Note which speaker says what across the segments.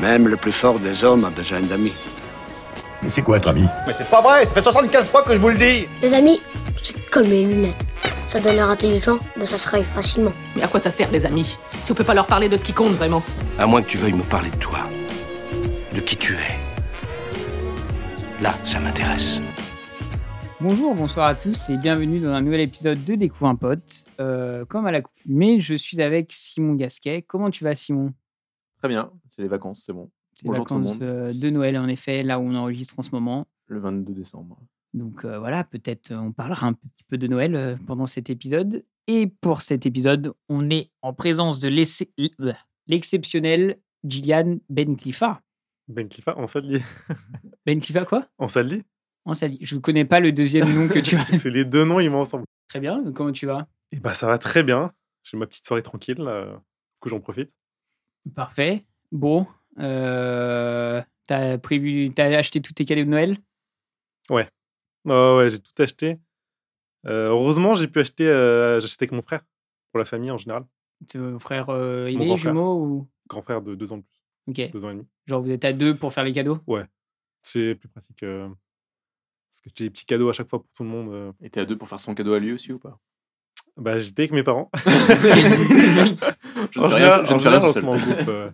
Speaker 1: Même le plus fort des hommes a besoin d'amis.
Speaker 2: Mais c'est quoi être ami
Speaker 3: Mais c'est pas vrai, ça fait 75 fois que je vous le dis
Speaker 4: Les amis, c'est comme les lunettes. Ça donne l'air intelligent, mais ça se raye facilement.
Speaker 5: Mais à quoi ça sert, les amis Si on peut pas leur parler de ce qui compte vraiment
Speaker 1: À moins que tu veuilles me parler de toi, de qui tu es. Là, ça m'intéresse.
Speaker 6: Bonjour, bonsoir à tous et bienvenue dans un nouvel épisode de Découvre un pote. Euh, comme à l'accoutumée, je suis avec Simon Gasquet. Comment tu vas, Simon
Speaker 3: Très bien, c'est les vacances, c'est bon.
Speaker 6: C'est
Speaker 3: Bonjour tout le
Speaker 6: vacances
Speaker 3: monde.
Speaker 6: euh, de Noël, en effet, là où on enregistre en ce moment.
Speaker 3: Le 22 décembre.
Speaker 6: Donc euh, voilà, peut-être euh, on parlera un petit peu de Noël euh, pendant cet épisode. Et pour cet épisode, on est en présence de l'excé- l'exceptionnel Gillian Benklifa.
Speaker 7: Ben Khalifa, on ça le dit.
Speaker 6: Benklifa quoi
Speaker 7: On ça le dit.
Speaker 6: On s'est dit. Je ne connais pas le deuxième nom que tu as.
Speaker 7: C'est les deux noms, ils vont ensemble.
Speaker 6: Très bien, comment tu vas
Speaker 3: Eh
Speaker 7: Et
Speaker 3: ben,
Speaker 7: bah ça va très bien. J'ai ma petite soirée tranquille. là. Du coup, j'en profite.
Speaker 6: Parfait. Bon. Euh, t'as prévu, t'as acheté tous tes cadeaux de Noël
Speaker 7: Ouais, ouais, j'ai tout acheté. Euh, heureusement, j'ai pu acheter. euh, j'ai acheté avec mon frère, pour la famille en général.
Speaker 6: Ton frère euh,
Speaker 7: Mon
Speaker 6: aîné,
Speaker 7: grand frère.
Speaker 6: jumeau ou
Speaker 7: Grand frère de deux ans de plus,
Speaker 6: Ok.
Speaker 7: deux ans et demi.
Speaker 6: Genre vous êtes à deux pour faire les cadeaux
Speaker 7: C'est plus pratique. euh, parce que j'ai des petits cadeaux à chaque fois pour tout le monde. euh.
Speaker 3: Et t'es à deux pour faire son cadeau à lui aussi ou pas
Speaker 7: Bah, j'étais avec mes parents.
Speaker 3: Je ne fais rien, je
Speaker 7: en
Speaker 3: ne fais rien
Speaker 7: général,
Speaker 3: tout seul.
Speaker 7: on se met en groupe. euh.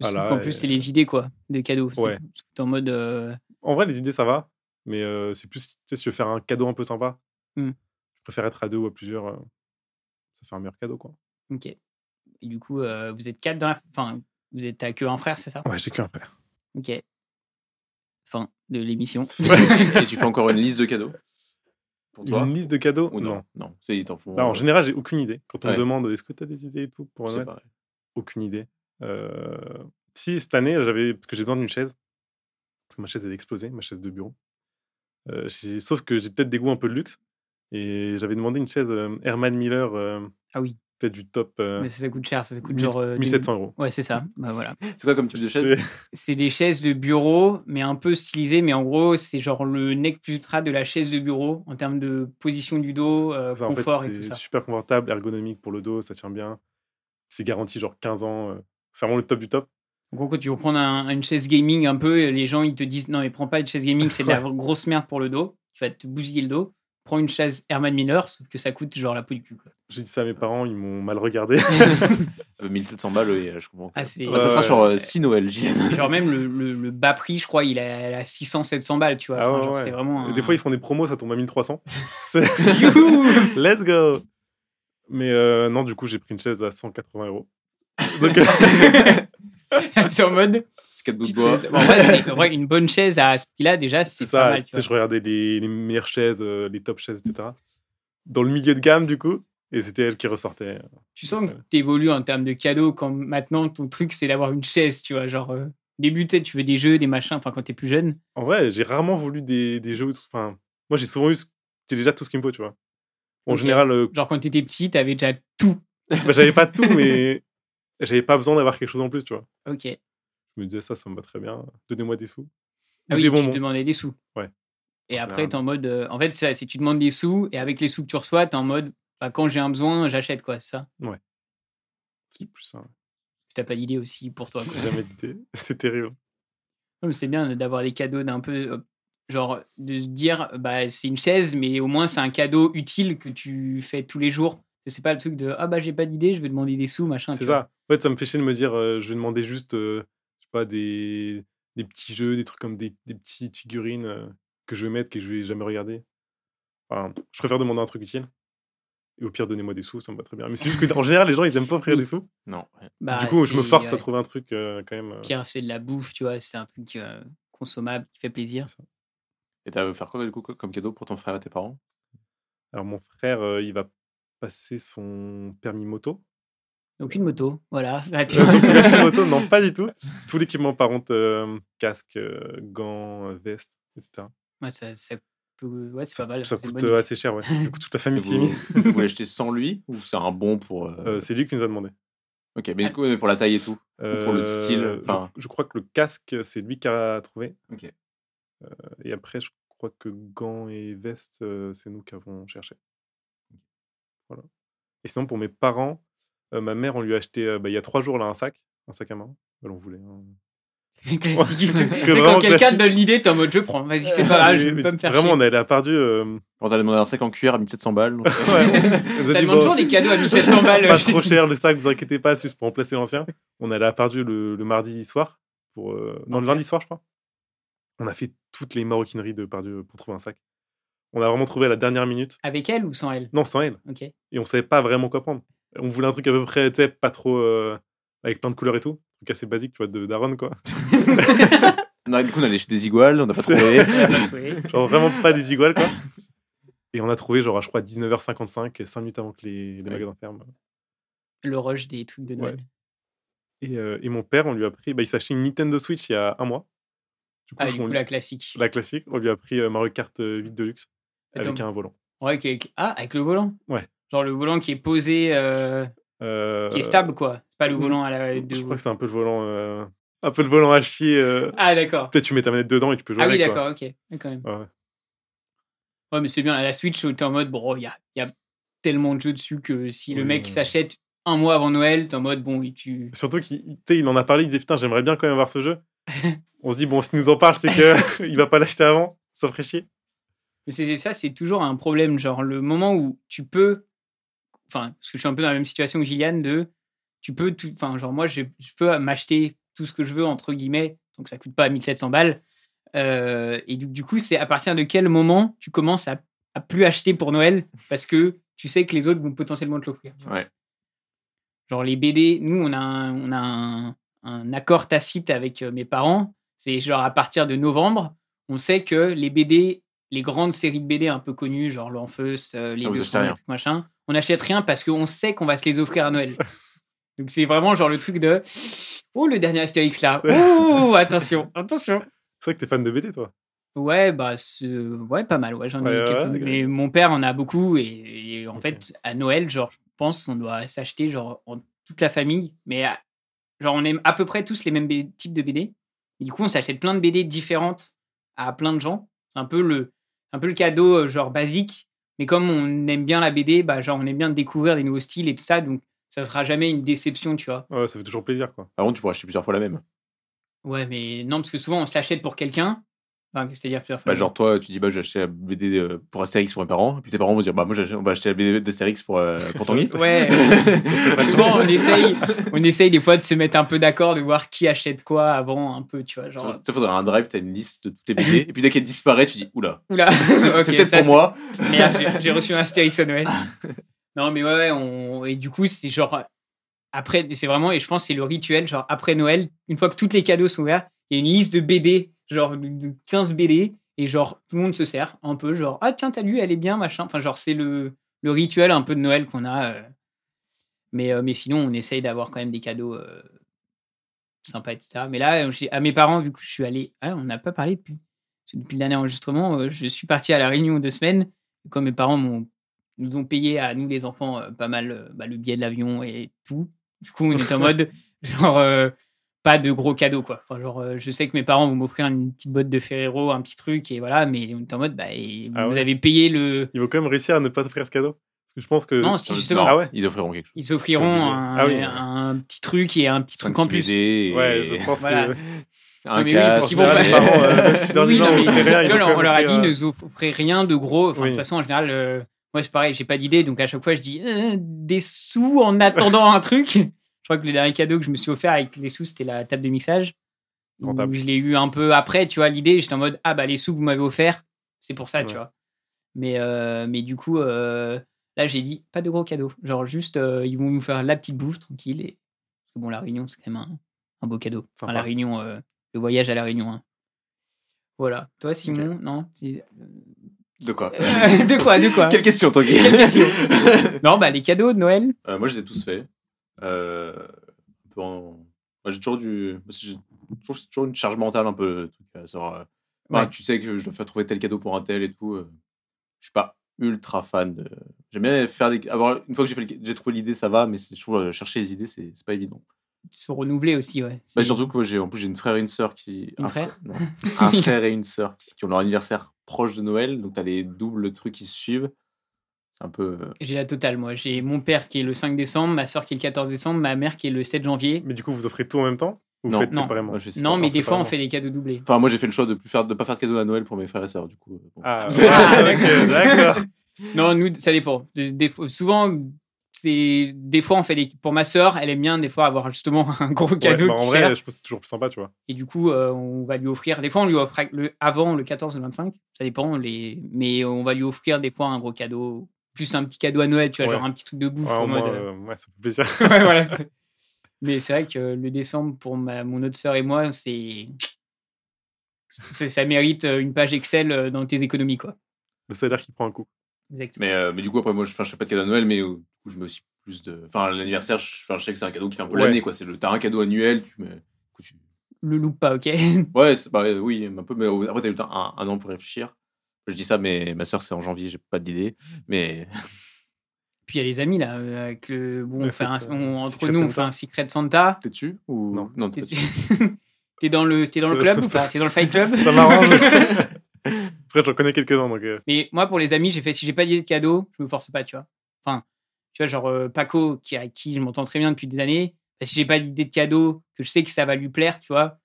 Speaker 6: Surtout
Speaker 7: Voilà,
Speaker 6: qu'en
Speaker 7: et-
Speaker 6: plus c'est les idées quoi de cadeaux. C'est-
Speaker 7: Ah Ouais.
Speaker 6: C'est en mode. euh,
Speaker 7: En vrai, les idées, ça va. Mais euh, c'est plus, tu sais, si je veux faire un cadeau un peu sympa,
Speaker 6: Hmm.
Speaker 7: je préfère être à deux ou à plusieurs. euh, ça fait un meilleur cadeau, quoi.
Speaker 6: Ok. Et du coup euh, vous êtes quatre dans la. Enfin vous êtes à que un frère c'est ça
Speaker 7: Ouais, j'ai qu'un frère.
Speaker 6: Ok. Fin de l'émission.
Speaker 3: Et tu fais encore une liste de cadeaux Pour toi
Speaker 7: Une liste de cadeaux
Speaker 3: Ou non
Speaker 7: Non.
Speaker 3: Non, c'est il t'en faut.
Speaker 7: Là, en général, j'ai aucune idée. Quand on
Speaker 3: Ouais.
Speaker 7: me demande est-ce que tu as des idées et tout pour
Speaker 3: c'est
Speaker 7: Noël,
Speaker 3: pareil.
Speaker 7: aucune idée. Euh, Si, cette année, j'avais parce que j'ai besoin d'une chaise. Parce que ma chaise, elle a explosé, ma chaise de bureau. Euh, j'ai- Sauf que j'ai peut-être des goûts un peu de luxe. Et j'avais demandé une chaise euh, Herman Miller, euh,
Speaker 6: Ah oui.
Speaker 7: peut-être du top. euh,
Speaker 6: Mais ça, ça coûte cher, ça coûte
Speaker 7: 1000-
Speaker 6: genre. euh,
Speaker 7: 1700 euros.
Speaker 6: Ouais c'est ça. Bah voilà.
Speaker 3: C'est quoi comme type de chaise
Speaker 7: J'ai-
Speaker 6: C'est des chaises de bureau, mais un peu stylisées. Mais en gros, c'est genre le nec plus ultra de la chaise de bureau en termes de position du dos, euh,
Speaker 7: Ah, Ça, en fait,
Speaker 6: confort et tout
Speaker 7: c'est
Speaker 6: ça.
Speaker 7: super confortable, ergonomique pour le dos, ça tient bien. C'est garanti genre 15 ans. euh, C'est vraiment le top du top.
Speaker 6: En gros, quand tu veux prendre un- une chaise gaming un peu, les gens ils te disent non, mais prends pas une chaise gaming, c'est de la grosse merde pour le dos. Tu vas te bousiller le dos. Prends une chaise Herman Miller, sauf que ça coûte genre la peau du cul. quoi.
Speaker 7: J'ai dit ça à mes parents, ils m'ont mal regardé.
Speaker 3: Euh, 1700 balles, oui, euh, je comprends.
Speaker 6: Ah, c'est-
Speaker 3: Bah, ça sera
Speaker 7: Ouais,
Speaker 3: sur euh, 6 Noël, Gilles.
Speaker 6: Et genre, même le, le- le bas prix, je crois, il est à 600-700 balles, tu vois.
Speaker 7: Ah
Speaker 6: Enfin,
Speaker 7: ouais,
Speaker 6: genre,
Speaker 7: ouais.
Speaker 6: C'est vraiment.
Speaker 7: Et
Speaker 6: un-
Speaker 7: Des fois, ils font des promos, ça tombe à 1300. C'est-
Speaker 6: Youhou
Speaker 7: Let's go Mais euh, non, du coup, j'ai pris une chaise à 180 euros. Donc,
Speaker 6: C'est en mode.
Speaker 3: C'est 4 bouts de
Speaker 6: petite
Speaker 3: bois.
Speaker 6: chaise. Bon, en vrai, c'est- en vrai, une bonne chaise à ce prix-là, déjà, c'est
Speaker 7: c'est
Speaker 6: pas
Speaker 7: ça,
Speaker 6: mal.
Speaker 7: tu
Speaker 6: tu
Speaker 7: sais, je regardais les, les meilleures chaises, euh, les top chaises, etc. Dans le milieu de gamme, du coup. Et c'était elle qui ressortait.
Speaker 6: tu sens
Speaker 7: Ça,
Speaker 6: que
Speaker 7: ouais.
Speaker 6: tu évolues en termes de cadeaux quand maintenant ton truc c'est d'avoir une chaise, tu vois. Genre, euh, au début, tu sais, tu veux des jeux, des machins, enfin quand t'es plus jeune.
Speaker 7: En vrai, j'ai rarement voulu des, des jeux. où- Enfin, moi, j'ai souvent eu. ce- J'ai déjà tout ce qu'il me faut, tu vois. En
Speaker 6: Ok.
Speaker 7: général, euh,
Speaker 6: Genre, quand t'étais petit, t'avais déjà tout.
Speaker 7: bah, j'avais pas tout, mais j'avais pas besoin d'avoir quelque chose en plus, tu vois.
Speaker 6: Ok. Ah
Speaker 7: Je me disais, ça, ça me va très bien. Donnez-moi des sous. Ou
Speaker 6: Ah oui,
Speaker 7: des
Speaker 6: tu te
Speaker 7: bonbons.
Speaker 6: demandais des sous.
Speaker 7: Ouais.
Speaker 6: Et
Speaker 7: En
Speaker 6: après,
Speaker 7: général.
Speaker 6: t'es en mode. euh, en fait, c'est ça, si tu demandes des sous et avec les sous que tu reçois, t'es en mode, bah, quand j'ai un besoin, j'achète quoi, c'est ça.
Speaker 7: C'est plus ça.
Speaker 6: Tu T'as pas d'idée aussi pour toi. quoi.
Speaker 7: J'ai jamais d'idée. C'est terrible.
Speaker 6: Non, mais C'est bien d'avoir des cadeaux d'un peu. euh, Genre, de se dire, bah, c'est une chaise, mais au moins, c'est un cadeau utile que tu fais tous les jours. C'est pas le truc de, ah bah, j'ai pas d'idée, je vais demander des sous, machin.
Speaker 7: C'est
Speaker 6: tu
Speaker 7: ça. En fait, ça me fait chier de me dire, euh, je vais demander juste, euh, je sais pas, des, des petits jeux, des trucs comme des, des petites figurines euh, que je vais mettre, que je vais jamais regarder. Enfin, je préfère demander un truc utile. Et au pire, donnez-moi des sous, ça me va très bien. Mais c'est juste que, en général, les gens, ils aiment pas offrir des sous.
Speaker 3: Non.
Speaker 6: Bah,
Speaker 7: du coup, je me
Speaker 6: c'est-
Speaker 7: force à
Speaker 6: ouais.
Speaker 7: trouver un truc euh, quand même. euh,
Speaker 6: Pire, c'est de la bouffe, tu vois, c'est un truc euh, consommable qui fait plaisir.
Speaker 3: Et t'as offert quoi du coup comme cadeau pour ton frère et tes parents
Speaker 7: Alors, mon frère, euh, il va passer son permis moto.
Speaker 6: Donc, une moto, voilà. Bah, gratuit.
Speaker 7: Euh, donc, il a acheté une moto, non, pas du tout. Tout l'équipement, par contre, euh, casque, euh, gants, euh, veste, etc.
Speaker 6: Ouais, ça, ça peut- ouais, c'est pas mal.
Speaker 7: Ça
Speaker 6: c'est une
Speaker 7: coûte
Speaker 6: bonne
Speaker 7: euh,
Speaker 6: idée.
Speaker 7: assez cher, ouais. Du coup, toute la
Speaker 3: Et
Speaker 7: famille s'y est
Speaker 3: Vous,
Speaker 7: mise.
Speaker 3: vous voulez acheter sans lui ou c'est un bon pour. euh,
Speaker 7: Euh, c'est lui qui nous a demandé.
Speaker 3: Ok, mais du coup, mais pour la taille et tout. Ou pour le style,
Speaker 7: Euh, je-
Speaker 3: enfin-
Speaker 7: je, crois que le casque, c'est lui qui a trouvé.
Speaker 3: Ok.
Speaker 7: Euh, et après, je crois que gants et veste, euh, c'est nous qui avons cherché. Voilà. Et sinon, pour mes parents, euh, ma mère, on lui a acheté euh, bah, il y a trois jours là, un sac, un sac à main, Bah, on voulait. hein.
Speaker 6: classique.
Speaker 7: Que
Speaker 6: Mais
Speaker 7: vraiment
Speaker 6: quand quelqu'un
Speaker 7: classique.
Speaker 6: te donne l'idée, t'es en mode je prends, vas-y, c'est pas grave, Ah, je
Speaker 7: Mais-
Speaker 6: vais pas me
Speaker 7: mais
Speaker 6: faire
Speaker 7: Vraiment,
Speaker 6: chier.
Speaker 7: on est allé à Pardieu. euh,
Speaker 3: On t'a demandé un sac en cuir à 1700 balles. donc, euh,
Speaker 7: ouais, on nous a
Speaker 6: Ça
Speaker 7: dit,
Speaker 6: demande
Speaker 7: bon,
Speaker 6: toujours des cadeaux à 1700 balles. euh,
Speaker 7: Pas trop cher le sac, vous inquiétez pas, c'est juste pour remplacer l'ancien. On est allé à Pardieu le, le mardi soir, pour, euh, non, le lundi soir, je crois. On a fait toutes les maroquineries de Pardieu pour trouver un sac. On a vraiment trouvé à la dernière minute.
Speaker 6: Avec elle ou sans elle
Speaker 7: Non, sans elle.
Speaker 6: Ok.
Speaker 7: Et on savait pas vraiment quoi prendre. On voulait un truc à peu près, tu sais, pas trop. euh, avec plein de couleurs et tout. Un truc assez basique, tu vois, de Daron, quoi.
Speaker 3: on a- du coup, on allait chez des iguales, on n'a pas trouvé.
Speaker 7: Genre vraiment pas des iguales, quoi. Et on a trouvé, genre, à, je crois, 19h55, 5 minutes avant que les, les magasins ferment.
Speaker 6: Le rush des trucs de Noël.
Speaker 7: Et, euh, et mon père, on lui a pris, bah, il s'est acheté une Nintendo Switch il y a un mois. Du coup,
Speaker 6: Ah,
Speaker 7: je-
Speaker 6: du
Speaker 7: on
Speaker 6: coup,
Speaker 7: lui-
Speaker 6: la classique.
Speaker 7: la classique, on lui a pris euh, Mario Kart euh, 8 Deluxe
Speaker 6: Attends.
Speaker 7: avec un volant.
Speaker 6: Ouais, avec- Ah, avec le volant
Speaker 7: Ouais.
Speaker 6: Genre le volant qui est posé, euh,
Speaker 7: Euh,
Speaker 6: qui est stable, quoi. C'est pas le
Speaker 7: hmm.
Speaker 6: volant à la. de-
Speaker 7: Je crois que c'est un peu le volant, euh, un peu le volant à chier. euh,
Speaker 6: Ah, d'accord.
Speaker 7: Peut-être tu mets ta manette dedans et tu peux jouer
Speaker 6: Ah oui,
Speaker 7: avec, quoi.
Speaker 6: d'accord, ok. Ouais, Quand même.
Speaker 7: Ouais.
Speaker 6: Ouais, mais c'est bien, la Switch, t'es en mode, bon, il y a, y a tellement de jeux dessus que si le
Speaker 7: Oui,
Speaker 6: mec
Speaker 7: oui.
Speaker 6: s'achète un mois avant Noël, t'es en mode, bon, il- tu.
Speaker 7: Surtout qu'il tu sais, il en a parlé, il disait putain, j'aimerais bien quand même avoir ce jeu. on se dit, bon, s'il nous en parle, c'est que il va pas l'acheter avant, ça ferait chier.
Speaker 6: Mais c'est ça, c'est toujours un problème. Genre, le moment où tu peux. Enfin, parce que je suis un peu dans la même situation que Gillian, de. Tu peux. tout- Enfin, genre, moi, je, je peux m'acheter tout ce que je veux, entre guillemets, donc ça coûte pas 1700 balles. Euh, et du, du coup, c'est à partir de quel moment tu commences à, à plus acheter pour Noël parce que tu sais que les autres vont potentiellement te l'offrir. tu vois.
Speaker 3: Ouais.
Speaker 6: Genre, les BD, nous, on a un, on a un, un accord tacite avec euh, mes parents. C'est genre à partir de novembre, on sait que les BD les grandes séries de BD un peu connues, genre L'Enfeus, euh, Les
Speaker 3: Ah, vous
Speaker 6: Deux
Speaker 3: achetez
Speaker 6: Frères,
Speaker 3: rien.
Speaker 6: les trucs machin, on n'achète rien parce qu'on sait qu'on va se les offrir à Noël. Donc c'est vraiment genre le truc de Oh, le dernier Astérix là Oh, attention, attention
Speaker 7: C'est vrai que t'es fan de BD, toi.
Speaker 6: Ouais, bah, c'est- ouais, pas mal, ouais, j'en ai
Speaker 7: Ouais, ouais,
Speaker 6: quelques-unes.
Speaker 7: ouais,
Speaker 6: mais mon père en a beaucoup et, et en
Speaker 7: Ok.
Speaker 6: fait, à Noël, genre, je pense qu'on doit s'acheter, genre, en- toute la famille, mais à- genre, on aime à peu près tous les mêmes B- types de BD. Et du coup, on s'achète plein de BD différentes à plein de gens. C'est un peu le, un peu le cadeau, euh, genre, basique. Mais comme on aime bien la BD, bah, genre, on aime bien découvrir des nouveaux styles et tout ça, donc ça sera jamais une déception, tu vois.
Speaker 7: Ouais, ça fait toujours plaisir, quoi.
Speaker 3: Par contre, tu pourrais acheter plusieurs fois la même.
Speaker 6: Ouais, mais non, parce que souvent, on se l'achète pour quelqu'un. Enfin, c'est-à-dire plusieurs fois.
Speaker 3: Bah, genre, toi, tu dis, bah, j'ai acheté la BD euh, pour Astérix pour mes parents. Et puis tes parents vont dire, bah, moi, j'ai- on va acheter la BD d'Astérix pour, euh, pour ton guide.
Speaker 6: Ouais. Souvent, hein. on essaye, on essaye des fois de se mettre un peu d'accord, de voir qui achète quoi avant, un peu, tu vois. Genre,
Speaker 3: Il faudrait un drive, t'as une liste de toutes les BD. et puis dès qu'elle disparaît, tu dis, oula,
Speaker 6: oula,
Speaker 3: c'est
Speaker 6: ok,
Speaker 3: c'est peut-être
Speaker 6: ça,
Speaker 3: pour moi.
Speaker 6: c'est- Merde, j'ai- j'ai reçu un Astérix à Noël. Non, mais ouais, ouais, on... et du coup, c'est genre. Après, c'est vraiment, et je pense, que c'est le rituel, genre après Noël, une fois que tous les cadeaux sont ouverts, il y a une liste de BD, genre de- de 15 BD, et genre tout le monde se sert un peu, genre ah tiens, t'as lu, elle est bien, machin. Enfin, genre, c'est le, le rituel un peu de Noël qu'on a. euh. Mais, euh, mais sinon, on essaye d'avoir quand même des cadeaux euh, sympas, etc. Mais là, j'ai- à mes parents, vu que je suis allé, ah, on n'a pas parlé depuis, parce que depuis le dernier enregistrement, euh, je suis parti à la réunion deux semaines, comme mes parents m'ont nous ont payé à nous les enfants euh, pas mal euh, bah, le billet de l'avion et tout. Du coup, on est en mode genre euh, pas de gros cadeaux quoi. Enfin, genre euh, je sais que mes parents vont m'offrir une petite botte de Ferrero, un petit truc et voilà, mais on est en mode bah et vous
Speaker 7: Ah ouais.
Speaker 6: avez payé le
Speaker 7: Ils vont quand même réussir à ne pas t'offrir ce cadeau. Parce que je pense que.
Speaker 6: non, si justement
Speaker 3: Non,
Speaker 7: Ah ouais.
Speaker 3: Ils offriront quelque chose.
Speaker 6: ils offriront
Speaker 7: obligé.
Speaker 6: un,
Speaker 7: Ah oui.
Speaker 6: un petit truc et un petit truc en
Speaker 3: Cinq, six
Speaker 6: plus.
Speaker 3: BD et
Speaker 7: Ouais, je pense
Speaker 6: Voilà.
Speaker 7: que.
Speaker 3: un
Speaker 6: mais oui,
Speaker 3: casque,
Speaker 6: parce
Speaker 7: En
Speaker 6: qu'ils vont pas-
Speaker 7: général, les parents, euh, même si je leur dis
Speaker 6: Oui,
Speaker 7: non,
Speaker 6: non,
Speaker 7: on
Speaker 6: mais-
Speaker 7: fait rien,
Speaker 6: Tu
Speaker 7: ils
Speaker 6: vois,
Speaker 7: vont quand
Speaker 6: on leur a
Speaker 7: même
Speaker 6: dit
Speaker 7: offrir,
Speaker 6: ne vous offrez rien de gros. Enfin,
Speaker 7: Oui.
Speaker 6: de toute façon, en général, euh, moi, c'est pareil, j'ai pas d'idée. Donc, à chaque fois, je dis Euh, des sous en attendant un truc. Je crois que le dernier cadeau que je me suis offert avec les sous, c'était la table de mixage. Où
Speaker 7: Rentable.
Speaker 6: je l'ai eu un peu après, tu vois. L'idée, j'étais en mode Ah, bah, les sous que vous m'avez offert, c'est pour ça, tu
Speaker 7: Ouais.
Speaker 6: vois. Mais, euh, mais du coup, euh, là, j'ai dit Pas de gros cadeaux. Genre, juste, euh, ils vont nous faire la petite bouffe tranquille. Et... Bon, la réunion, c'est quand même un, un beau cadeau. Enfin,
Speaker 7: Sympa.
Speaker 6: la réunion, euh, le voyage à la réunion. hein. Voilà. Toi, Simon, non tu-
Speaker 3: De quoi
Speaker 6: Euh, De quoi De quoi
Speaker 3: Quelle question, toi Guy
Speaker 6: Quelle question Non, bah les cadeaux de Noël.
Speaker 3: Euh, moi, je les ai tous faits. Euh, un peu en- moi, j'ai toujours du. parce que j'ai- Je trouve que c'est toujours une charge mentale un peu. le truc, euh, genre, euh, bah,
Speaker 6: Ouais.
Speaker 3: Tu sais que je dois faire trouver tel cadeau pour un tel et tout. euh, je suis pas ultra fan. de- J'aime bien faire des. Avoir... Une fois que j'ai fait le- j'ai trouvé l'idée, ça va, mais c'est- je trouve euh, chercher les idées, c'est c'est pas évident.
Speaker 6: Se renouveler aussi, ouais.
Speaker 3: Bah,
Speaker 6: C'est-
Speaker 3: surtout que moi, j'ai en plus j'ai une frère et une sœur qui
Speaker 6: Une
Speaker 3: un frère, non. un frère et une sœur qui, qui ont leur anniversaire proche de Noël donc t'as les doubles trucs qui se suivent c'est un peu euh,
Speaker 6: J'ai la totale, moi. J'ai mon père qui est le 5 décembre, ma soeur qui est le 14 décembre, ma mère qui est le 7 janvier.
Speaker 7: Mais du coup, vous offrez tout en même temps Vous
Speaker 3: Non.
Speaker 7: faites
Speaker 6: Non.
Speaker 7: séparément.
Speaker 3: Moi, je sais
Speaker 6: Non,
Speaker 7: pas,
Speaker 6: mais
Speaker 7: non,
Speaker 6: des
Speaker 7: c'est
Speaker 6: fois,
Speaker 7: pas
Speaker 6: on fait des cadeaux doublés.
Speaker 3: Enfin, moi, j'ai fait le choix de plus faire, de pas faire de cadeau à Noël pour mes frères et sœurs, du coup. euh, bon.
Speaker 7: Ah,
Speaker 6: Ah,
Speaker 7: ok, d'accord.
Speaker 6: Non, nous, ça dépend. De- des fois- souvent, c'est des fois on fait des. Pour ma sœur, elle aime bien des fois avoir justement un gros cadeau
Speaker 7: Ouais, bah, en
Speaker 6: qui
Speaker 7: vrai,
Speaker 6: sert.
Speaker 7: je pense que c'est toujours plus sympa, tu vois.
Speaker 6: Et du coup, euh, on va lui offrir. Des fois, on lui offre le, avant le 14 ou le 25. Ça dépend. Les, mais on va lui offrir des fois un gros cadeau. Plus un petit cadeau à Noël, tu vois,
Speaker 7: Ouais.
Speaker 6: genre un petit truc de bouffe
Speaker 7: Ouais,
Speaker 6: en
Speaker 7: au moins,
Speaker 6: mode. euh,
Speaker 7: euh, ouais, ça fait plaisir.
Speaker 6: ouais, voilà, c'est- mais c'est vrai que le décembre, pour ma, mon autre sœur et moi, c'est. c'est- Ça mérite euh, une page Excel euh, dans tes économies, quoi.
Speaker 7: Le salaire qui prend un coup.
Speaker 6: Exactement.
Speaker 3: Mais, euh, mais du coup, après, moi, je, enfin, je fais pas de cadeau à Noël, mais euh, du coup, je mets aussi plus de. Enfin, l'anniversaire, je, enfin, je sais que c'est un cadeau qui fait un peu
Speaker 7: Ouais.
Speaker 3: l'année, quoi. C'est le... T'as un cadeau annuel, tu mets. du coup, tu-
Speaker 6: Le loupe pas, ok
Speaker 3: Ouais, c'est- bah, euh, oui, un peu, mais euh, après, t'as eu le temps- un, un an pour réfléchir. Je dis ça, mais ma sœur, c'est en janvier, j'ai pas d'idée. Mais
Speaker 6: Puis il y a les amis là, euh, avec le bon,
Speaker 7: Le
Speaker 6: on fait un-
Speaker 7: fait, euh,
Speaker 6: on- entre
Speaker 7: Secret
Speaker 6: nous, on
Speaker 7: Santa.
Speaker 6: fait un Secret Santa.
Speaker 3: t'es dessus ou
Speaker 7: Non.
Speaker 3: non t'es
Speaker 6: T'es,
Speaker 3: pas dessus.
Speaker 6: t'es dans le, t'es dans le
Speaker 7: Ça-
Speaker 6: club
Speaker 7: ça-
Speaker 6: ou pas
Speaker 7: ça-
Speaker 6: T'es dans le Fight Club
Speaker 7: Ça m'arrange. Après, j'en connais quelques-uns, donc. euh,
Speaker 6: Mais moi, pour les amis, j'ai fait si j'ai pas d'idée de cadeau, je me force pas, tu vois. Enfin, tu vois, genre euh, Paco, qui, à qui je m'entends très bien depuis des années, bah, si j'ai pas d'idée de cadeau, que je sais que ça va lui plaire, tu vois,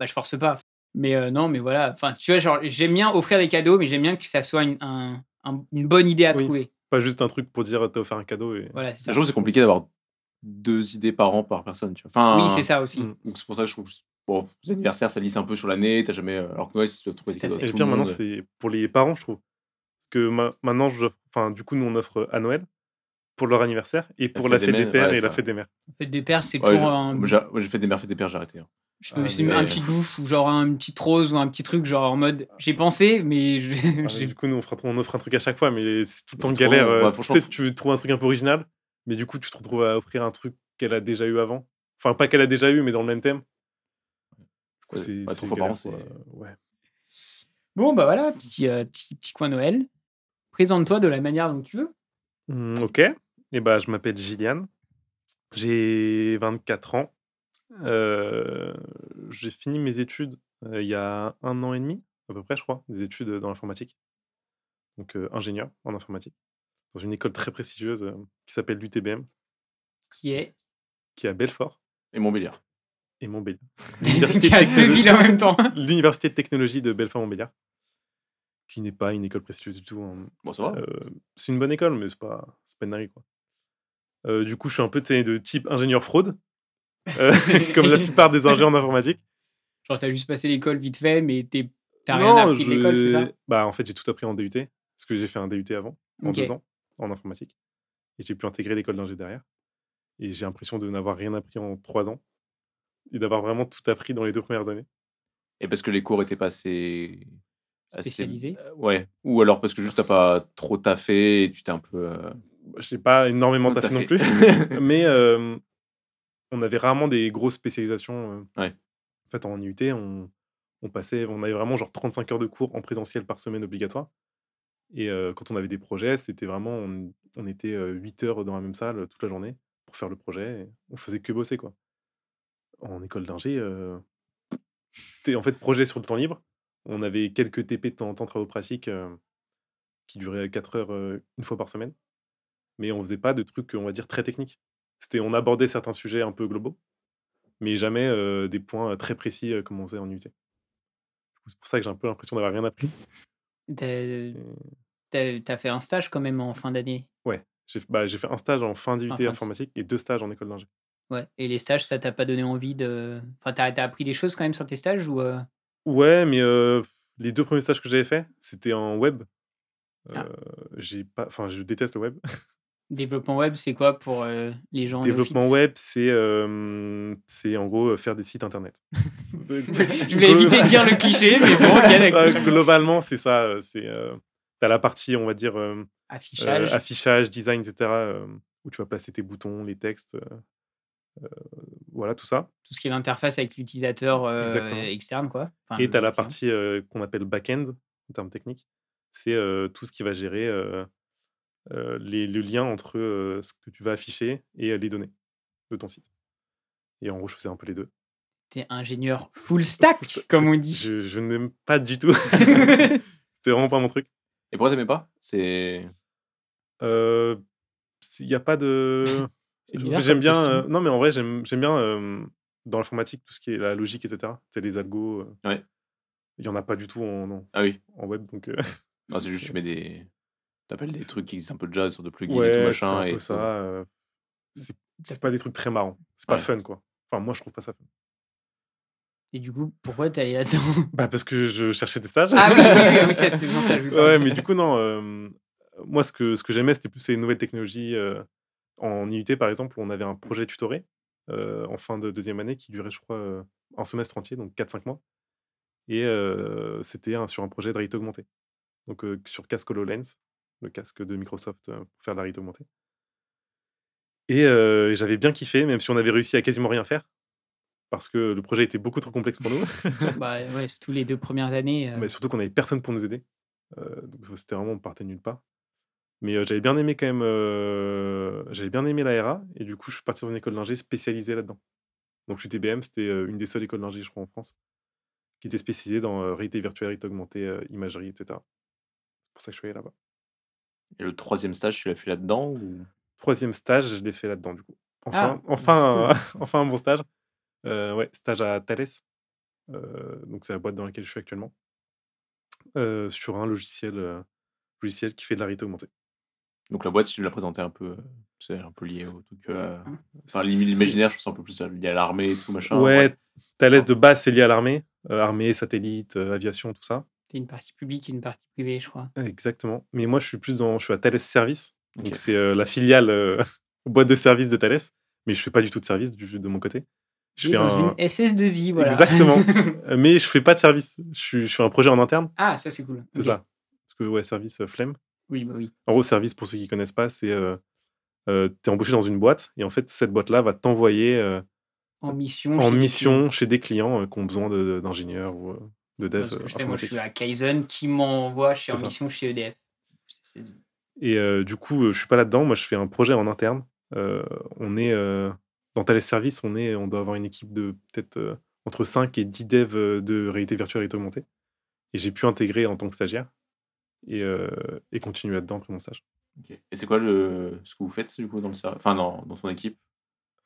Speaker 6: bah, je force pas. Mais euh, non, mais voilà. Enfin, tu vois, genre, j'aime bien offrir des cadeaux, mais j'aime bien que ça soit une, un- un- une bonne idée à
Speaker 7: Oui.
Speaker 6: trouver.
Speaker 7: Pas juste un truc pour dire t'as offert un cadeau et.
Speaker 6: Voilà, c'est ça.
Speaker 3: Sachant que c'est compliqué d'avoir deux idées par an par personne, tu vois. Enfin,
Speaker 6: Oui, c'est ça aussi.
Speaker 7: Mm.
Speaker 3: Donc c'est pour ça que je trouve que c'est- bon, les anniversaires, ça lisse un peu sur l'année, t'as jamais. euh, Alors que Noël, si tu dois trouver des
Speaker 6: Tout à
Speaker 3: cadeaux. à
Speaker 7: Et le
Speaker 3: tout
Speaker 7: pire
Speaker 3: le
Speaker 7: maintenant,
Speaker 3: monde.
Speaker 7: c'est pour les parents, je trouve. Parce que ma- maintenant, je... enfin, du coup, nous, on offre euh, à Noël pour leur anniversaire et pour la fête des, pères
Speaker 3: ouais,
Speaker 7: et la
Speaker 3: ça.
Speaker 7: fête des mères.
Speaker 6: Fête des pères, c'est
Speaker 3: Ouais,
Speaker 6: toujours
Speaker 3: j'ai-
Speaker 6: un,
Speaker 3: moi, j'ai- moi, j'ai fait des mères, fait des pères, j'ai arrêté. hein.
Speaker 6: je fais
Speaker 7: Ah,
Speaker 6: aussi
Speaker 3: mais-
Speaker 6: un petit douche ou genre un petit rose ou un petit truc, genre en mode j'ai pensé, mais je-
Speaker 7: Ah, mais
Speaker 6: j'ai-
Speaker 7: du coup, nous, on, fera- on offre un truc à chaque fois, mais c'est tout le temps
Speaker 3: C'est trop
Speaker 7: galère.
Speaker 3: long.
Speaker 7: euh,
Speaker 3: Ouais, franchement,
Speaker 7: Peut-être tu trouves un truc un peu original, mais du coup, tu te retrouves à offrir un truc qu'elle a déjà eu avant. Enfin, pas qu'elle a déjà eu, mais dans le même thème. Du coup,
Speaker 3: Ouais,
Speaker 7: c'est.
Speaker 3: ouais,
Speaker 7: c'est
Speaker 3: trois fois par
Speaker 7: galère,
Speaker 3: an, c'est-
Speaker 7: quoi. Ouais.
Speaker 6: Bon, bah voilà, petit, euh, petit, petit coin Noël. Présente-toi de la manière dont tu veux.
Speaker 7: Hmm, ok. Et bah, je m'appelle Gillian. J'ai 24 ans. Euh, j'ai fini mes études euh, il y a un an et demi, à peu près, je crois, des études euh, dans l'informatique. Donc, euh, ingénieur en informatique, dans une école très prestigieuse euh, qui s'appelle l'UTBM,
Speaker 6: Qui est.
Speaker 7: qui est à Belfort
Speaker 3: Et Montbéliard.
Speaker 7: et Montbéliard.
Speaker 6: Qui a deux villes en même temps.
Speaker 7: L'université de technologie de Belfort-Montbéliard, qui n'est pas une école prestigieuse du tout. hein.
Speaker 3: Bon,
Speaker 6: Oh.
Speaker 3: ça va.
Speaker 7: Euh, c'est une bonne école, mais c'est pas, c'est pas une dinguerie, quoi. Euh, du coup, je suis un peu tu sais, de type ingénieur fraude, euh, comme la plupart des ingénieurs en informatique.
Speaker 6: Genre, t'as juste passé l'école vite fait, mais t'es- t'as rien
Speaker 7: Non,
Speaker 6: appris de
Speaker 7: je-
Speaker 6: l'école, c'est ça
Speaker 7: Bah, en fait, j'ai tout appris en DUT, parce que j'ai fait un DUT avant, en
Speaker 6: Ok.
Speaker 7: deux ans, en informatique. Et j'ai pu intégrer l'école d'ingé derrière. Et j'ai l'impression de n'avoir rien appris en trois ans, et d'avoir vraiment tout appris dans les deux premières années.
Speaker 3: Et parce que les cours étaient pas assez.
Speaker 7: Ah,
Speaker 3: assez-
Speaker 6: Spécialisé.
Speaker 7: bah,
Speaker 3: euh, ouais. Ou alors parce que juste t'as pas trop taffé et tu t'es un peu. euh,
Speaker 7: Je sais pas énormément
Speaker 3: non
Speaker 7: taffé non
Speaker 3: taffé.
Speaker 7: plus, mais euh, on avait rarement des grosses spécialisations. euh.
Speaker 3: Ouais.
Speaker 7: En fait, en IUT, on, on passait, on avait vraiment genre 35 heures de cours en présentiel par semaine obligatoire. Et euh, quand on avait des projets, c'était vraiment, on, on était 8 heures dans la même salle euh, toute la journée pour faire le projet. et on faisait que bosser, quoi. En école d'ingé, euh, c'était en fait projet sur le temps libre. On avait quelques TP de temps en temps, travaux pratiques, euh, qui duraient 4 heures euh, une fois par semaine. Mais on faisait pas de trucs, on va dire, très techniques. C'était, on abordait certains sujets un peu globaux, mais jamais euh, des points euh, très précis euh, comme on faisait en UT. Du coup, C'est pour ça que j'ai un peu l'impression d'avoir rien appris.
Speaker 6: T'as-
Speaker 7: Et
Speaker 6: T'as t'as fait un stage quand même en fin d'année.
Speaker 7: Ouais, j'ai bah, j'ai fait un stage en fin d'UT
Speaker 6: Ah, mince.
Speaker 7: informatique et deux stages en école d'ingé.
Speaker 6: Ouais. Et les stages, ça t'a pas donné envie de. Enfin, t'as t'as appris des choses quand même sur tes stages ou. euh,
Speaker 7: Ouais, mais euh, les deux premiers stages que j'avais fait, c'était en web.
Speaker 6: Ah.
Speaker 7: Euh, j'ai pas, enfin, je déteste le web.
Speaker 6: Développement web, c'est quoi pour euh, les gens
Speaker 7: Développement
Speaker 6: néophytes
Speaker 7: web, c'est euh, c'est en gros euh, faire des sites internet.
Speaker 6: Je voulais éviter de dire le cliché, mais bon, ok, d'accord.
Speaker 7: Euh, Globalement, c'est ça. euh, C'est euh, t'as la partie, on va dire euh, euh,
Speaker 6: Affichage.
Speaker 7: affichage, design, etc. euh, où tu vas placer tes boutons, les textes, euh, euh, voilà tout ça.
Speaker 6: tout ce qui est l'interface avec l'utilisateur euh,
Speaker 7: Exactement.
Speaker 6: externe, quoi. Enfin,
Speaker 7: Et tu as la
Speaker 6: client.
Speaker 7: partie euh, qu'on appelle back-end, en termes techniques. C'est euh, tout ce qui va gérer euh, euh, les, le lien entre euh, ce que tu vas afficher et euh, les données de ton site. Et en gros, je faisais un peu les deux.
Speaker 6: T'es ingénieur full stack,
Speaker 7: C'est-
Speaker 6: comme on dit.
Speaker 7: Je, je n'aime pas du tout. C'était vraiment pas mon truc.
Speaker 3: Et pourquoi t'aimais pas C'est.
Speaker 7: Euh, Il n'y a pas de.
Speaker 6: C'est bizarre
Speaker 7: J'aime
Speaker 6: comme
Speaker 7: bien.
Speaker 6: question.
Speaker 7: euh, non, mais en vrai, j'aime j'aime bien euh, dans l'informatique, tout ce qui est la logique, etc. C'est les algos. euh,
Speaker 3: Ouais.
Speaker 7: Il y en a pas du tout en, en-
Speaker 3: Ah oui.
Speaker 7: en web, donc. euh,
Speaker 3: Non, c'est juste, tu mets des. T'appelles des trucs qui existent un peu déjà, sur de plugins et tout
Speaker 7: ouais, c'est
Speaker 3: machin.
Speaker 7: un
Speaker 3: et
Speaker 7: peu ça. euh, c'est c'est pas des trucs très marrants. C'est pas
Speaker 3: Ouais.
Speaker 7: fun, quoi. Enfin, moi, je trouve pas ça fun.
Speaker 6: Et du coup, pourquoi t'es allé là-dedans
Speaker 7: Bah, parce que je cherchais des stages.
Speaker 6: Ah oui, oui, oui, oui, ça, c'était bon, ça. je-
Speaker 7: ouais, mais du coup, non. euh, moi, ce que, ce que j'aimais, c'était plus ces nouvelles technologies. euh, en IUT, par exemple, on avait un projet tutoré euh, en fin de deuxième année qui durait, je crois, euh, un semestre entier, donc 4-5 mois. Et euh, c'était un- sur un projet de réalité augmentée. Donc, euh, sur casque HoloLens, le casque de Microsoft euh, pour faire de la réalité augmentée. Et euh, j'avais bien kiffé, même si on avait réussi à quasiment rien faire, parce que le projet était beaucoup trop complexe pour nous.
Speaker 6: Bah ouais, c'est tous les deux premières années. euh,
Speaker 7: Mais surtout qu'on n'avait personne pour nous aider. Euh, donc c'était vraiment, on partait nulle part. Mais euh, j'avais bien aimé quand même, euh, j'avais bien aimé l'ARA et du coup je suis parti dans une école d'ingé spécialisée là-dedans. Donc l'UTBM c'était euh, une des seules écoles d'ingé je crois en France qui était spécialisée dans euh, réalité virtuelle, réalité augmentée, euh, imagerie, etc. C'est pour ça que je suis allé là-bas.
Speaker 3: Et le troisième stage, tu l'as fait là-dedans ou...
Speaker 7: Troisième stage, je l'ai fait là-dedans du coup.
Speaker 6: Ah,
Speaker 3: bah,
Speaker 7: Enfin, enfin, un, enfin un bon stage. Euh, ouais, stage à Thales. Euh, donc c'est la boîte dans laquelle je suis actuellement. Euh, sur un logiciel, euh, logiciel qui fait de la réalité augmentée.
Speaker 3: Donc la boîte, si tu l'as présentée un peu, euh, c'est un peu lié au truc. euh,
Speaker 6: hein,
Speaker 3: Enfin,
Speaker 7: C'est-
Speaker 3: l'im- l'imaginaire, je pense un peu plus lié à l'armée et tout machin.
Speaker 7: Ouais, Thales de base c'est lié à l'armée, Euh, armée, satellite, euh, aviation, tout ça.
Speaker 6: T'es une partie publique et une partie privée, je crois.
Speaker 7: Ouais, Exactement. Mais moi je suis plus dans, je suis à Thales Service,
Speaker 3: Ok.
Speaker 7: donc c'est euh, la filiale euh, boîte de service de Thales, mais je fais pas du tout de service du, de mon côté. Je
Speaker 6: Et
Speaker 7: fais
Speaker 6: dans
Speaker 7: un-
Speaker 6: une SS2I, voilà.
Speaker 7: Exactement. Euh, mais je fais pas de service. Je suis, je fais un projet en interne,
Speaker 6: ah, ça c'est cool.
Speaker 7: c'est
Speaker 6: Ok.
Speaker 7: ça. Parce que ouais, service euh, flemme.
Speaker 6: Oui, bah oui.
Speaker 7: En gros, service, pour ceux qui connaissent pas, c'est euh, euh, t'es embauché dans une boîte et en fait, cette boîte-là va t'envoyer euh,
Speaker 6: En mission.
Speaker 7: en
Speaker 6: chez- E
Speaker 7: mission chez des clients euh, qui ont besoin de- de- d'ingénieurs ou euh, de devs.
Speaker 6: Voilà ce que je
Speaker 7: euh,
Speaker 6: fais, moi je suis
Speaker 7: informatiques.
Speaker 6: à Kaizen qui m'envoie chez
Speaker 7: C'est
Speaker 6: en
Speaker 7: ça.
Speaker 6: mission chez E EDF. C'est- c'est-
Speaker 7: Et euh, du coup, euh, je suis pas là-dedans. Moi, je fais un projet en interne. Euh, on est euh, dans Thales Service, on, est, on doit avoir une équipe de peut-être euh, entre 5 et 10 devs euh, de réalité virtuelle et augmentée. Et j'ai pu intégrer en tant que stagiaire et, euh, et continuer là-dedans après mon stage.
Speaker 3: Ok. Et c'est quoi le... ce que vous faites du coup dans le ser- enfin, dans, dans son équipe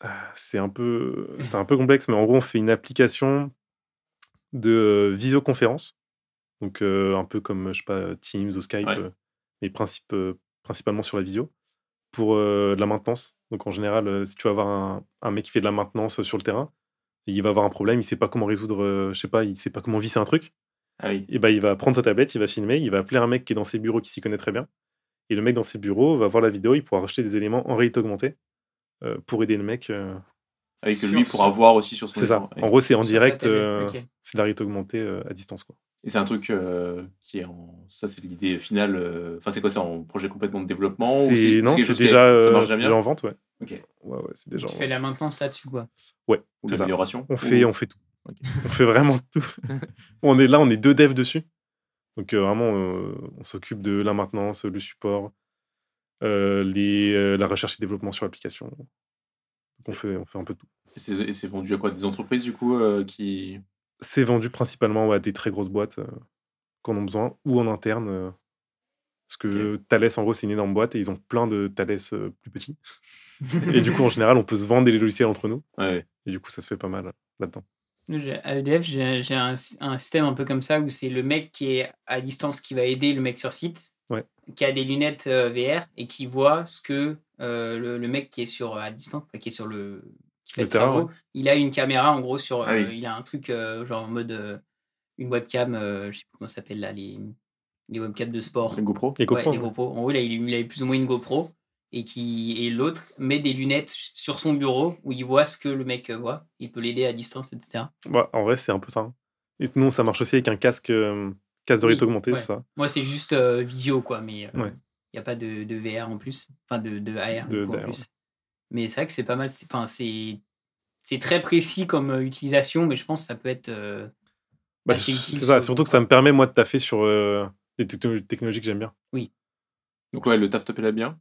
Speaker 7: Ah, C'est un, peu, c'est un peu complexe, mais en gros, on fait une application de euh, visioconférence. Donc, euh, un peu comme, je sais pas, Teams ou Skype,
Speaker 3: Ouais.
Speaker 7: euh, mais principe, euh, principalement sur la visio, pour euh, de la maintenance. Donc, en général, euh, si tu vas avoir un, un mec qui fait de la maintenance euh, sur le terrain, et il va avoir un problème, il sait pas comment résoudre, euh, je sais pas, il sait pas comment visser un truc,
Speaker 3: Ah oui.
Speaker 7: et ben il va prendre sa tablette, il va filmer, il va appeler un mec qui est dans ses bureaux qui s'y connaît très bien. Et le mec dans ses bureaux va voir la vidéo, il pourra rajouter des éléments en réalité augmentée euh, pour aider le mec. euh,
Speaker 3: Avec que
Speaker 6: Sur
Speaker 3: lui
Speaker 6: ce-
Speaker 3: pourra voir aussi sur son
Speaker 7: c'est ça.
Speaker 3: écran.
Speaker 7: En gros, c'est en
Speaker 6: sur sa
Speaker 7: direct,
Speaker 6: tablette,
Speaker 7: euh,
Speaker 6: ok.
Speaker 7: c'est de la réalité augmentée euh, à distance. Quoi.
Speaker 3: Et c'est un truc euh, qui est en. Ça, c'est l'idée finale. euh, Enfin, c'est quoi C'est en projet complètement de développement ou
Speaker 7: c'est, non,
Speaker 3: quelque
Speaker 7: c'est
Speaker 3: chose qui-
Speaker 7: déjà,
Speaker 3: Ça
Speaker 7: euh,
Speaker 3: marche déjà
Speaker 7: c'est déjà
Speaker 3: bien
Speaker 7: en vente, ouais.
Speaker 3: Ok.
Speaker 7: Ouais, ouais, c'est déjà
Speaker 6: Tu
Speaker 7: en
Speaker 6: fais la
Speaker 7: vente.
Speaker 6: maintenance là-dessus quoi.
Speaker 3: Ou
Speaker 7: c'est ça.
Speaker 3: l'amélioration
Speaker 7: On fait,
Speaker 3: ou-
Speaker 7: on fait tout.
Speaker 3: Ok.
Speaker 7: on fait vraiment tout. on est là, on est deux devs dessus. Donc euh, vraiment, euh, on s'occupe de la maintenance, le support, euh, les, euh, la recherche et développement sur l'application. Donc on fait, on fait un peu tout.
Speaker 3: Et c'est- Et c'est vendu à quoi Des entreprises du coup euh, qui.
Speaker 7: C'est vendu principalement ouais, à des très grosses boîtes euh, qui en ont besoin ou en interne. euh, parce que Thales, en gros, c'est une énorme boîte et ils ont plein de Thales euh, plus petits. et du coup, en général, on peut se vendre des logiciels entre nous.
Speaker 3: Ouais, ouais.
Speaker 7: Et du coup, ça se fait pas mal euh, là-dedans.
Speaker 6: J'ai- À EDF, j'ai j'ai un, un système un peu comme ça où c'est le mec qui est à distance qui va aider le mec sur site,
Speaker 7: Ouais.
Speaker 6: qui a des lunettes euh, VR et qui voit ce que euh, le, le mec qui est sur à distance, enfin, qui est sur le qui fait
Speaker 7: Le
Speaker 6: le,
Speaker 7: terrain,
Speaker 6: travaux, il a une caméra en gros sur,
Speaker 3: Ah
Speaker 6: euh,
Speaker 3: oui.
Speaker 6: il a un truc euh, genre en mode euh, une webcam, euh, je sais plus comment ça s'appelle là les les webcams de sport.
Speaker 3: Une GoPro
Speaker 7: Et
Speaker 6: Ouais,
Speaker 7: GoPro, hein.
Speaker 6: les
Speaker 7: ouais.
Speaker 6: GoPro. En gros, il a, il a plus ou moins une GoPro et, qui, et l'autre met des lunettes sur son bureau où il voit ce que le mec euh, voit. Il peut l'aider à distance, etc.
Speaker 7: Ouais, Bah, en vrai, c'est un peu ça. hein. Et nous, ça marche aussi avec un casque, euh, casque de
Speaker 6: Oui,
Speaker 7: réalité augmentée,
Speaker 6: ouais.
Speaker 7: c'est ça.
Speaker 6: Moi, c'est juste euh, vidéo, quoi, mais il
Speaker 7: Ouais.
Speaker 6: n'y a pas de, de VR en plus. Enfin, de, de AR du
Speaker 7: De-
Speaker 6: coup,
Speaker 7: d'AR,
Speaker 6: en plus. Mais c'est vrai que c'est pas mal. c'est- Enfin, c'est. C'est très précis comme euh, utilisation, mais je pense que ça peut être. euh,
Speaker 7: Bah,
Speaker 6: Ah,
Speaker 7: c'est
Speaker 6: c'est utile,
Speaker 7: c'est ça,
Speaker 6: sur-
Speaker 7: surtout que ça me permet, moi, de taffer sur euh, des techno- technologies que j'aime bien.
Speaker 3: Donc, ouais, le taf te plaît bien.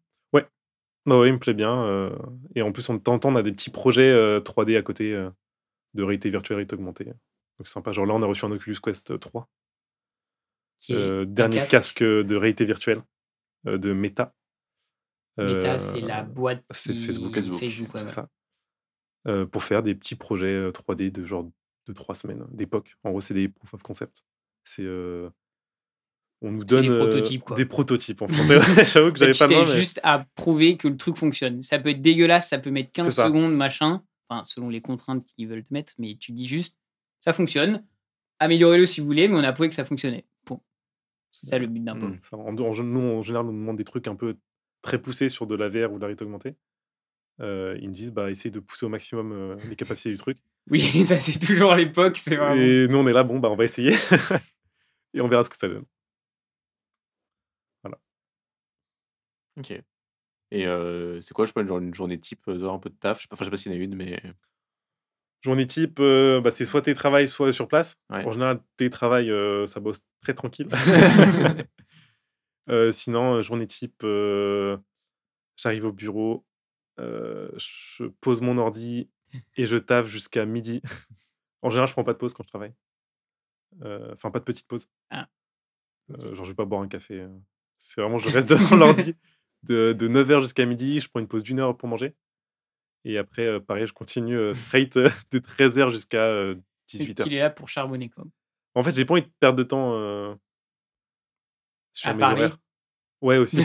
Speaker 7: Bah ouais, il me plaît bien. euh, et en plus, on t'entend, on a des petits projets euh, 3D à côté euh, de réalité virtuelle, réalité augmentée. Donc, c'est sympa. Genre là, on a reçu un Oculus Quest 3,
Speaker 6: qui est
Speaker 7: euh,
Speaker 6: un
Speaker 7: dernier casque. de réalité virtuelle euh, de Meta.
Speaker 6: Meta,
Speaker 7: Euh,
Speaker 6: c'est la boîte.
Speaker 7: c'est
Speaker 6: qui-
Speaker 7: Facebook,
Speaker 3: Facebook,
Speaker 6: ouais,
Speaker 7: c'est
Speaker 6: ouais.
Speaker 7: ça. euh, pour faire des petits projets euh, 3D de genre de trois semaines, d'époque. En gros, c'est des proof of concept. C'est. euh, on nous
Speaker 6: C'est
Speaker 7: donne
Speaker 6: des
Speaker 7: euh,
Speaker 6: prototypes, quoi.
Speaker 7: des prototypes en français. J'avoue que
Speaker 6: Bah,
Speaker 7: j'avais
Speaker 6: tu
Speaker 7: pas
Speaker 6: t'es
Speaker 7: mal. mais-
Speaker 6: juste à prouver que le truc fonctionne. Ça peut être dégueulasse, ça peut mettre
Speaker 7: C'est
Speaker 6: 15
Speaker 7: ça.
Speaker 6: secondes, machin. Enfin, selon les contraintes qu'ils veulent te mettre, mais tu dis juste, ça fonctionne. Améliorez-le si vous voulez, mais on a prouvé que ça fonctionnait. Bon. C'est ça le but d'un peu.
Speaker 3: Mm.
Speaker 7: Ça, en- en- nous, en général, on nous demande des trucs un peu très poussés sur de la VR ou de la réalité augmentée. Euh, ils nous disent, bah, essayez de pousser au maximum euh, les capacités du truc.
Speaker 6: Oui, ça c'est toujours l'époque, c'est vraiment.
Speaker 7: Et nous, on est là, bon, bah, on va essayer. Et on verra ce que ça donne.
Speaker 3: Ok. Et euh, c'est quoi, je sais pas, une, genre, une journée type, euh, un peu de taf je sais pas, Enfin, je sais pas s'il y en a une, mais.
Speaker 7: Journée type, euh, bah, c'est soit télétravail, soit sur place.
Speaker 3: Ouais.
Speaker 7: En général, télétravail, euh, ça bosse très tranquille. Euh, sinon, euh, journée type, euh, j'arrive au bureau, euh, je pose mon ordi et je taffe jusqu'à midi. en général, je prends pas de pause quand je travaille. Euh, Enfin, pas de petite pause.
Speaker 6: Ah.
Speaker 7: Euh, genre, je vais pas boire un café. euh. C'est vraiment, je reste devant l'ordi de, 9h jusqu'à midi. Je prends une pause d'une heure pour manger. Et après, euh, pareil, je continue euh, straight euh, de 13h jusqu'à
Speaker 6: C'est
Speaker 7: 18h.
Speaker 6: qu'il est là pour charbonner, quoi.
Speaker 7: En fait, j'ai pas envie de perdre de temps euh, sur
Speaker 6: À
Speaker 7: mes
Speaker 6: Paris.
Speaker 7: horaires. Ouais, aussi.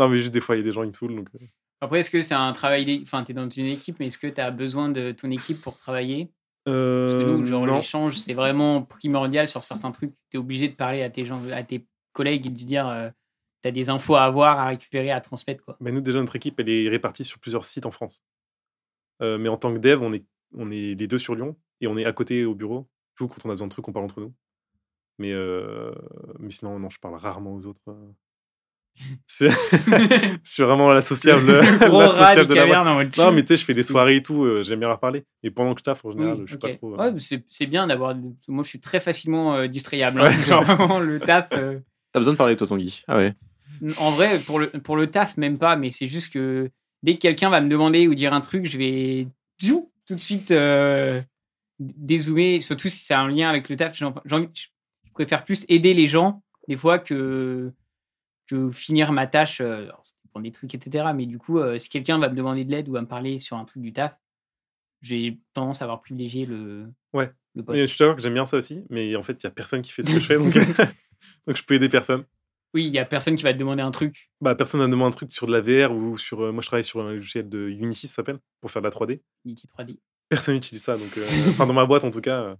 Speaker 7: non, mais juste des fois, il y a des gens qui me saoulent. Donc... euh,
Speaker 6: Après, est-ce que c'est un travail. d'é- Enfin, t'es dans une équipe, mais est-ce que t'as besoin de ton équipe pour travailler Parce que nous,
Speaker 7: euh,
Speaker 6: genre,
Speaker 7: non.
Speaker 6: l'échange, c'est vraiment primordial sur certains trucs. T'es obligé de parler à tes, gens, à tes collègues et de dire euh, t'as des infos à avoir, à récupérer, à transmettre, quoi.
Speaker 7: Bah, nous, déjà, notre équipe, elle est répartie sur plusieurs sites en France. Euh, mais en tant que dev, on est, on est les deux sur Lyon et on est à côté au bureau. Du coup, quand on a besoin de trucs, on parle entre nous. Mais, euh, mais sinon, non, je parle rarement aux autres. euh. C'est- je suis vraiment l'associable.
Speaker 6: Le gros rat des
Speaker 7: l'associable de la boîte.
Speaker 6: cavernes en mode
Speaker 7: Non,
Speaker 6: chou.
Speaker 7: mais tu sais, je fais des soirées et tout, euh, j'aime bien leur parler. Mais pendant que je taffe, en
Speaker 6: Oui,
Speaker 7: général, je suis pas
Speaker 6: Mm, ok.
Speaker 7: trop. euh,
Speaker 6: Ouais, mais c'est c'est bien d'avoir. Moi, je suis très facilement euh, distrayable. hein.
Speaker 7: Ouais.
Speaker 6: Genre, vraiment, le taf. euh,
Speaker 3: T'as besoin de parler, toi, ton Guy Ah ouais.
Speaker 6: En vrai, pour le, pour le taf, même pas, mais c'est juste que dès que quelqu'un va me demander ou dire un truc, je vais zou, tout de suite euh, dézoomer, surtout si c'est un lien avec le taf. J'ai envie- j'ai envie- je préfère plus aider les gens, des fois, que, que finir ma tâche. euh, alors, ça dépend des trucs, etc. Mais du coup, euh, si quelqu'un va me demander de l'aide ou va me parler sur un truc du taf, j'ai tendance à avoir privilégié le,
Speaker 7: Ouais.
Speaker 6: le pote.
Speaker 7: Mais je suis d'accord que j'aime bien ça aussi, mais en fait, il n'y a personne qui fait ce que je fais, donc, donc je peux aider personne.
Speaker 6: Oui, il y a personne qui va te demander un truc.
Speaker 7: Bah, personne n'a demandé un truc sur de la VR ou sur. euh, moi, je travaille sur un logiciel de Unity, ça s'appelle, pour faire de la 3D.
Speaker 6: Il dit 3D.
Speaker 7: Personne n'utilise ça, donc. euh, Enfin, dans ma boîte, en tout cas. euh,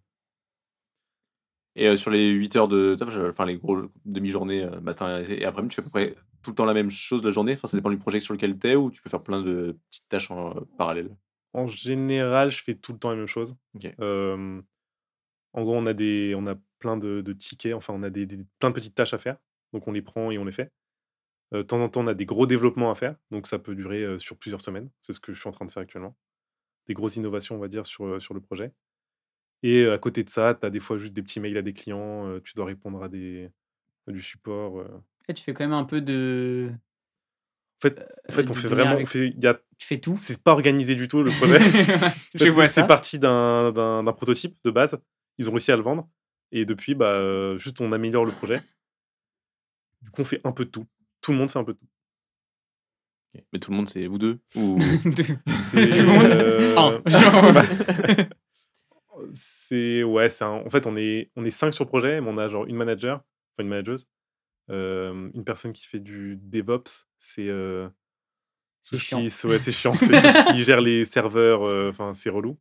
Speaker 3: Et euh, sur les 8 heures de taf, je- enfin, les gros demi-journées, euh, matin et et après-midi, tu fais à peu près tout le temps la même chose la journée. Enfin, ça dépend du projet sur lequel t'es ou tu peux faire plein de petites tâches en euh, parallèle.
Speaker 7: En général, je fais tout le temps la même chose.
Speaker 3: Ok.
Speaker 7: Euh, en gros, on a, des, on a plein de, de tickets, enfin, on a des, des- plein de petites tâches à faire. Donc, on les prend et on les fait. Euh, De temps en temps, on a des gros développements à faire. Donc, ça peut durer euh, sur plusieurs semaines. C'est ce que je suis en train de faire actuellement. Des grosses innovations, on va dire, sur, euh, sur le projet. Et euh, à côté de ça, tu as des fois juste des petits mails à des clients. euh, tu dois répondre à des, à du support. euh.
Speaker 6: En fait, tu fais quand même un peu de. euh,
Speaker 7: En fait,
Speaker 6: du
Speaker 7: on fait
Speaker 6: délire
Speaker 7: vraiment.
Speaker 6: avec-
Speaker 7: on fait- il y a-
Speaker 6: Tu fais tout.
Speaker 7: C'est pas organisé du tout, le projet.
Speaker 6: je
Speaker 7: C'est-
Speaker 6: vois Bah, ça.
Speaker 7: C'est parti d'un d'un- d'un prototype de base. Ils ont réussi à le vendre. Et depuis, bah, euh, juste on améliore le projet. Du coup, on fait un peu de tout. Tout le monde fait un peu de tout.
Speaker 3: Ok. Mais tout le monde, c'est vous deux ou...
Speaker 7: C'est,
Speaker 6: Tout le monde Oh.
Speaker 7: euh,
Speaker 6: Un, genre.
Speaker 7: c'est ouais, c'est un- en fait on est on est cinq sur le projet, mais on a genre une manager, enfin une manageuse, euh, une personne qui fait du DevOps, c'est euh,
Speaker 6: C'est
Speaker 7: tout ce
Speaker 6: chiant.
Speaker 7: qui- c'est- ouais, c'est chiant, c'est tout ce qui gère les serveurs, euh, enfin c'est relou,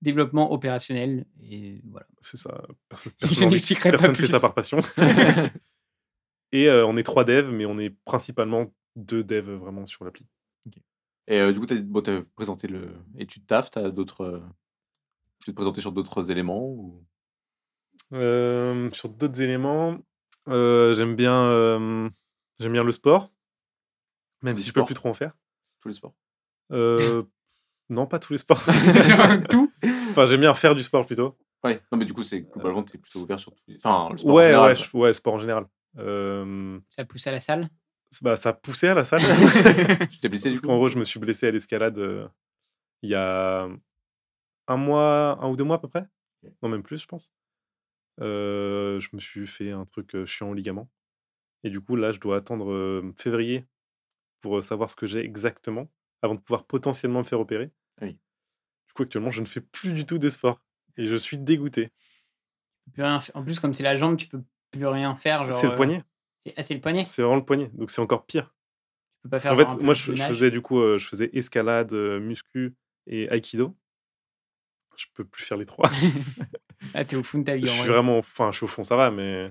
Speaker 6: Développement opérationnel. Et voilà.
Speaker 7: c'est ça. Personne-
Speaker 6: Je
Speaker 7: personne en-
Speaker 6: n'expliquerai pas
Speaker 7: Personne
Speaker 6: plus.
Speaker 7: fait ça par passion. et euh, on est trois devs, mais on est principalement deux devs vraiment sur l'appli.
Speaker 3: Et euh, du coup, t'as bon, t'as présenté le. Et tu taffes, t'as d'autres. euh, Tu t'es présenté sur d'autres éléments ou...
Speaker 7: Euh, sur d'autres éléments, euh, j'aime bien, euh, j'aime bien le sport, même
Speaker 3: Tous les
Speaker 7: si je peux
Speaker 3: sports.
Speaker 7: plus trop en faire.
Speaker 3: tous les sports
Speaker 7: Euh, non, pas tous les sports.
Speaker 6: Genre, tout.
Speaker 7: enfin, j'aime bien faire du sport plutôt.
Speaker 3: Ouais, non, mais du coup, c'est globalement, t'es plutôt ouvert sur tous les. Enfin, le sport. en
Speaker 7: Ouais,
Speaker 3: général,
Speaker 7: ouais,
Speaker 3: quoi.
Speaker 7: je- ouais, sport en général. Euh,
Speaker 6: Ça pousse à la salle.
Speaker 7: c'est- bah, ça poussait à la salle.
Speaker 3: Tu t'es blessé du
Speaker 7: Parce
Speaker 3: coup
Speaker 6: Mmh.
Speaker 7: qu'en gros, je me suis blessé à l'escalade euh, il y a un mois, un ou deux mois à peu près. Non, même plus, je pense. Euh, je me suis fait un truc euh, chiant au ligament. Et du coup, là, je dois attendre euh, février pour euh, savoir ce que j'ai exactement avant de pouvoir potentiellement me faire opérer.
Speaker 3: Ah oui.
Speaker 7: coup, actuellement, je ne fais plus du tout de sport. Et je suis dégoûté.
Speaker 6: Plus rien fa- En plus, comme c'est la jambe, tu peux plus rien faire. genre,
Speaker 7: C'est le
Speaker 6: euh,
Speaker 7: poignet.
Speaker 6: c'est- Ah, c'est le poignet. Tu
Speaker 7: C'est vraiment le poignet. Donc, c'est encore pire.
Speaker 6: peux pas faire.
Speaker 7: En
Speaker 6: genre,
Speaker 7: fait,
Speaker 6: un peu
Speaker 7: moi,
Speaker 6: de
Speaker 7: je, je
Speaker 6: nage.
Speaker 7: faisais du coup, euh, je faisais escalade, euh, muscu et aikido. Je peux plus faire les trois.
Speaker 6: Ah, t'es au fond de ta
Speaker 7: je
Speaker 6: vie. en
Speaker 7: suis
Speaker 6: vrai.
Speaker 7: vraiment, enfin, je suis au fond, ça va, mais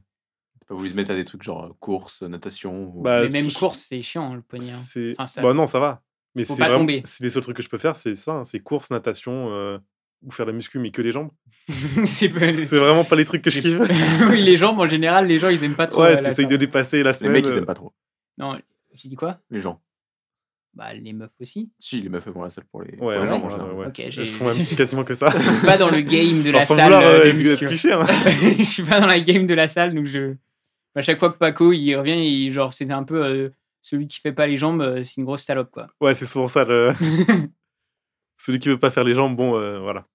Speaker 3: T'as pas voulu te mettre à des trucs genre euh, course, natation. ou-
Speaker 7: Bah,
Speaker 6: Mais même
Speaker 7: je-
Speaker 6: course, c'est chiant le poignet. hein.
Speaker 7: c'est,
Speaker 6: Enfin, ça-
Speaker 7: bah non, ça va. Mais
Speaker 6: Faut
Speaker 7: c'est
Speaker 6: pas
Speaker 7: vraiment-
Speaker 6: tomber.
Speaker 7: C'est les seuls trucs que je peux faire, c'est ça, hein, c'est course, natation euh, ou faire de la muscu, mais que les jambes.
Speaker 6: c'est pas.
Speaker 7: C'est vraiment pas les trucs que je kiffe.
Speaker 6: oui, les jambes, en général, les gens, ils aiment pas trop. euh,
Speaker 7: ouais,
Speaker 6: la
Speaker 7: t'essayes de
Speaker 6: salle.
Speaker 7: dépasser la
Speaker 3: Les
Speaker 7: semaine.
Speaker 3: mecs, ils
Speaker 7: euh,
Speaker 3: aiment pas trop.
Speaker 6: Non, j'ai dit quoi
Speaker 3: Les gens.
Speaker 6: Bah, les meufs aussi.
Speaker 3: Si, les meufs elles vont à la salle pour les, pour
Speaker 7: Ouais,
Speaker 3: les
Speaker 7: ouais,
Speaker 3: jambes en
Speaker 7: ouais,
Speaker 3: général.
Speaker 7: ouais.
Speaker 6: Ok,
Speaker 7: Je
Speaker 6: j'ai-
Speaker 7: fais même quasiment que ça.
Speaker 6: Je suis pas dans le game de la
Speaker 7: Enfin, sans
Speaker 6: salle.
Speaker 7: vouloir
Speaker 6: euh,
Speaker 7: euh,
Speaker 6: de
Speaker 7: être- être
Speaker 6: muscu.
Speaker 7: cliché, hein.
Speaker 6: je suis pas dans la game de la salle, donc je. À chaque fois que Paco il revient, il, genre c'est un peu euh, celui qui fait pas les jambes, euh, c'est une grosse salope quoi.
Speaker 7: Ouais, c'est souvent ça. Le... Celui qui veut pas faire les jambes, bon, euh, voilà.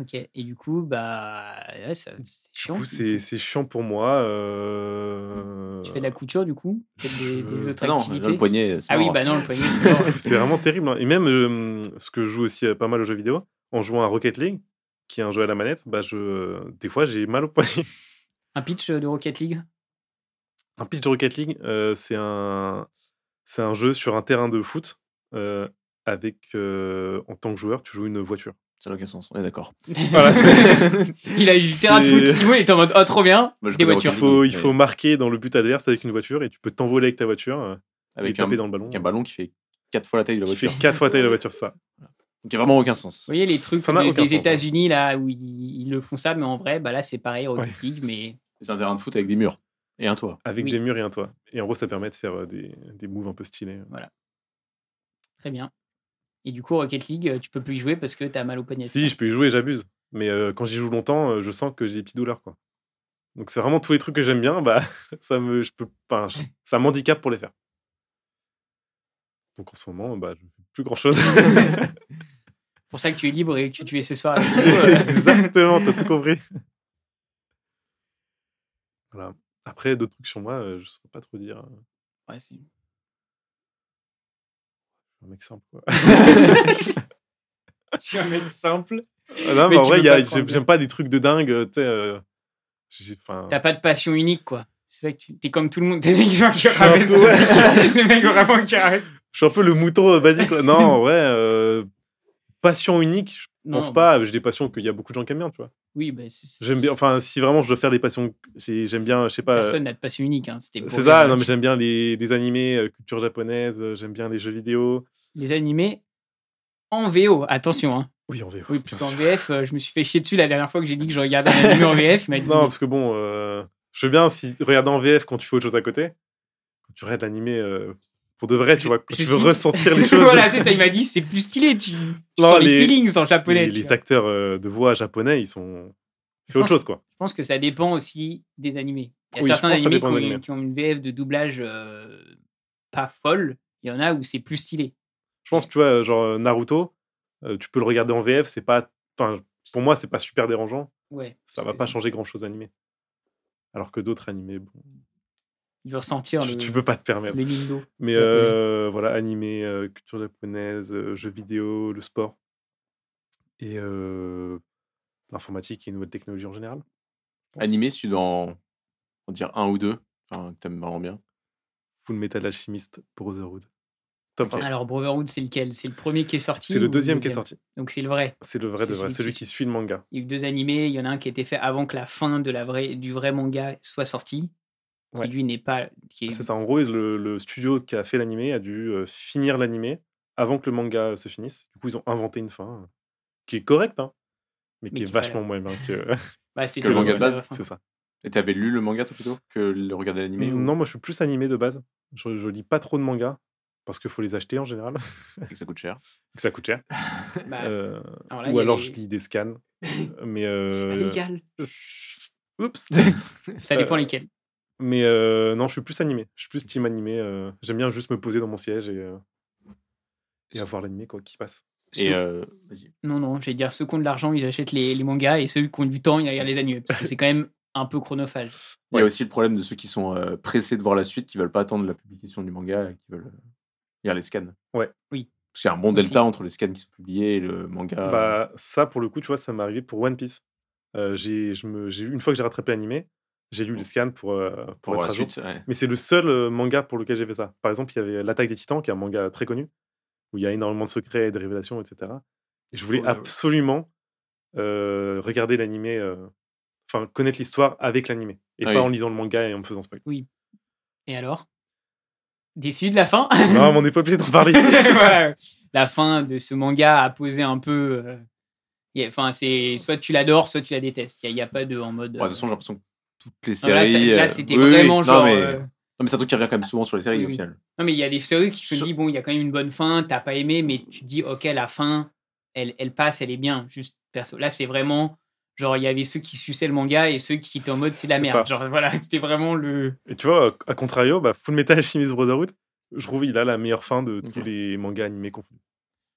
Speaker 6: Ok. Et du coup, bah ouais, ça- c'est
Speaker 7: Du
Speaker 6: chiant.
Speaker 7: coup, c'est c'est chiant pour moi. euh,
Speaker 6: Tu fais de la couture du coup, peut-être des, des
Speaker 7: Je-
Speaker 6: autres
Speaker 3: Ah non,
Speaker 6: activités.
Speaker 3: le poignet, c'est
Speaker 6: ah oui,
Speaker 3: mort.
Speaker 6: bah non, le poignet c'est mort.
Speaker 7: C'est vraiment terrible. hein. Et même euh, ce que je joue aussi euh, pas mal aux jeux vidéo, en jouant à Rocket League, qui est un jeu à la manette, bah je, des fois j'ai mal au poignet.
Speaker 6: Un pitch de Rocket League.
Speaker 7: Un pitch de Rocket League, euh, c'est un, c'est un jeu sur un terrain de foot euh, avec, euh, en tant que joueur, tu joues une voiture.
Speaker 3: Ça n'a aucun sens, on est d'accord.
Speaker 7: Voilà, c'est-
Speaker 6: il a eu du terrain de foot.
Speaker 7: C'est- Bah,
Speaker 6: Simon il était en mode oh trop bien,
Speaker 3: Moi, je
Speaker 6: des
Speaker 3: connais
Speaker 6: voitures.
Speaker 7: il faut, il
Speaker 3: Ouais.
Speaker 7: faut marquer dans le but adverse avec une voiture et tu peux t'envoler avec ta voiture euh,
Speaker 3: Avec
Speaker 7: et
Speaker 3: un,
Speaker 7: taper dans le ballon.
Speaker 3: avec un ballon qui fait 4 fois la taille de la
Speaker 7: Tu
Speaker 3: voiture.
Speaker 7: fais quatre fois la taille de la voiture, ça.
Speaker 3: Donc il n'y a vraiment aucun sens.
Speaker 6: Vous voyez les trucs
Speaker 7: Ça n'a
Speaker 6: de-
Speaker 7: aucun sens,
Speaker 6: des
Speaker 7: hein.
Speaker 6: États-Unis là où ils, ils le font ça, mais en vrai, bah là c'est pareil Rocket
Speaker 7: Ouais.
Speaker 6: League, mais
Speaker 3: C'est un terrain de foot avec des murs et un toit.
Speaker 7: Avec
Speaker 6: Oui.
Speaker 7: des murs et un toit. Et en gros, ça permet de faire euh, des, des moves un peu stylés.
Speaker 6: très bien. Et du coup Rocket League, euh, tu peux plus y jouer parce que t'as mal au poignet.
Speaker 7: Si, je peux y jouer, j'abuse. Mais euh, quand j'y joue longtemps, euh, je sens que j'ai des petites douleurs. Quoi. Donc c'est vraiment tous les trucs que j'aime bien, bah, ça me, je peux, enfin, je- ça m'handicape pour les faire. Donc en ce moment, bah, je fais plus grand chose.
Speaker 6: C'est pour ça que tu es libre et que tu, tu es ce soir. avec nous, euh.
Speaker 7: Exactement, t'as tout compris. Voilà. Après, d'autres trucs sur moi, euh, je ne saurais pas trop dire. euh,
Speaker 6: Ouais, c'est-
Speaker 7: Un mec simple, quoi.
Speaker 6: Je suis un mec simple.
Speaker 7: Ah non, mais,
Speaker 6: Mais
Speaker 7: en
Speaker 6: tu
Speaker 7: vrai,
Speaker 6: veux
Speaker 7: y a-
Speaker 6: pas te
Speaker 7: j'aime
Speaker 6: prendre.
Speaker 7: j'aime pas des trucs de dingue. euh, Tu sais, euh, j'ai- 'fin,
Speaker 6: T'as pas de passion unique, quoi. C'est ça que tu. T'es comme tout le monde. T'es les gens qui
Speaker 7: suis un peu-
Speaker 6: rabaissent.
Speaker 7: ouais.
Speaker 6: Le mec vraiment qui caresse.
Speaker 7: je suis un peu le mouton euh, basique. quoi. Non, en vrai, euh, passion unique, je
Speaker 6: Non,
Speaker 7: pense
Speaker 6: bah,
Speaker 7: pas. J'ai des passions qu'il y a beaucoup de gens qui aiment bien, tu vois.
Speaker 6: Oui, bah, c'est- c'est-
Speaker 7: J'aime bien, enfin, si vraiment je dois faire des passions, j'ai- j'aime bien, je sais pas. euh,
Speaker 6: Personne n'a de passion unique. Hein. C'était pour
Speaker 7: C'est ça,
Speaker 6: les-
Speaker 7: non, mais j'aime bien les, les animés, euh, culture japonaise, euh, j'aime bien les jeux vidéo.
Speaker 6: Les animés en VO. Attention, hein.
Speaker 7: Oui, on verra.
Speaker 6: Oui,
Speaker 7: bien
Speaker 6: parce qu'en
Speaker 7: sûr.
Speaker 6: VF, euh, je me suis fait chier dessus la dernière fois que j'ai dit que je regardais un anime en VF. il m'a dit,
Speaker 7: Non, parce que bon, euh, je veux bien si regarder en VF quand tu fais autre chose à côté, quand tu regardes l'animé euh, pour de vrai, tu vois, quand
Speaker 6: je
Speaker 7: tu veux
Speaker 6: cite-
Speaker 7: ressentir les choses.
Speaker 6: voilà, c'est ça. Il m'a dit, c'est plus stylé. Tu, tu
Speaker 7: Non,
Speaker 6: sens les
Speaker 7: les-
Speaker 6: feelings en japonais.
Speaker 7: les,
Speaker 6: tu
Speaker 7: les
Speaker 6: vois.
Speaker 7: acteurs euh, de voix japonais, ils sont.
Speaker 6: Je
Speaker 7: C'est autre
Speaker 6: pense-
Speaker 7: chose, quoi.
Speaker 6: Je pense que ça dépend aussi des animés. Il y a
Speaker 7: Oui, je
Speaker 6: certains
Speaker 7: pense que ça
Speaker 6: animés qui
Speaker 7: dépend
Speaker 6: ont,
Speaker 7: des animés.
Speaker 6: qui ont une VF de doublage euh, pas folle. Il y en a où c'est plus stylé.
Speaker 7: Je pense, tu vois, euh, genre euh, Naruto, euh, tu peux le regarder en VF, c'est pas. Enfin, pour moi, c'est pas super dérangeant.
Speaker 6: Ouais.
Speaker 7: Ça
Speaker 6: parce
Speaker 7: va
Speaker 6: que
Speaker 7: pas
Speaker 6: c'est-
Speaker 7: changer grand chose animé. Alors que d'autres animés, bon,
Speaker 6: Tu veux ressentir
Speaker 7: tu,
Speaker 6: le,
Speaker 7: tu peux pas te permettre.
Speaker 6: le lindo.
Speaker 7: Mais
Speaker 6: japonais.
Speaker 7: euh, voilà, animé, euh, culture japonaise, euh, jeux vidéo, le sport. Et euh, l'informatique et les nouvelles technologies en général.
Speaker 3: Animé, si tu dois en, en dire un ou deux, enfin, que t'aimes vraiment bien.
Speaker 7: Full Metal Alchemist, Brotherhood. Top un.
Speaker 6: Alors, Brotherhood, c'est lequel C'est le premier qui est sorti
Speaker 7: C'est
Speaker 6: Ah, ou
Speaker 7: le deuxième qui est sorti.
Speaker 6: Donc, c'est le vrai.
Speaker 7: C'est le vrai
Speaker 6: C'est
Speaker 7: de vrai.
Speaker 6: celui
Speaker 7: Celui
Speaker 6: qui-
Speaker 7: qui suit le manga.
Speaker 6: Il y a eu deux animés. Il y en a un qui a été fait avant que la fin de la vraie, du vrai manga soit sortie.
Speaker 7: Ouais.
Speaker 6: Qui, lui, n'est pas. Qui est-
Speaker 7: C'est ça. En gros, le, le studio qui a fait l'animé a dû euh, finir l'animé avant que le manga euh, se finisse. Du coup, ils ont inventé une fin euh, qui est correcte, hein, mais,
Speaker 6: Mais
Speaker 7: qui
Speaker 6: qui
Speaker 7: est
Speaker 6: est pas
Speaker 7: vachement moins bien que,
Speaker 6: Bah, c'est
Speaker 3: Que le
Speaker 6: tout
Speaker 3: manga
Speaker 6: la
Speaker 3: de base,
Speaker 6: fin.
Speaker 7: c'est ça.
Speaker 3: Et t'avais lu le manga toi plutôt que le regarder l'animé ou-
Speaker 7: Non, moi, je suis plus animé de base. Je, je lis pas trop de mangas parce qu'il faut les acheter en général,
Speaker 3: et que ça coûte cher.
Speaker 7: que ça coûte cher.
Speaker 6: Bah,
Speaker 7: Euh,
Speaker 6: alors là, il y
Speaker 7: ou
Speaker 6: a
Speaker 7: alors,
Speaker 6: les-
Speaker 7: je lis des scans. mais
Speaker 6: C'est pas
Speaker 7: euh,
Speaker 6: légal.
Speaker 7: Oups.
Speaker 6: Ça dépend
Speaker 7: euh,
Speaker 6: lesquels.
Speaker 7: mais euh, non, je suis plus animé. Je suis plus team animé. euh, J'aime bien juste me poser dans mon siège et, euh, et avoir l'animé quoi qui passe.
Speaker 3: Et euh, vas-y.
Speaker 6: Non, non, j'allais dire ceux qui ont de l'argent, ils achètent les, les mangas et ceux qui ont du temps, ils regardent les animés. Parce que c'est quand même un peu chronophage.
Speaker 3: il y a aussi le problème de ceux qui sont euh, pressés de voir la suite, qui veulent pas attendre la publication du manga et qui veulent euh, lire les scans.
Speaker 6: Oui.
Speaker 3: Parce qu'il y a un bon delta entre les scans qui sont publiés et le manga.
Speaker 7: Bah, ça, pour le coup, tu vois, ça m'est arrivé pour One Piece. Euh, j'ai, je me, j'ai, une fois que j'ai rattrapé l'animé, j'ai lu les scans pour, euh, pour,
Speaker 3: Mmh. pour
Speaker 7: être
Speaker 3: la
Speaker 7: à jour.
Speaker 3: suite, ouais.
Speaker 7: Mais c'est le seul euh, manga pour lequel j'ai fait ça. Par exemple, il y avait L'Attaque des Titans, qui est un manga très connu, où il y a énormément de secrets et de révélations, etc. Et je voulais
Speaker 3: Ouais, ouais.
Speaker 7: absolument euh, regarder l'animé, euh, enfin connaître l'histoire avec l'animé, et
Speaker 3: Ah
Speaker 7: pas
Speaker 3: oui.
Speaker 7: en lisant le manga et en me faisant spoil.
Speaker 6: Et alors Déçu de la fin
Speaker 7: non, mais on n'est pas obligé d'en parler ici.
Speaker 6: Voilà. La fin de ce manga a posé un peu. euh, y a- Enfin, c'est soit tu l'adores, soit tu la détestes. Il n'y a, pas de en mode.
Speaker 3: Ouais, de toute
Speaker 6: euh,
Speaker 3: façon, j'ai l'impression que toutes les
Speaker 6: non, là, ça-
Speaker 3: séries.
Speaker 6: là,
Speaker 3: euh,
Speaker 6: c'était
Speaker 3: oui, oui,
Speaker 6: vraiment
Speaker 3: non,
Speaker 6: genre.
Speaker 3: mais-
Speaker 6: euh,
Speaker 3: Non, mais c'est un truc qui revient quand même souvent sur les séries
Speaker 6: Oui,
Speaker 3: au
Speaker 6: oui.
Speaker 3: final.
Speaker 6: Non, mais il y a des séries qui se
Speaker 3: Sur-
Speaker 6: disent, bon, il y a quand même une bonne fin, t'as pas aimé, mais tu te dis, ok, la fin, elle, elle passe, elle est bien. Juste perso. Là, c'est vraiment. Genre, il y avait ceux qui suçaient le manga et ceux qui étaient en mode, c'est de la
Speaker 7: C'est
Speaker 6: merde. Genre, voilà, c'était vraiment le.
Speaker 7: Et tu vois, à contrario, bah, Full Metal Alchemist Brotherhood, je trouve il a la meilleure fin de tous
Speaker 3: Ok.
Speaker 7: les mangas animés confondus.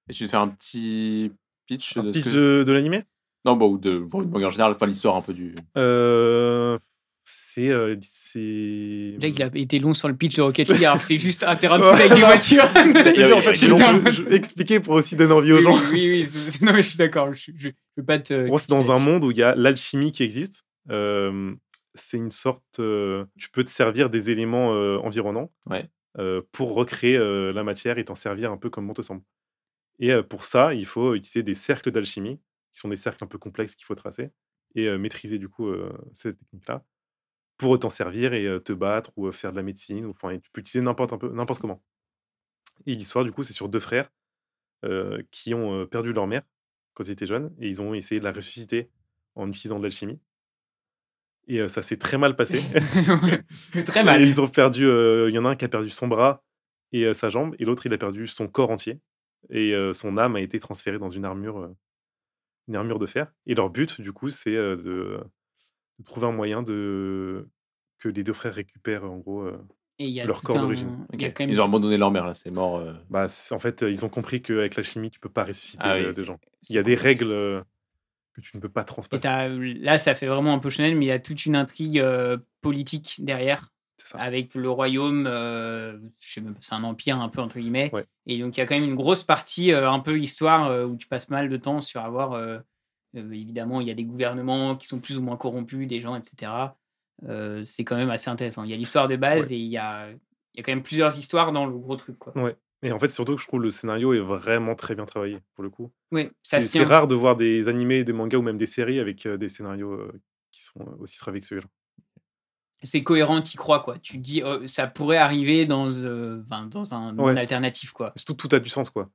Speaker 3: Et tu veux faire un petit pitch,
Speaker 7: Un
Speaker 3: de, ce
Speaker 7: pitch
Speaker 3: que-
Speaker 7: de, de l'animé
Speaker 3: Non, bah, ou de voir une manga en général, enfin l'histoire un peu du.
Speaker 7: Euh, C'est. euh, c'est...
Speaker 6: Là, il a été long sur le pitch de Rocket League, alors que c'est juste un terrain de foot avec des voitures.
Speaker 7: C'est dur, en fait,
Speaker 6: J'étais
Speaker 7: c'est long.
Speaker 6: en mode-
Speaker 7: Je- je vais expliquer pour aussi donner envie aux
Speaker 6: Oui,
Speaker 7: gens.
Speaker 6: oui, oui, oui, c'est- c'est- non, mais je suis d'accord. Je ne veux pas te.
Speaker 7: En gros, c'est dans un monde où il y a l'alchimie qui existe. Euh, c'est une sorte. euh, tu peux te servir des éléments euh, environnants
Speaker 3: Ouais.
Speaker 7: euh, pour recréer euh, la matière et t'en servir un peu comme bon te semble. Et euh, pour ça, il faut utiliser des cercles d'alchimie, qui sont des cercles un peu complexes qu'il faut tracer, et euh, maîtriser du coup euh, cette technique-là pour t'en servir et euh, te battre ou euh, faire de la médecine. ou- Enfin, et tu peux utiliser n'importe un peu- n'importe comment. Et l'histoire, du coup, c'est sur deux frères euh, qui ont euh, perdu leur mère quand ils étaient jeunes et ils ont essayé de la ressusciter en utilisant de l'alchimie. Et euh, ça s'est très mal passé.
Speaker 6: Très mal.
Speaker 7: Et ils ont perdu. euh, Il y en a un qui a perdu son bras et euh, sa jambe, et l'autre il a perdu son corps entier. Et euh, son âme a été transférée dans une armure, euh, une armure de fer. Et leur but, du coup, c'est euh, de, de trouver un moyen de que les deux frères récupèrent en gros. euh,
Speaker 6: Et il y a
Speaker 7: leur
Speaker 6: tout
Speaker 7: corps
Speaker 6: un-
Speaker 7: d'origine.
Speaker 6: Il y a
Speaker 3: Ok.
Speaker 6: quand même.
Speaker 3: Ils ont abandonné leur mère là, c'est mort. euh,
Speaker 7: bah, c'est- en fait, euh, ils ont compris qu'avec la chimie, tu peux pas ressusciter
Speaker 3: Ah oui,
Speaker 7: euh,
Speaker 3: ok.
Speaker 7: des gens. Il y a des règles euh, que tu ne peux pas
Speaker 6: Et
Speaker 7: transpasser.
Speaker 6: t'as- là, ça fait vraiment un peu Chanel, mais il y a toute une intrigue euh, politique derrière,
Speaker 7: C'est ça.
Speaker 6: avec le royaume, euh, je sais même pas, c'est un empire un peu entre guillemets.
Speaker 7: Ouais.
Speaker 6: Et donc, il y a quand même une grosse partie euh, un peu histoire euh, où tu passes mal de temps sur avoir. euh, euh, évidemment, il y a des gouvernements qui sont plus ou moins corrompus, des gens, etc. Euh, c'est quand même assez intéressant. Il y a l'histoire de base et il y a, il y a quand même plusieurs histoires dans le gros truc. Quoi.
Speaker 7: Et en fait, surtout que je trouve le scénario est vraiment très bien travaillé pour le coup.
Speaker 6: Oui, ça
Speaker 7: C'est
Speaker 6: se
Speaker 7: c'est
Speaker 6: tient.
Speaker 7: rare de voir des animés, des mangas ou même des séries avec euh, des scénarios euh, qui sont euh, aussi travaillés que celui-là.
Speaker 6: c'est cohérent, tu crois quoi. Tu dis oh, ça pourrait arriver dans, euh, enfin, dans un monde
Speaker 7: Ouais.
Speaker 6: alternatif quoi.
Speaker 7: Surtout, tout a du sens, quoi.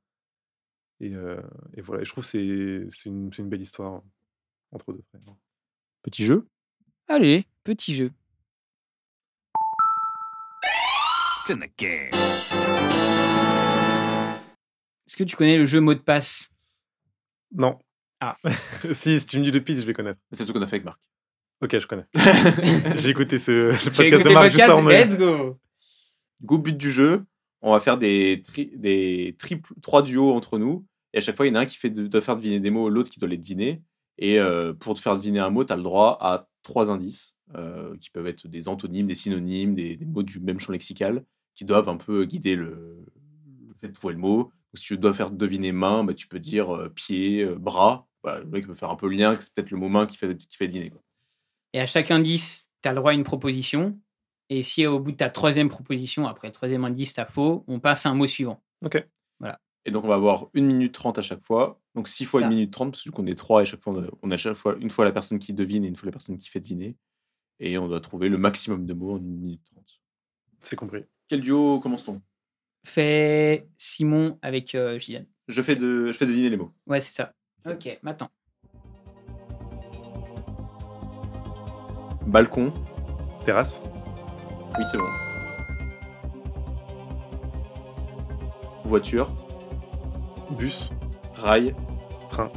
Speaker 7: Et, euh, et voilà, Et je trouve que c'est c'est une, c'est une belle histoire hein, entre deux frères.
Speaker 3: Petit jeu
Speaker 6: Allez, petit jeu. Est-ce que tu connais le jeu mot de passe
Speaker 7: Non.
Speaker 6: Ah.
Speaker 7: si, si tu me dis le pitch, je vais connaître.
Speaker 3: C'est tout qu'on a fait avec Marc.
Speaker 7: Ok, je connais. J'ai écouté ce, le
Speaker 6: Tu as
Speaker 7: podcast
Speaker 6: écouté
Speaker 7: de
Speaker 6: le
Speaker 7: Marc juste
Speaker 6: podcast
Speaker 7: avant. mais-
Speaker 6: Let's go
Speaker 3: Du coup, but du jeu, on va faire des, tri- des triples, trois duos entre nous. Et à chaque fois, il y en a un qui fait de, doit faire deviner des mots, l'autre qui doit les deviner. Et euh, pour te faire deviner un mot, tu as le droit à trois indices euh, qui peuvent être des antonymes, des synonymes, des, des mots du même champ lexical qui doivent un peu guider le, le fait de trouver le mot. Donc, si tu dois faire deviner main, bah, tu peux dire euh, pied, euh, bras. Voilà, le mec peut faire un peu le lien, que c'est peut-être le mot main qui fait, qui fait deviner. quoi.
Speaker 6: Et à chaque indice, tu as le droit à une proposition. Et si au bout de ta troisième proposition, après le troisième indice, t'as faux, on passe à un mot suivant.
Speaker 3: Et donc, on va avoir 1 minute 30 à chaque fois. Donc, 6 fois
Speaker 6: Ça.
Speaker 3: 1 minute 30, parce que du coup, on est 3 et chaque fois, on a, on a chaque fois, une fois la personne qui devine et une fois la personne qui fait deviner. Et on doit trouver le maximum de mots en 1 minute 30.
Speaker 7: C'est compris.
Speaker 3: Quel duo commence-t-on
Speaker 6: Fais Simon avec euh, Gillian.
Speaker 3: je fais, de, je fais deviner les mots.
Speaker 6: Ouais, c'est ça. Ok, maintenant.
Speaker 3: Balcon.
Speaker 7: Terrasse,
Speaker 3: Oui, c'est bon. Voiture.
Speaker 7: bus,
Speaker 3: Rail.
Speaker 7: Train.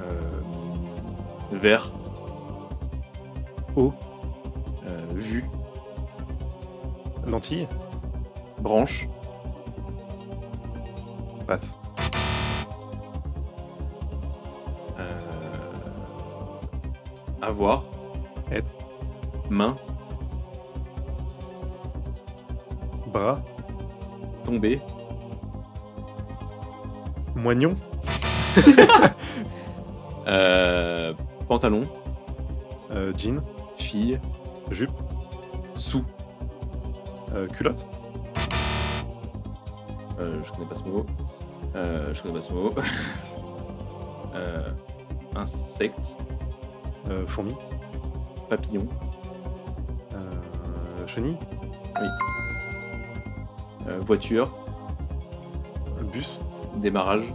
Speaker 3: Euh, verre.
Speaker 7: Eau.
Speaker 3: Euh, vue.
Speaker 7: lentille,
Speaker 3: Branche.
Speaker 7: passe.
Speaker 3: Euh, avoir.
Speaker 7: Être.
Speaker 3: Main.
Speaker 7: Bras. Para,
Speaker 3: Tomber.
Speaker 7: Moignon,
Speaker 3: Euh, pantalon.
Speaker 7: euh, jean,
Speaker 3: Fille.
Speaker 7: Jupe.
Speaker 3: Sous.
Speaker 7: euh, culotte,
Speaker 3: Euh, je connais pas ce mot. Euh, je connais pas ce mot. Euh, insecte.
Speaker 7: euh, fourmi,
Speaker 3: Papillon.
Speaker 7: euh, chenille,
Speaker 3: Euh, voiture.
Speaker 7: euh, bus,
Speaker 3: Démarrage.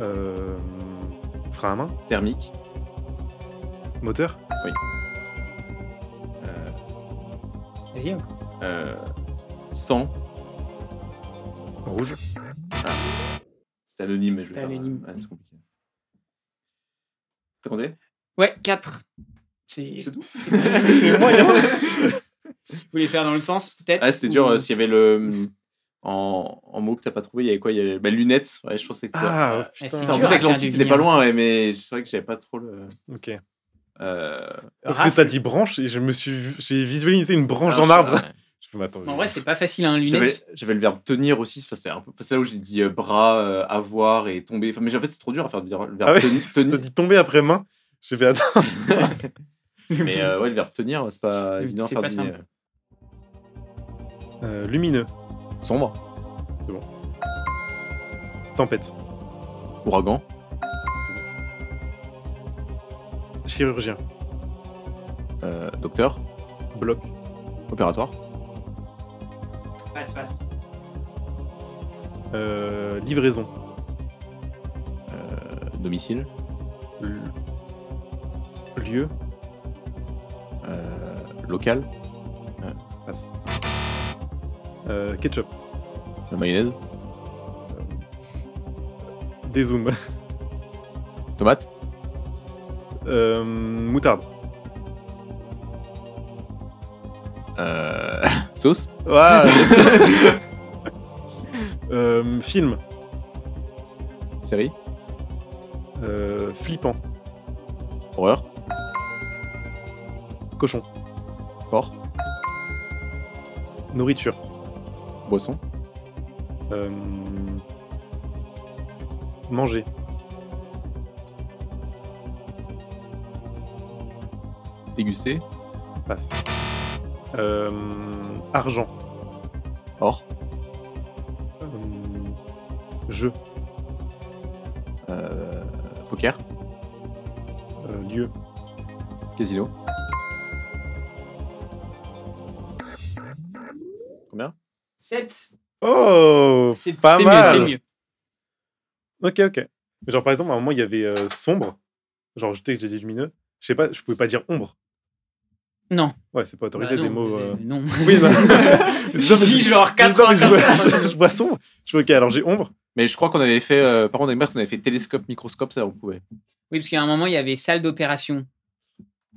Speaker 7: euh, frein à main,
Speaker 3: Thermique.
Speaker 7: moteur,
Speaker 3: Euh,
Speaker 6: Vas-y, hein.
Speaker 3: euh, sang.
Speaker 7: rouge,
Speaker 3: C'est anonyme. mais je
Speaker 6: C'est
Speaker 3: vais faire-
Speaker 6: anonyme.
Speaker 3: ouais, c'est compliqué. T'as compté
Speaker 6: Ouais, 4. C'est.
Speaker 3: C'est tout
Speaker 6: C'est moyen. Vous voulez faire dans le sens, peut-être
Speaker 3: Ah, c'était
Speaker 6: ou-
Speaker 3: dur. euh, S'il y avait le. En, en mots que t'as pas trouvé, il y avait quoi Il y avait bah, lunettes. Ouais, je pense que c'est
Speaker 7: Ah,
Speaker 3: quoi
Speaker 6: eh, c'est
Speaker 3: Putain,
Speaker 6: dur
Speaker 3: en plus,
Speaker 6: à
Speaker 3: avec
Speaker 6: faire
Speaker 3: l'antique, t'étais
Speaker 6: deviner,
Speaker 3: pas
Speaker 6: hein.
Speaker 3: loin, ouais, mais c'est vrai que j'avais pas trop le.
Speaker 7: ok.
Speaker 3: Euh,
Speaker 7: Parce
Speaker 6: Raph.
Speaker 7: que t'as dit branche et je me suis, vu- j'ai visualisé une branche
Speaker 3: ah,
Speaker 7: en
Speaker 3: je-
Speaker 7: arbre.
Speaker 3: ouais.
Speaker 7: Je peux m'attendre.
Speaker 6: En vrai, c'est pas facile, hein,
Speaker 3: J'avais
Speaker 6: lunettes.
Speaker 3: j'avais le verbe tenir aussi. enfin, C'est un peu- c'est là où j'ai dit euh, bras, euh, avoir et tomber. Enfin, mais en fait, c'est trop dur à faire le ver- le verbe
Speaker 7: Ah ouais,
Speaker 3: teni-
Speaker 7: T'as
Speaker 3: tenir.
Speaker 7: dit tomber après main. J'ai fait attends.
Speaker 3: Mais euh, ouais, le verbe tenir, c'est pas
Speaker 6: C'est
Speaker 3: évident à
Speaker 6: pas
Speaker 3: faire
Speaker 6: simple.
Speaker 3: deviner,
Speaker 7: Euh, lumineux,
Speaker 3: euh, Sombre,
Speaker 7: tempête,
Speaker 3: ouragan,
Speaker 7: chirurgien,
Speaker 3: euh, docteur,
Speaker 7: bloc,
Speaker 3: opératoire,
Speaker 6: Passe, passe.
Speaker 7: euh, livraison,
Speaker 3: euh, domicile,
Speaker 7: l- lieu,
Speaker 3: euh, local,
Speaker 7: euh, ketchup,
Speaker 3: mayonnaise,
Speaker 7: dézoom,
Speaker 3: tomate,
Speaker 7: euh, moutarde.
Speaker 3: euh, sauce,
Speaker 7: Ouah, euh, film,
Speaker 3: série,
Speaker 7: euh, flippant,
Speaker 3: horreur,
Speaker 7: cochon,
Speaker 3: porc,
Speaker 7: nourriture,
Speaker 3: boisson,
Speaker 7: euh, manger,
Speaker 3: déguster,
Speaker 7: passe, euh, argent,
Speaker 3: or,
Speaker 7: euh, jeu,
Speaker 3: euh, poker,
Speaker 7: euh, lieu,
Speaker 3: casino. Combien
Speaker 6: 7.
Speaker 7: Oh,
Speaker 6: C'est
Speaker 7: pas
Speaker 6: c'est mieux,
Speaker 7: mal.
Speaker 6: c'est mieux.
Speaker 7: Ok, ok. Genre, par exemple, à un moment, il y avait euh, sombre. Genre, je sais que j'ai dit lumineux. Je sais pas, je pouvais pas dire ombre.
Speaker 6: Non.
Speaker 7: Ouais, c'est pas autorisé
Speaker 6: Bah
Speaker 7: des
Speaker 6: non,
Speaker 7: mots.
Speaker 6: c'est-
Speaker 7: euh,
Speaker 6: Non.
Speaker 7: Oui, non.
Speaker 6: J'ai dit genre
Speaker 7: Non, mais je,
Speaker 6: 95%.
Speaker 7: vois, je vois sombre. Je vois, ok, alors j'ai ombre.
Speaker 3: Mais je crois qu'on avait fait, euh, par contre, avec Marc, on avait fait télescope, microscope, ça, on pouvait.
Speaker 6: Oui, parce qu'à un moment, il y avait salle d'opération.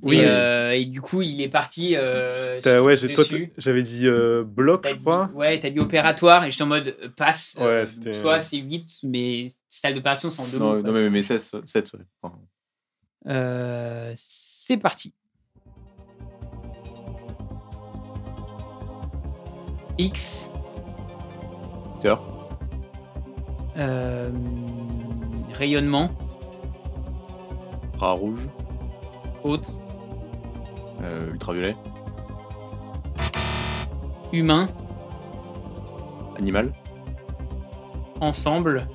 Speaker 7: Oui.
Speaker 6: Et, euh, et du coup, il est parti. Euh,
Speaker 7: T'as- ouais, j'ai- toi,
Speaker 6: dessus.
Speaker 7: t- j'avais dit euh, bloc,
Speaker 6: T'as
Speaker 7: je
Speaker 6: dit-
Speaker 7: crois.
Speaker 6: Ouais, t'as dit opératoire et j'étais en mode euh, passe.
Speaker 7: Ouais,
Speaker 6: euh,
Speaker 7: c'était-
Speaker 6: soit c'est 8, mais salle d'opération, bah, c'est en deux
Speaker 3: Non,
Speaker 6: mots,
Speaker 3: non
Speaker 6: quoi.
Speaker 3: mais, mais 16, 7, ouais. Enfin,
Speaker 6: Euh, c'est parti. X.
Speaker 3: Docteur,
Speaker 6: euh, rayonnement.
Speaker 3: infrarouge,
Speaker 6: Autre.
Speaker 3: euh, ultraviolet,
Speaker 6: Humain.
Speaker 3: animal,
Speaker 6: Ensemble.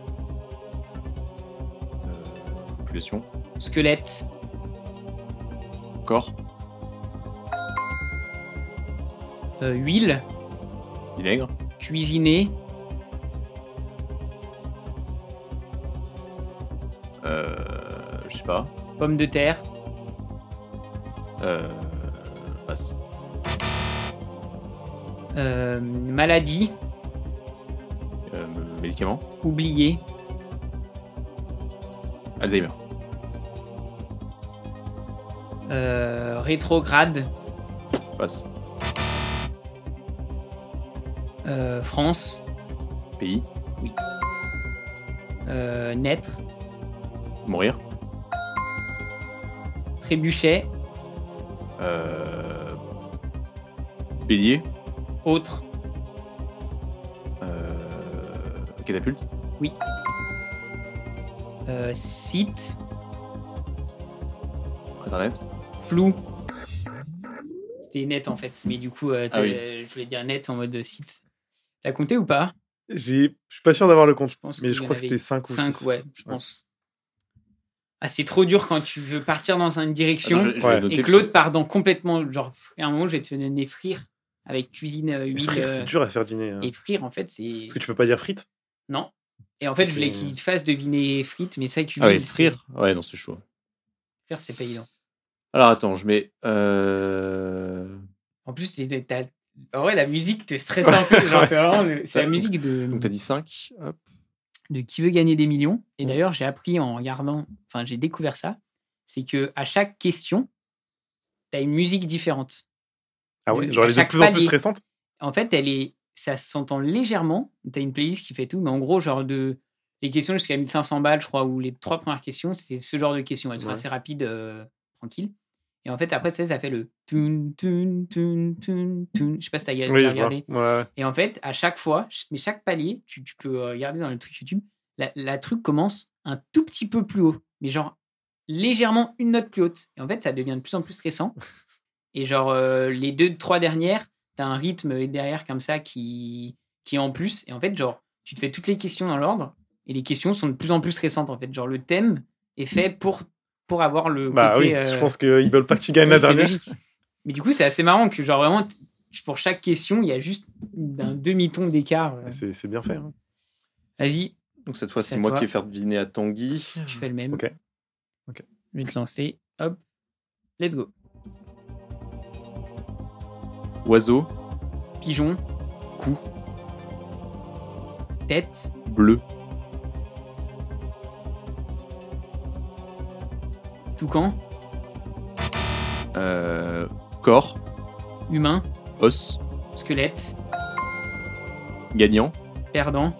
Speaker 3: euh, population,
Speaker 6: Squelette.
Speaker 3: corps,
Speaker 6: euh, huile.
Speaker 3: vinaigre,
Speaker 6: Cuisiner.
Speaker 3: euh, je sais pas,
Speaker 6: Pomme de terre.
Speaker 3: euh, passe,
Speaker 6: euh, maladie.
Speaker 3: euh, médicament,
Speaker 6: Oublié.
Speaker 3: Alzheimer,
Speaker 6: euh, rétrograde.
Speaker 3: passe,
Speaker 6: euh, France.
Speaker 3: pays,
Speaker 6: euh, naître.
Speaker 3: mourir,
Speaker 6: Trébuchet.
Speaker 3: euh, bélier,
Speaker 6: Autre.
Speaker 3: Euh... Catapulte.
Speaker 6: Euh, site.
Speaker 3: Internet.
Speaker 6: Flou. C'était net en fait, mais du coup, euh, t'as-
Speaker 3: Ah oui.
Speaker 6: je voulais dire net en mode site. T'as compté ou pas
Speaker 7: J'ai- Je suis pas sûr d'avoir le compte,
Speaker 6: pense
Speaker 7: mais
Speaker 6: qu'il
Speaker 7: je
Speaker 6: y en
Speaker 7: crois que
Speaker 6: avait
Speaker 7: c'était 5 ou
Speaker 6: 5,
Speaker 7: 6.
Speaker 6: ouais, je pense. Ah, c'est trop dur quand tu veux partir dans une direction
Speaker 3: Attends, Ah, je- je vais
Speaker 7: Ouais.
Speaker 3: noter
Speaker 6: et que
Speaker 3: parce que-
Speaker 6: l'autre part dans complètement. Genre, à un moment, je vais te donner frire avec cuisine, euh, huile. euh,
Speaker 7: C'est dur à faire dîner. hein.
Speaker 6: et frire, en fait, c'est.
Speaker 7: Parce que tu peux pas dire frites.
Speaker 6: Non. Et en fait, je voulais
Speaker 7: Ok.
Speaker 6: qu'il te fasse deviner frites, mais ça, cuisine,
Speaker 3: Ah ouais,
Speaker 6: c'est-
Speaker 3: frire. Ouais, non, c'est chaud.
Speaker 6: frire, c'est pas évident.
Speaker 3: Alors attends, je mets. Euh...
Speaker 6: En plus, t'es- t'es- t'as- en vrai, la musique te stresse un peu. genre, c'est vraiment le- c'est la
Speaker 3: Ça-
Speaker 6: musique de.
Speaker 3: Donc t'as dit 5. Hop.
Speaker 6: de qui veut gagner des millions. Et d'ailleurs, j'ai appris en regardant, enfin, j'ai découvert ça, c'est que à chaque question, tu as une musique différente.
Speaker 7: Ah
Speaker 6: De-
Speaker 7: ouais, genre
Speaker 6: à
Speaker 7: elle est de
Speaker 6: chaque
Speaker 7: plus en plus
Speaker 6: palier.
Speaker 7: stressante.
Speaker 6: En fait, elle est, ça s'entend légèrement. Tu as une playlist qui fait tout, mais en gros, genre de les questions jusqu'à 1500 balles, je crois, ou les trois premières questions, c'est ce genre de questions. Elles sont
Speaker 7: Ouais.
Speaker 6: assez rapides, euh, tranquilles. Et en fait, après, ça, ça fait le tun, tun, tun, tun, tun. Je sais pas si tu as
Speaker 7: Oui, je vois.
Speaker 6: regardé.
Speaker 7: Ouais, ouais.
Speaker 6: Et en fait, à chaque fois, ch- mais chaque palier, tu, tu peux euh, regarder dans le truc YouTube, la, la truc commence un tout petit peu plus haut, mais genre légèrement une note plus haute. Et en fait, ça devient de plus en plus stressant. Et genre, euh, les deux, trois dernières, t'as un rythme derrière comme ça qui, qui est en plus. Et en fait, genre, tu te fais toutes les questions dans l'ordre, et les questions sont de plus en plus stressantes, en fait. Genre, le thème est fait pour, pour avoir le
Speaker 7: Mmh. Bah
Speaker 6: côté...
Speaker 7: oui, je
Speaker 6: euh,
Speaker 7: pense qu'ils veulent pas que tu gagnes
Speaker 6: oui,
Speaker 7: la
Speaker 6: c'est
Speaker 7: dernière.
Speaker 6: logique. Mais du coup, c'est assez marrant que, genre, vraiment, t- pour chaque question, il y a juste un demi-ton d'écart.
Speaker 7: C'est c'est bien fait. hein.
Speaker 6: Vas-y,
Speaker 3: Donc cette fois,
Speaker 6: C'est
Speaker 3: c'est
Speaker 6: à
Speaker 3: moi
Speaker 6: toi.
Speaker 3: qui vais faire deviner à Tanguy.
Speaker 6: tu fais le même.
Speaker 7: Ok. Ok.
Speaker 6: Je vais te lancer. Hop. Let's go.
Speaker 3: Oiseau,
Speaker 6: Pigeon.
Speaker 3: Cou.
Speaker 6: Tête.
Speaker 3: bleu,
Speaker 6: Toucan.
Speaker 3: euh, corps,
Speaker 6: Humain.
Speaker 3: os,
Speaker 6: Squelette.
Speaker 3: gagnant,
Speaker 6: Perdant.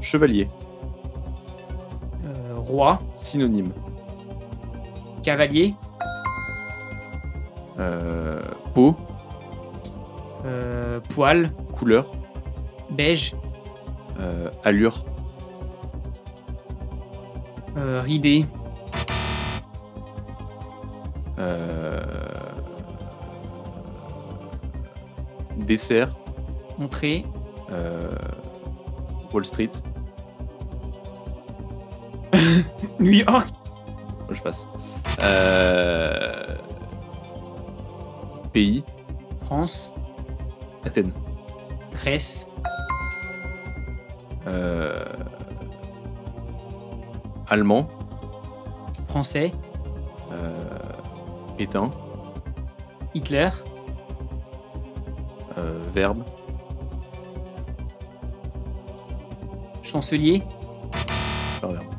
Speaker 3: chevalier,
Speaker 6: euh, roi.
Speaker 3: synonyme,
Speaker 6: Cavalier.
Speaker 3: euh, peau,
Speaker 6: euh, poil.
Speaker 3: couleur,
Speaker 6: Beige.
Speaker 3: euh, allure,
Speaker 6: euh, ridé.
Speaker 3: euh, dessert,
Speaker 6: Entrée.
Speaker 3: euh, Wall Street,
Speaker 6: New York.
Speaker 3: je passe, euh, pays,
Speaker 6: France.
Speaker 3: Athènes,
Speaker 6: Grèce.
Speaker 3: euh, allemand,
Speaker 6: Français.
Speaker 3: euh, éteint,
Speaker 6: Hitler.
Speaker 3: euh, verbe,
Speaker 6: Chancelier.
Speaker 3: pas verbe.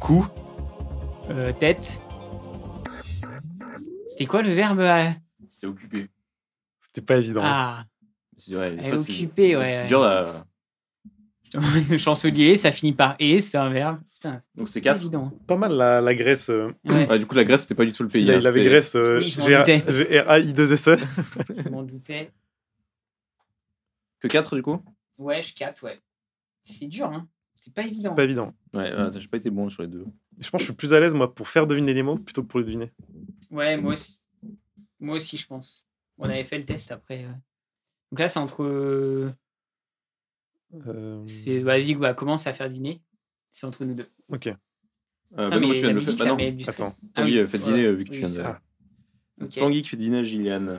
Speaker 3: Coup,
Speaker 6: Euh, tête. C'était quoi le verbe à...
Speaker 3: c'était occupé.
Speaker 7: C'était pas évident. hein.
Speaker 6: Ah,
Speaker 3: C'est ouais, des
Speaker 6: Elle est
Speaker 3: fois, c'est-
Speaker 6: occupée, ouais,
Speaker 3: C'est
Speaker 6: ouais.
Speaker 3: dur. euh, à-
Speaker 6: le chancelier, ça finit par et, c'est un verbe. Putain,
Speaker 3: Donc c'est
Speaker 6: pas
Speaker 3: 4.
Speaker 6: évident. hein.
Speaker 7: Pas mal la, la Grèce. euh,
Speaker 6: Ouais,
Speaker 3: du coup, la Grèce, c'était pas du tout le pays.
Speaker 7: il, a-
Speaker 3: hein,
Speaker 7: il avait
Speaker 3: c'était-
Speaker 7: Grèce. euh,
Speaker 6: Oui, je m'en
Speaker 7: G-
Speaker 6: doutais.
Speaker 7: G- R- A- I 2 S E.
Speaker 6: je m'en doutais.
Speaker 3: Que 4 du coup
Speaker 6: Ouais, je 4, ouais. C'est dur, hein. C'est pas évident.
Speaker 7: C'est pas évident.
Speaker 3: Ouais, ouais, j'ai pas été bon sur les deux. Euh,
Speaker 7: Je pense que je suis plus à l'aise moi pour faire deviner les mots plutôt que pour les deviner.
Speaker 6: Ouais, moi aussi. Moi aussi, je pense. On avait fait le test après. ouais. Donc là, c'est entre... euh,
Speaker 3: Hmm.
Speaker 7: Euh,
Speaker 6: C'est... Vas-y, bah, commence à faire dîner. C'est entre nous deux.
Speaker 7: Ok.
Speaker 3: Euh,
Speaker 6: Putain,
Speaker 3: bah non,
Speaker 6: Ah, mais
Speaker 3: moi, tu viens
Speaker 6: la
Speaker 3: de le faire.
Speaker 6: musique,
Speaker 3: Bah
Speaker 6: ça
Speaker 3: non.
Speaker 6: met du stress.
Speaker 7: Attends.
Speaker 6: Ah oui,
Speaker 3: Tanguy, euh, fais dîner
Speaker 6: voilà.
Speaker 3: euh, vu que
Speaker 6: Oui,
Speaker 3: tu viens
Speaker 6: c'est
Speaker 3: de.
Speaker 6: vrai.
Speaker 3: Donc,
Speaker 6: Ok.
Speaker 3: Tanguy qui fait dîner Gillian.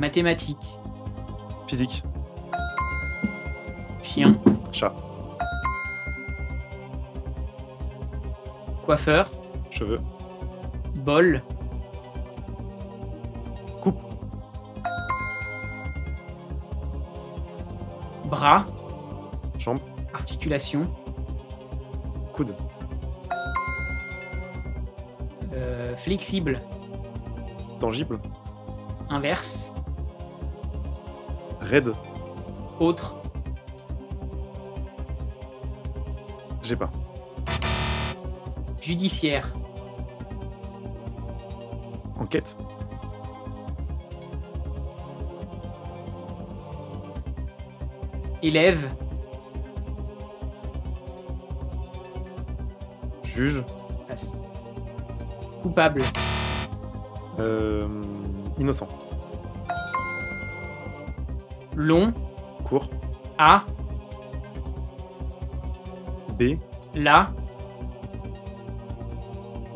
Speaker 6: Mathématiques.
Speaker 7: Physique.
Speaker 6: Chien.
Speaker 7: Chat.
Speaker 6: Coiffeur.
Speaker 7: Cheveux.
Speaker 6: Bol.
Speaker 7: Coupe.
Speaker 6: Bras.
Speaker 7: Jambes.
Speaker 6: Articulation.
Speaker 7: Coude.
Speaker 6: euh, flexible.
Speaker 7: Tangible.
Speaker 6: Inverse.
Speaker 7: Raide.
Speaker 6: Autre.
Speaker 7: J'ai pas.
Speaker 6: Judiciaire.
Speaker 7: Enquête.
Speaker 6: Élève,
Speaker 7: Juge.
Speaker 6: passe. Coupable,
Speaker 7: Euh, innocent.
Speaker 6: long,
Speaker 7: Court.
Speaker 6: A,
Speaker 7: B.
Speaker 6: la,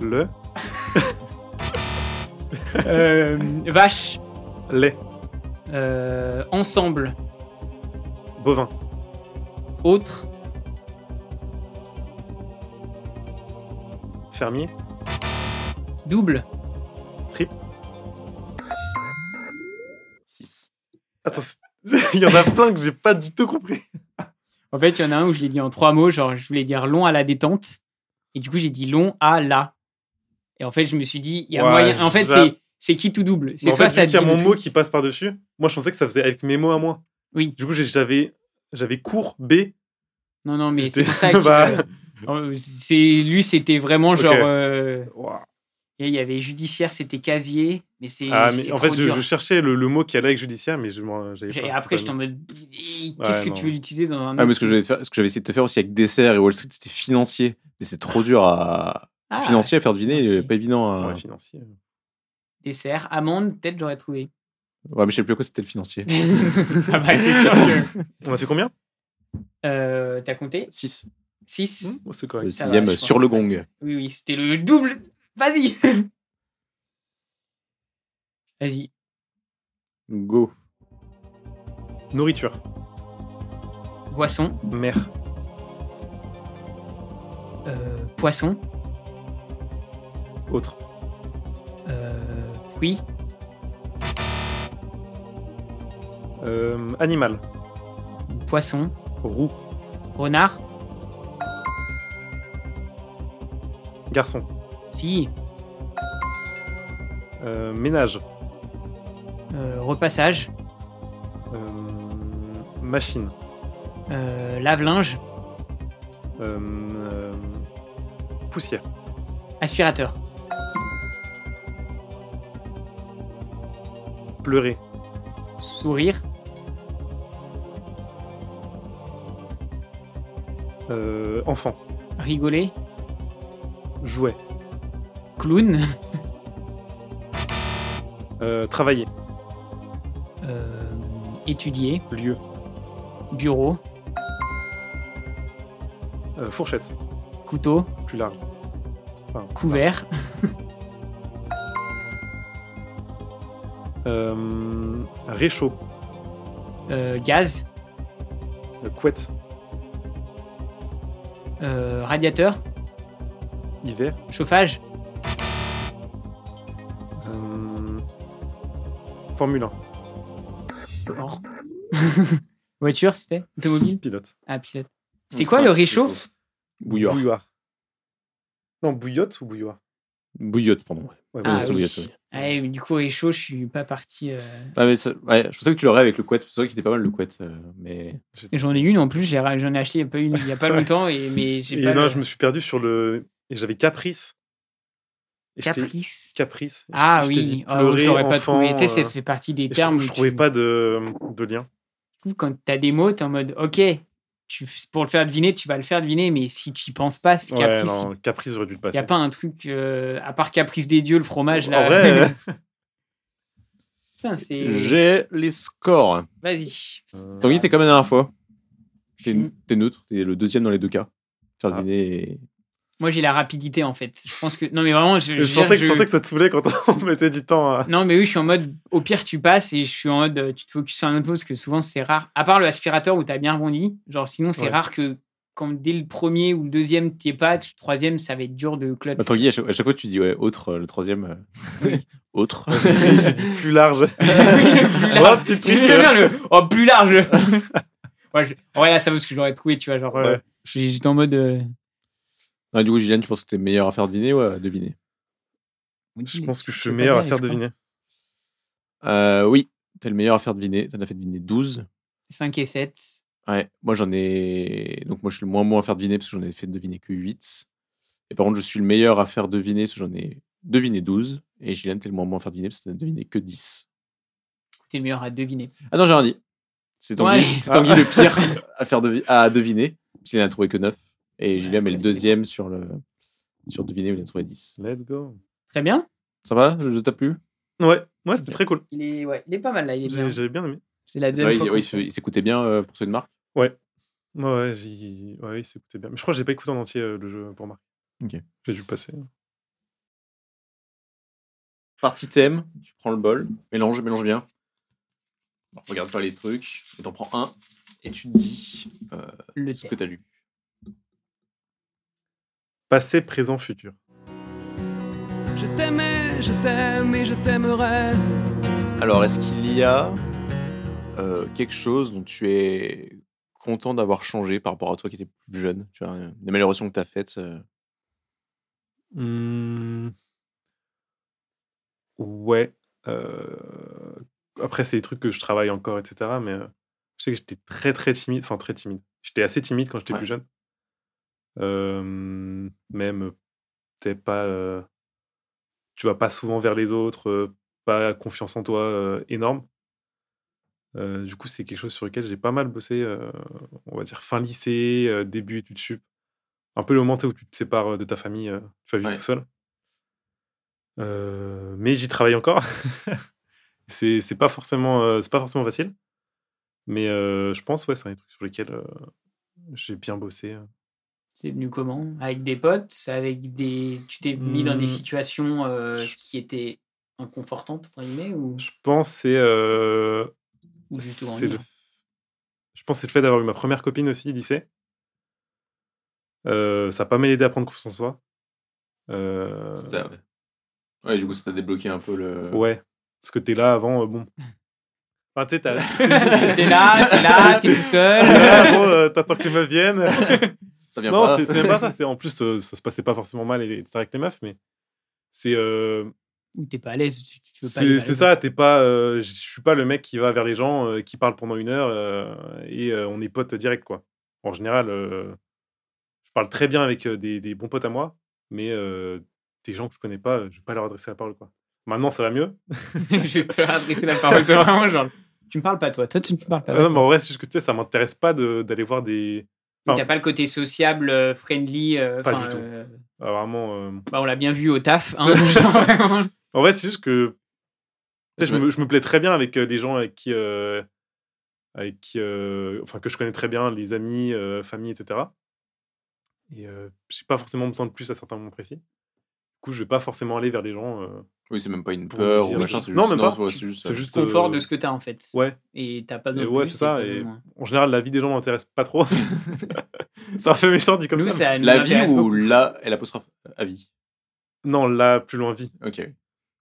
Speaker 7: Le.
Speaker 6: euh, vache,
Speaker 7: Lait.
Speaker 6: euh, ensemble,
Speaker 7: Bovin.
Speaker 6: autre,
Speaker 7: Fermier.
Speaker 6: double.
Speaker 7: Trip.
Speaker 3: 6.
Speaker 7: Attends, c'est- il y en a plein que j'ai pas du tout compris.
Speaker 6: En fait, il y en a un où je l'ai dit en trois mots, genre je voulais dire long à la détente, et du coup j'ai dit long à la. Et en fait, je me suis dit, il y a
Speaker 7: Ouais,
Speaker 6: moyen. En fait,
Speaker 7: ça-
Speaker 6: c'est c'est qui tout double.
Speaker 7: Mais
Speaker 6: C'est
Speaker 7: en
Speaker 6: soit
Speaker 7: fait,
Speaker 6: ça
Speaker 7: vu qu'il y a
Speaker 6: dit
Speaker 7: mon
Speaker 6: le
Speaker 7: mot
Speaker 6: tout-
Speaker 7: qui passe par-dessus, moi je pensais que ça faisait avec mes mots à moi.
Speaker 6: Oui.
Speaker 7: Du coup, j'ai- j'avais j'avais court B.
Speaker 6: Non, non, mais c'est
Speaker 7: J'étais-
Speaker 6: pour ça que
Speaker 7: Bah,
Speaker 6: euh, c'est lui, c'était vraiment genre.
Speaker 7: Ok.
Speaker 6: euh,
Speaker 7: ouah.
Speaker 6: et il y avait judiciaire, c'était casier, mais c'est.
Speaker 7: Ah, mais
Speaker 6: c'est
Speaker 7: en fait,
Speaker 6: trop
Speaker 7: je,
Speaker 6: dur.
Speaker 7: je cherchais le, le mot qui allait avec judiciaire, mais je m'en- j'avais pas.
Speaker 6: Et après,
Speaker 7: c'est
Speaker 6: je
Speaker 7: pas
Speaker 6: t'en
Speaker 7: le
Speaker 6: mode. Qu'est-ce
Speaker 7: Ouais,
Speaker 6: que
Speaker 7: non.
Speaker 6: tu veux l'utiliser dans un.
Speaker 3: Ah, mais
Speaker 6: autre-
Speaker 3: ce que j'avais fait- ce que j'avais essayé de te faire aussi avec dessert et Wall Street, c'était financier. Mais c'est trop dur à.
Speaker 6: Ah,
Speaker 3: financier à faire deviner,
Speaker 6: financier.
Speaker 3: euh, pas évident
Speaker 7: nom.
Speaker 3: à.
Speaker 7: Ouais,
Speaker 3: Ouais,
Speaker 7: financier.
Speaker 6: Ah, Dessert, amande, peut-être j'aurais trouvé.
Speaker 3: mais je sais plus à quoi c'était le financier.
Speaker 6: ah, bah, c'est sûr que.
Speaker 7: On a fait combien
Speaker 6: Euh, T'as compté
Speaker 3: 6.
Speaker 6: 6
Speaker 7: Oh, C'est
Speaker 3: Le
Speaker 7: correct.
Speaker 6: Ça va,
Speaker 3: sixième
Speaker 6: je pense
Speaker 3: sur le
Speaker 6: que ça
Speaker 3: gong.
Speaker 6: Oui, oui, c'était le double. Vas-y. Vas-y.
Speaker 3: Go.
Speaker 7: Nourriture.
Speaker 6: Boisson,
Speaker 7: Mer.
Speaker 6: euh, poisson,
Speaker 7: Autre.
Speaker 6: euh, fruits,
Speaker 7: Euh, animal.
Speaker 6: poisson,
Speaker 7: Roux.
Speaker 6: renard,
Speaker 7: Garçon.
Speaker 6: fille,
Speaker 7: Euh, ménage.
Speaker 6: euh, repassage,
Speaker 7: Euh, machine.
Speaker 6: euh, lave-linge,
Speaker 7: Euh, euh, poussière.
Speaker 6: aspirateur,
Speaker 7: Pleurer.
Speaker 6: sourire,
Speaker 7: Euh, enfant.
Speaker 6: rigoler,
Speaker 7: Jouet.
Speaker 6: clown,
Speaker 7: Euh, travailler.
Speaker 6: euh, étudier,
Speaker 7: Lieu.
Speaker 6: bureau,
Speaker 7: Euh, fourchette.
Speaker 6: couteau,
Speaker 7: Plus large. Enfin,
Speaker 6: couvert,
Speaker 7: Euh, réchaud.
Speaker 6: euh, gaz,
Speaker 7: Euh, couette.
Speaker 6: euh, radiateur,
Speaker 7: Hiver.
Speaker 6: chauffage,
Speaker 7: Euh, Formule 1.
Speaker 6: or. voiture, c'était automobile.
Speaker 7: Pilote.
Speaker 6: Ah, pilote. C'est quoi le réchaud
Speaker 3: Bouillard.
Speaker 7: Bouilloire. Non, bouillotte ou bouilloire
Speaker 3: Bouillotte, pardon. ouais.
Speaker 7: Ouais,
Speaker 6: Ah,
Speaker 7: bouillotte.
Speaker 3: c'est
Speaker 6: oui.
Speaker 3: bouillotte, ouais.
Speaker 6: Ah, mais du coup, réchaud, je suis pas parti. euh,
Speaker 3: Ah, mais ça- ouais, je pensais que tu l'aurais avec le couette. C'est vrai que c'était pas mal le couette. euh, mais
Speaker 6: Et J'en ai une en plus, j'ai ra- j'en ai acheté il n'y a pas, une, il y a pas longtemps, et, mais j'ai
Speaker 7: Et
Speaker 6: pas.
Speaker 7: non,
Speaker 6: le
Speaker 7: je me suis perdu sur le. Et j'avais caprice. Et j'étais-
Speaker 6: Caprice.
Speaker 7: Caprice.
Speaker 6: Ah
Speaker 7: Je- je t'ai dit
Speaker 6: oui, oh,
Speaker 7: pleurer,
Speaker 6: j'aurais pas
Speaker 7: enfant,
Speaker 6: trouvé. Tu sais,
Speaker 7: euh,
Speaker 6: ça fait partie des
Speaker 7: et je
Speaker 6: termes.
Speaker 7: trou- Je,
Speaker 6: où
Speaker 7: trouvais
Speaker 6: tu-
Speaker 7: pas de, de lien.
Speaker 6: je trouve quand tu as des mots, tu en mode OK, tu, pour le faire deviner, tu vas le faire deviner, mais si tu y penses pas, c'est
Speaker 7: Ouais,
Speaker 6: caprice.
Speaker 7: non, caprice, j'aurais dû
Speaker 6: Il
Speaker 7: le
Speaker 6: n'y
Speaker 7: passer.
Speaker 6: a pas un truc, euh, à part caprice des dieux, le fromage, là.
Speaker 7: En vrai, euh,
Speaker 6: Putain, c'est.
Speaker 3: j'ai les scores.
Speaker 6: Vas-y.
Speaker 3: Tanguy, t'es comme la dernière fois.
Speaker 6: Je
Speaker 3: T'es
Speaker 6: suis-
Speaker 3: t'es neutre. T'es le deuxième dans les deux cas. Faire
Speaker 7: Ah.
Speaker 3: deviner. et-
Speaker 6: Moi, j'ai la rapidité, en fait. Je pense que. Non, mais vraiment, je.
Speaker 7: je,
Speaker 6: je-
Speaker 7: sentais que, je
Speaker 6: je-
Speaker 7: sentais que ça te saoulait quand on mettait du temps à.
Speaker 6: Non, mais oui, je suis en mode, au pire, tu passes et je suis en mode, euh, tu te focuses sur un autre mot parce que souvent, c'est rare. À part le aspirateur où tu as bien rebondi, genre, sinon, c'est
Speaker 7: Ouais.
Speaker 6: rare que quand dès le premier ou le deuxième, t'y es pas, tu- le troisième, ça va être dur de club.
Speaker 3: Bah, Tanguy, à chaque, à chaque fois, tu dis ouais, autre, euh, le troisième. euh, autre.
Speaker 7: J'ai j'ai dit plus large.
Speaker 6: plus
Speaker 7: Ouais, petite
Speaker 6: C'est
Speaker 7: triche.
Speaker 6: bien, bien, le- oh, plus large ouais, je- en vrai, là, ça vaut ce que je l'aurais trouvé, tu vois, genre, euh,
Speaker 7: Ouais.
Speaker 6: j'ai- j'étais en mode. euh,
Speaker 3: Ah, du coup, Gillian, tu penses que t'es meilleur à faire deviner ou à deviner
Speaker 7: Je pense que je suis
Speaker 6: pas
Speaker 7: meilleur à
Speaker 6: bien,
Speaker 7: faire
Speaker 6: Alexandre.
Speaker 7: deviner.
Speaker 3: Euh, Oui, t'es le meilleur à faire deviner. T'en as fait deviner 12.
Speaker 6: 5 et 7.
Speaker 3: Ouais, moi j'en ai. Donc moi je suis le moins bon à faire deviner parce que j'en ai fait deviner que 8. Et par contre, je suis le meilleur à faire deviner parce que j'en ai deviné 12. Et Gillian, t'es le moins bon à faire deviner parce que t'as deviné que 10.
Speaker 6: T'es le meilleur à deviner.
Speaker 3: Ah non, j'ai rien dit. C'est
Speaker 6: Ouais,
Speaker 3: Tanguy,
Speaker 6: allez.
Speaker 3: c'est Tanguy le pire à, faire devi- à deviner, parce qu'il n'en a trouvé que 9. Et Julien est le deuxième sur, le, sur deviner où il en a trouvé 10.
Speaker 7: Let's go.
Speaker 6: Très bien.
Speaker 3: Ça va Je, je tape plus
Speaker 7: Ouais, ouais c'était très cool.
Speaker 6: Il est, ouais, il est pas mal là, il est bien.
Speaker 7: J'ai- J'avais bien aimé.
Speaker 6: C'est la
Speaker 3: C'est vrai,
Speaker 6: deuxième
Speaker 3: il,
Speaker 6: fois.
Speaker 3: ouais, il
Speaker 6: qu'on
Speaker 3: se-
Speaker 6: fait.
Speaker 3: il s'écoutait bien euh, pour ceux de Marc.
Speaker 7: Ouais, ouais, j'ai- ouais, il s'écoutait bien. Mais je crois que j'ai pas écouté en entier euh, le jeu pour Marc.
Speaker 3: Ok.
Speaker 7: J'ai dû passer.
Speaker 3: Partie thème, tu prends le bol, mélange, mélange bien. Alors, regarde pas les trucs, et t'en prends un, et tu te dis euh,
Speaker 6: Le
Speaker 3: ce que t'as lu.
Speaker 7: Passé, présent, futur.
Speaker 8: Je t'aimais, je t'aime et je t'aimerai.
Speaker 3: Alors, est-ce qu'il y a euh, quelque chose dont tu es content d'avoir changé par rapport à toi qui étais plus jeune Tu as une amélioration que tu as faite euh,
Speaker 7: Hmm. Ouais. euh, Après, c'est des trucs que je travaille encore, etc. Mais euh, je sais que j'étais très, très timide. Enfin, très timide. J'étais assez timide quand j'étais
Speaker 3: Ouais.
Speaker 7: plus jeune. Euh, Même, t'es pas. euh, Tu vas pas souvent vers les autres, euh, pas confiance en toi euh, énorme. Euh, du coup, c'est quelque chose sur lequel j'ai pas mal bossé, euh, on va dire fin lycée, euh, début études sup. Un peu le moment tu sais, où tu te sépares euh, de ta famille, euh, tu vas vivre
Speaker 3: Ouais.
Speaker 7: tout seul. Euh, mais j'y travaille encore. c'est c'est pas forcément euh, c'est pas forcément facile, mais euh, je pense ouais c'est un des trucs sur lesquels euh, j'ai bien bossé.
Speaker 6: C'est venu comment Avec des potes Avec des. Tu t'es mis dans des
Speaker 7: Hmm.
Speaker 6: situations euh,
Speaker 7: Je-
Speaker 6: qui étaient inconfortantes entre guillemets ou,
Speaker 7: Je pense c'est euh,
Speaker 6: ou du tout en
Speaker 7: C'est le-
Speaker 6: lien
Speaker 7: Je pense que c'est le fait d'avoir eu ma première copine aussi, lycée. Euh, ça a pas mal aidé à prendre confiance en soi. Euh,
Speaker 3: c'était- Ouais, du coup, ça t'a débloqué un peu le.
Speaker 6: euh,
Speaker 7: Ouais. Parce que t'es là avant, euh, bon. Enfin, tu sais, t'as-
Speaker 6: T'es là, t'es là, t'es tout seul.
Speaker 7: t'es là, bon, euh, t'attends que les meufs viennent.
Speaker 3: Ça vient
Speaker 7: non,
Speaker 3: pas.
Speaker 7: c'est c'est même pas ça. c'est- En plus, euh, ça se passait pas forcément mal, et- etc. avec les meufs, mais c'est. euh,
Speaker 6: Ou t'es pas à l'aise, tu, tu veux pas. aller
Speaker 7: C'est
Speaker 6: vers
Speaker 7: c'est
Speaker 6: les
Speaker 7: ça, t'es pas, euh, je suis pas le mec qui va vers les gens, euh, qui parle pendant une heure euh, et euh, on est potes direct quoi. En général, euh, je parle très bien avec euh, des, des bons potes à moi, mais euh, des gens que je connais pas, euh, je vais pas leur adresser la parole quoi. Maintenant ça va mieux.
Speaker 6: autres. je vais pas leur adresser la parole. C'est vraiment genre. Tu me parles pas toi. Toi tu ne me parles pas.
Speaker 7: Ah non, mais en vrai, c'est juste que tu sais, ça m'intéresse pas de- d'aller voir des.
Speaker 6: Donc, T'as pas le côté sociable, euh, friendly. euh,
Speaker 7: Pas
Speaker 6: enfin,
Speaker 7: du tout.
Speaker 6: euh,
Speaker 7: ah, vraiment. euh,
Speaker 6: bah, on l'a bien vu au taf. hein, genre, vraiment.
Speaker 7: En vrai, c'est juste que tu sais, je,
Speaker 3: Ouais.
Speaker 7: me, je me plais très bien avec euh, les gens avec qui, euh, avec qui, euh, enfin que je connais très bien, les amis, euh, famille, etc. Et euh, j'ai pas forcément besoin de plus à certains moments précis. Du coup, je vais pas forcément aller vers les gens. euh,
Speaker 3: Oui, c'est même pas une
Speaker 7: Pour
Speaker 3: peur
Speaker 7: dire-
Speaker 3: ou machin. c'est
Speaker 7: Non,
Speaker 3: juste-
Speaker 7: même pas.
Speaker 3: ouais, c'est juste.
Speaker 7: c'est juste
Speaker 6: confort
Speaker 7: euh,
Speaker 6: de ce que t'as en fait.
Speaker 7: Ouais.
Speaker 6: Et t'as pas
Speaker 7: Et
Speaker 6: de.
Speaker 7: ouais, c'est ça, et- En général, la vie des gens m'intéresse pas trop. c'est un peu méchant dit comme
Speaker 6: Nous,
Speaker 7: ça. hein.
Speaker 6: ça nous
Speaker 3: La
Speaker 6: intéresse
Speaker 3: vie ou
Speaker 6: beaucoup.
Speaker 3: la et l'apostrophe à vie.
Speaker 7: Non, là, plus loin vie.
Speaker 3: Ok.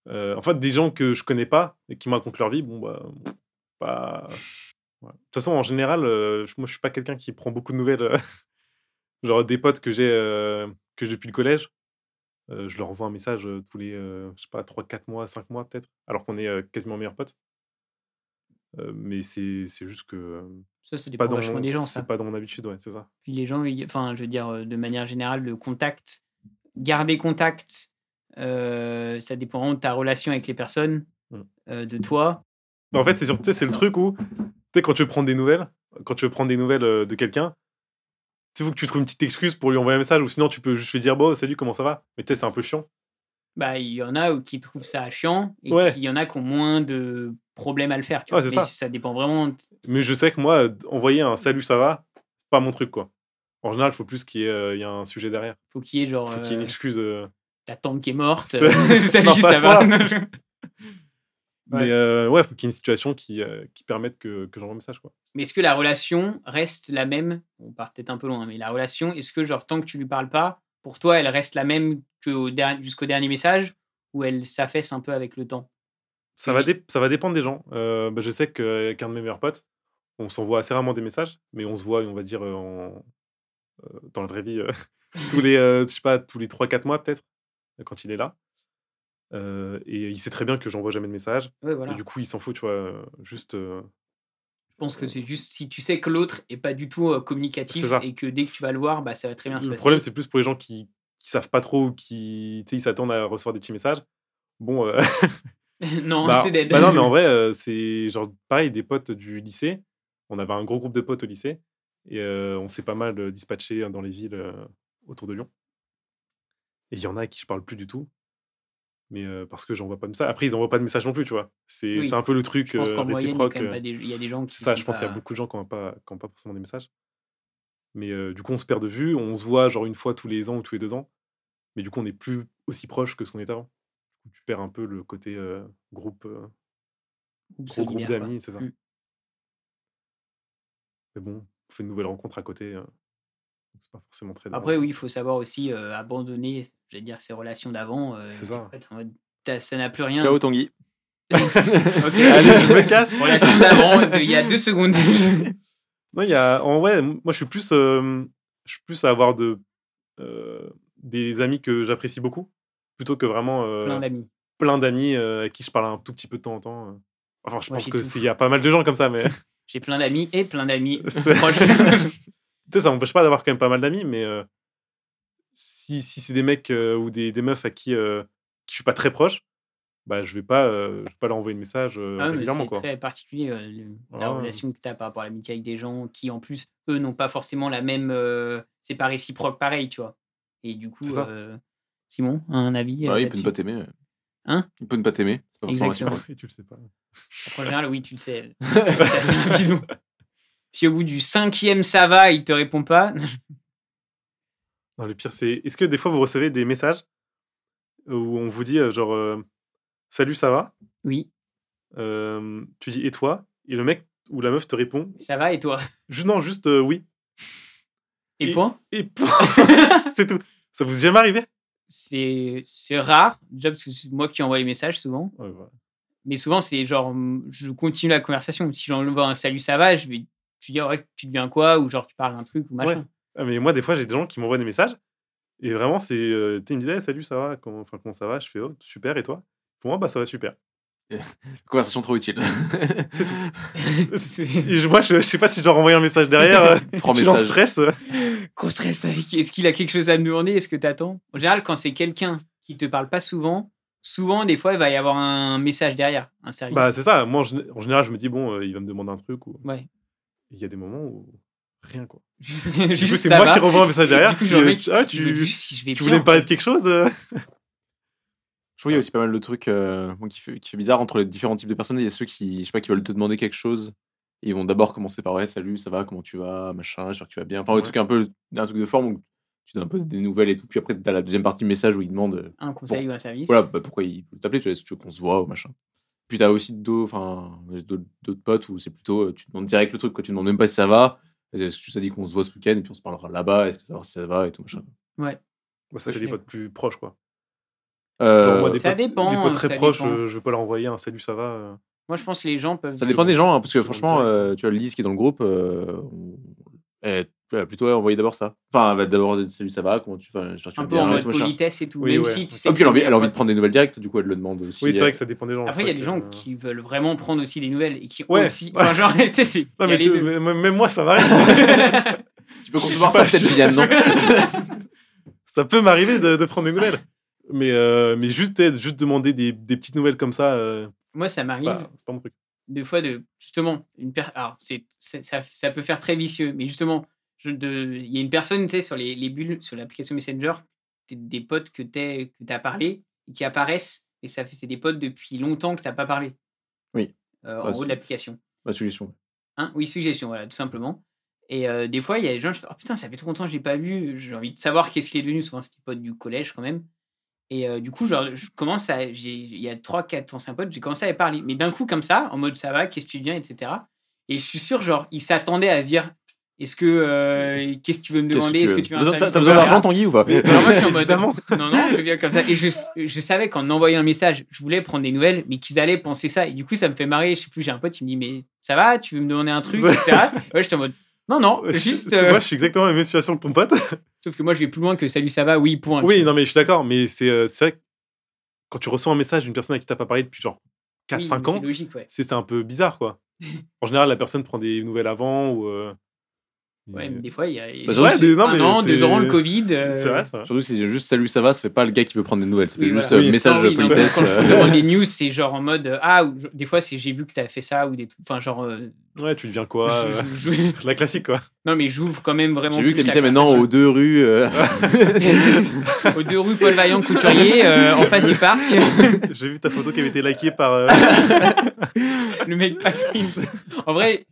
Speaker 7: Euh, en fait, des gens que je connais pas et qui me racontent leur vie, bon, bah. pas- ouais. De toute façon, en général, euh, je- moi, je suis pas quelqu'un qui prend beaucoup de nouvelles. euh, Genre, des potes que j'ai euh, que j'ai depuis le collège, euh, je leur envoie un message euh, tous les, euh, je sais pas, 3, 4 mois, 5 mois peut-être, alors qu'on est euh, quasiment meilleurs potes. Euh, mais c'est c'est juste que. euh,
Speaker 6: Ça, c'est
Speaker 7: c'est
Speaker 6: des
Speaker 7: pas, dans
Speaker 6: vachement
Speaker 7: mon-
Speaker 6: des gens,
Speaker 7: c'est
Speaker 6: ça.
Speaker 7: pas dans mon habitude, ouais, c'est ça.
Speaker 6: Puis les gens, ils- enfin, je veux dire, euh, de manière générale, le contact, garder contact, euh, ça dépend vraiment de ta relation avec les personnes,
Speaker 7: Mm.
Speaker 6: euh, de toi.
Speaker 7: En fait, c'est sur- tu sais, c'est le truc où, tu sais, quand tu veux prendre des nouvelles, quand tu veux prendre des nouvelles euh, de quelqu'un, tu sais, faut que tu trouves une petite excuse pour lui envoyer un message, ou sinon tu peux juste lui dire, bon, salut, comment ça va Mais tu sais, c'est un peu chiant.
Speaker 6: Bah, il y en a qui trouvent ça chiant et
Speaker 7: Ouais.
Speaker 6: puis il y en a qui ont moins de problèmes à le faire. Tu
Speaker 7: Ouais,
Speaker 6: vois.
Speaker 7: c'est
Speaker 6: Mais
Speaker 7: ça.
Speaker 6: dépend vraiment. de-
Speaker 7: Mais je sais que moi, euh, envoyer un salut, ça va, c'est pas mon truc, quoi. En général, il faut plus qu'il y, ait, euh, il y a un sujet derrière.
Speaker 6: Faut qu'il y ait genre
Speaker 7: faut qu'il y ait une
Speaker 6: euh,
Speaker 7: excuse. euh,
Speaker 6: ta tante qui est morte.
Speaker 7: C'est-
Speaker 6: Salut,
Speaker 7: Non, pas
Speaker 6: ça
Speaker 7: à ce
Speaker 6: va.
Speaker 7: Mais euh, ouais, faut qu'il y ait une situation qui, euh, qui permette que, que j'envoie un message, quoi.
Speaker 6: Mais est-ce que la relation reste la même On part peut-être un peu loin, mais la relation, est-ce que, genre, tant que tu lui parles pas, pour toi, elle reste la même que au der- jusqu'au dernier message ou elle s'affaisse un peu avec le temps
Speaker 7: Ça, va, dé- ça va dépendre des gens. Euh, bah, je sais que- qu'un de mes meilleurs potes, on s'envoie assez rarement des messages, mais on se voit, on va dire, euh, en- euh, dans la vraie vie, euh, tous les, euh, je sais pas, tous les 3-4 mois peut-être, euh, quand il est là. Euh, et il sait très bien que j'envoie jamais de message.
Speaker 6: Ouais, voilà.
Speaker 7: Et du coup, il s'en fout, tu vois. euh, Juste, euh,
Speaker 6: Je pense que c'est juste si tu sais que l'autre est pas du tout euh,
Speaker 7: C'est
Speaker 6: communicatif
Speaker 7: ça.
Speaker 6: et que dès que tu vas le voir, bah, ça va très bien se
Speaker 7: le
Speaker 6: passer.
Speaker 7: problème, c'est plus pour les gens qui, qui savent pas trop ou qui, tu sais, ils s'attendent à recevoir des petits messages. Bon, euh,
Speaker 6: non,
Speaker 7: Bah,
Speaker 6: c'est dead.
Speaker 7: bah non, mais en vrai, euh, c'est genre pareil, des potes du lycée. on avait un gros groupe de potes au lycée et euh, on s'est pas mal euh, dispatché dans les villes euh, autour de Lyon. Et il y en a à qui je parle plus du tout, mais euh, parce que j'envoie pas de message. Après, ils envoient pas de message non plus, tu vois. C'est
Speaker 6: Oui.
Speaker 7: c'est un peu le truc
Speaker 6: Je pense
Speaker 7: euh,
Speaker 6: qu'en moyenne, il y a
Speaker 7: réciproque.
Speaker 6: quand même
Speaker 7: euh,
Speaker 6: pas des- il y a des gens qui.
Speaker 7: c'est ça,
Speaker 6: sont
Speaker 7: je pense qu'il y a
Speaker 6: pas-
Speaker 7: beaucoup de gens qui n'ont pas, qui ont pas forcément des messages. Mais euh, du coup, on se perd de vue, on se voit genre une fois tous les ans ou tous les deux ans. Mais du coup, on n'est plus aussi proche que ce qu'on était avant. Du coup, Tu perds un peu le côté euh, groupe, euh, gros groupe
Speaker 6: solidaires, quoi.
Speaker 7: d'amis, c'est ça.
Speaker 6: Mm.
Speaker 7: Mais bon, on fait une nouvelle rencontre à côté. euh, donc c'est pas forcément très.
Speaker 6: Après, oui, il faut savoir aussi euh, abandonner, j'allais dire, ces relations d'avant. euh,
Speaker 7: C'est
Speaker 6: qui,
Speaker 7: ça.
Speaker 6: en fait, en mode, t'as- ça n'a plus rien.
Speaker 3: Ciao Tanguy.
Speaker 6: Ok.
Speaker 3: Allez, je me casse.
Speaker 6: Relations d'avant, de- il y a deux secondes.
Speaker 7: Euh. Non, il y a. En ouais, m- moi, je suis plus, euh, je suis plus à avoir de euh, des amis que j'apprécie beaucoup, plutôt que vraiment euh,
Speaker 6: Plein d'amis.
Speaker 7: plein d'amis euh, à qui je parle un tout petit peu de temps en temps. euh. Enfin, je
Speaker 6: Moi,
Speaker 7: pense
Speaker 6: j'ai
Speaker 7: que
Speaker 6: tout.
Speaker 7: c'est- il y a pas mal de gens comme ça, mais
Speaker 6: J'ai plein d'amis et plein d'amis
Speaker 7: C'est- Euh,
Speaker 6: proches.
Speaker 7: tu sais, ça m'empêche pas d'avoir quand même pas mal d'amis, mais euh, si, si c'est des mecs euh, ou des, des meufs à qui, euh, qui je suis pas très proche, bah je vais pas, euh, je vais pas leur envoyer de message euh,
Speaker 6: Ah ouais, mais
Speaker 7: régulièrement
Speaker 6: c'est
Speaker 7: quoi. Ah
Speaker 6: très particulier euh, le-
Speaker 7: Ouais.
Speaker 6: la relation que tu as par rapport à l'amitié avec des gens qui, en plus, eux, n'ont pas forcément la même. euh, c'est pas réciproque pareil, tu vois. Et du coup,
Speaker 7: C'est ça.
Speaker 6: euh, Simon, un avis euh,
Speaker 3: Bah oui, il peut
Speaker 6: là-dessus
Speaker 3: ne pas t'aimer. ouais.
Speaker 6: Hein
Speaker 3: Il peut ne pas t'aimer. C'est pas forcément
Speaker 6: Exactement.
Speaker 3: réciproque.
Speaker 7: Et tu le sais pas.
Speaker 6: En général, oui, tu le sais. C'est assez rapidement. Si au bout du cinquième ça va, il te répond pas.
Speaker 7: Non, le pire c'est, est-ce que des fois vous recevez des messages où on vous dit euh, genre euh, salut ça va,
Speaker 6: Oui,
Speaker 7: Euh, tu dis et toi, et le mec ou la meuf te répond
Speaker 6: ça va et toi
Speaker 7: Ju- non juste euh, oui
Speaker 6: Et
Speaker 7: Et-
Speaker 6: point
Speaker 7: et c'est tout. Ça vous est jamais arrivé
Speaker 6: C'est c'est rare, déjà parce que c'est moi qui envoie les messages souvent.
Speaker 7: Ouais, voilà.
Speaker 6: Mais souvent, c'est genre, hum, je continue la conversation. Si j'envoie un salut, ça va, je vais je vais dire, ouais, tu deviens quoi Ou genre, tu parles un truc ou machin.
Speaker 7: Ah, mais moi, des fois, j'ai des gens qui m'envoient des messages. Et vraiment, c'est. Euh, tu sais, ils me disent, Eh, salut, ça va comment, enfin, comment ça va Je fais, oh, super, et toi Pour moi, bah, ça va super.
Speaker 3: Conversation trop utile.
Speaker 7: C'est tout.
Speaker 6: C'est-
Speaker 7: Et je- moi, je, je sais pas si je leur envoie un message derrière. euh,
Speaker 3: Trois
Speaker 7: je suis en
Speaker 3: messages.
Speaker 7: stress. euh.
Speaker 6: Gros stress avec- Est-ce qu'il a quelque chose à me demander Est-ce que t'attends En général, quand c'est quelqu'un qui te parle pas souvent, souvent, des fois, il va y avoir un message derrière, un service.
Speaker 7: Bah, c'est ça. Moi, en, gén- en général, je me dis, bon, euh, il va me demander un truc. Ou...
Speaker 6: Ouais.
Speaker 7: Il y a des moments où. Rien, quoi.
Speaker 6: Juste,
Speaker 7: Du coup, c'est
Speaker 6: ça
Speaker 7: moi
Speaker 6: va.
Speaker 7: qui renvoie un message derrière.
Speaker 6: Du coup,
Speaker 7: puis,
Speaker 6: genre,
Speaker 7: euh,
Speaker 6: mec,
Speaker 7: ah,
Speaker 6: je veux
Speaker 7: tu,
Speaker 6: juste si je vais
Speaker 7: tu
Speaker 6: bien,
Speaker 7: voulais me
Speaker 6: en
Speaker 7: parler de
Speaker 6: fait.
Speaker 7: quelque chose euh
Speaker 3: Je trouve qu'il y a aussi pas mal de trucs euh, moi, qui, fait, qui fait bizarre entre les différents types de personnes. Il y a ceux qui, je sais pas, qui veulent te demander quelque chose. Et ils vont d'abord commencer par ouais, salut, ça va, comment tu vas, machin, j'espère que tu vas bien. Enfin, le
Speaker 7: Ouais.
Speaker 3: truc un peu, un truc de forme où tu donnes un peu des nouvelles et tout. Puis après, t'as la deuxième partie du message où ils demandent euh,
Speaker 6: Un conseil ou un service.
Speaker 3: voilà, bah, pourquoi il peut t'appeler, tu vois, est-ce que tu veux qu'on se voit ou machin. Puis t'as aussi d'autres enfin, j'ai d'autres d'autres potes où c'est plutôt, euh, tu demandes direct le truc, quoi. tu demandes même pas si ça va. Est-ce que tu t'as dit qu'on se voit ce week-end et puis on se parlera là-bas, est-ce que ça va, si ça va et tout machin.
Speaker 7: Bah, Ça,
Speaker 6: Ouais, je
Speaker 7: c'est les
Speaker 6: suis
Speaker 7: potes plus proches, quoi.
Speaker 3: Euh,
Speaker 7: Genre, moi, des
Speaker 6: ça
Speaker 7: potes,
Speaker 6: dépend,
Speaker 7: Des potes
Speaker 6: ça
Speaker 7: très proches,
Speaker 6: dépend.
Speaker 7: euh, je vais pas leur envoyer un salut, ça va. euh.
Speaker 6: Moi, je pense que les gens peuvent.
Speaker 3: Ça dépend des gens, hein, parce que
Speaker 7: Ouais,
Speaker 3: franchement,
Speaker 7: exact.
Speaker 3: euh, tu vois, Lise qui est dans le groupe, euh, on- elle elle a plutôt envoyé d'abord ça. Enfin, elle va d'abord dire, salut, ça va, comment tu, enfin, j'espère que tu
Speaker 6: Un
Speaker 3: vas
Speaker 6: peu en
Speaker 3: bien, et
Speaker 6: mode
Speaker 3: tout, machin.
Speaker 6: politesse et tout.
Speaker 7: Oui,
Speaker 6: même
Speaker 7: ouais.
Speaker 6: si tu sais
Speaker 3: Et Ah, puis elle a,
Speaker 6: que-
Speaker 3: envie, elle a envie de prendre des nouvelles directes, du coup elle le demande aussi.
Speaker 7: Oui, c'est vrai
Speaker 3: euh,
Speaker 7: que ça dépend des gens. c'est
Speaker 6: Après, il y a
Speaker 7: vrai
Speaker 6: des
Speaker 7: que,
Speaker 6: gens
Speaker 7: euh,
Speaker 6: qui veulent vraiment prendre aussi des nouvelles et qui ont
Speaker 7: Ouais.
Speaker 6: aussi. Enfin, genre, tu sais, c'est-
Speaker 7: Non,
Speaker 6: il y a
Speaker 7: mais
Speaker 6: les
Speaker 7: tu-
Speaker 6: deux.
Speaker 7: mais- même moi, ça va.
Speaker 3: Tu peux
Speaker 7: Je
Speaker 3: concevoir
Speaker 7: sais
Speaker 3: ça
Speaker 7: pas,
Speaker 3: peut-être,
Speaker 7: je-
Speaker 3: Kylian, non
Speaker 7: ça peut m'arriver de, de prendre des nouvelles. Mais, euh, mais juste, eh, juste demander des, des petites nouvelles comme ça, euh,
Speaker 6: Moi, ça m'arrive
Speaker 7: bah, c'est pas mon truc.
Speaker 6: des fois de justement une per- alors c'est c'est- ça, ça peut faire très vicieux, mais justement je- de- il y a une personne tu sais sur les, les bulles sur l'application Messenger, t'es- des potes que t'es que t'as parlé et qui apparaissent et ça fait c'est des potes depuis longtemps que t'as pas parlé.
Speaker 3: Oui.
Speaker 6: Euh, en
Speaker 3: Bah,
Speaker 6: haut de
Speaker 3: c'est-
Speaker 6: l'application.
Speaker 3: Ma suggestion.
Speaker 6: Hein oui, suggestion, voilà, tout simplement. Et euh, des fois, il y a des gens, je fais, oh, putain, ça fait trop longtemps que je l'ai pas vu, j'ai envie de savoir qu'est-ce qu'il est devenu, souvent c'était pote du collège quand même. Et euh, du coup, genre, je commence à, j'ai- il y a 3, 4, 5 potes, j'ai commencé à les parler. Mais d'un coup, comme ça, en mode ça va, qu'est-ce que tu viens, etc. Et je suis sûr, genre, ils s'attendaient à se dire, est-ce que, euh, qu'est-ce que tu veux me
Speaker 3: Qu'est-ce
Speaker 6: demander, est-ce que tu veux
Speaker 3: T'as
Speaker 6: un
Speaker 3: besoin- t'as-
Speaker 6: service
Speaker 3: t'as besoin
Speaker 6: etc.
Speaker 3: d'argent, Tanguy, ou pas
Speaker 6: Alors moi, je suis en mode,
Speaker 7: Évidemment.
Speaker 6: non, non, je viens comme ça. Et je, je savais qu'en envoyant un message, je voulais prendre des nouvelles, mais qu'ils allaient penser ça. Et du coup, ça me fait marrer. Je sais plus, j'ai un pote qui me dit, mais ça va, tu veux me demander un truc, etc. Ouais, j'étais en mode, non, non,
Speaker 7: Bah, Je-
Speaker 6: juste.
Speaker 7: c'est-
Speaker 6: euh,
Speaker 7: Moi, je suis exactement dans la même situation que ton pote.
Speaker 6: Sauf que moi, je vais plus loin que salut, ça va, oui, point.
Speaker 7: oui, non, mais je suis d'accord. Mais c'est euh, c'est vrai que quand tu reçois un message d'une personne à qui t'as pas parlé depuis genre
Speaker 6: Oui,
Speaker 7: 4-5
Speaker 6: mais
Speaker 7: ans,
Speaker 6: C'est logique, ouais.
Speaker 7: c'est c'est un peu bizarre, quoi. En général, la personne prend des nouvelles avant ou. euh,
Speaker 6: Ouais, mais des fois, il y a
Speaker 7: Bah, surtout,
Speaker 6: ouais,
Speaker 7: c'est- non,
Speaker 6: un
Speaker 7: mais
Speaker 6: an,
Speaker 7: c'est-
Speaker 6: deux ans, le Covid. euh,
Speaker 7: C'est vrai, c'est vrai.
Speaker 3: Surtout, c'est juste salut, ça va, ça fait pas le gars qui veut prendre des nouvelles. Ça fait
Speaker 6: Oui,
Speaker 3: juste
Speaker 6: voilà.
Speaker 3: euh,
Speaker 7: Oui.
Speaker 3: message
Speaker 6: Ah oui,
Speaker 3: de
Speaker 6: non,
Speaker 3: politesse.
Speaker 6: Quand je te
Speaker 3: euh,
Speaker 6: demande les news, c'est genre en mode euh, ah ou je- des fois c'est j'ai vu que t'as fait ça ou des trucs. Enfin genre euh,
Speaker 7: Ouais, tu deviens quoi euh,
Speaker 6: je- je- je-
Speaker 7: La classique, quoi.
Speaker 6: non mais j'ouvre quand même vraiment.
Speaker 3: J'ai vu que
Speaker 6: plus la
Speaker 3: t'habitais maintenant aux
Speaker 6: conversation.
Speaker 3: deux rues. euh,
Speaker 6: aux deux rues Paul Vaillant Couturier euh, en face du parc.
Speaker 7: J'ai vu ta photo qui avait été likée par. euh,
Speaker 6: le mec pas En vrai.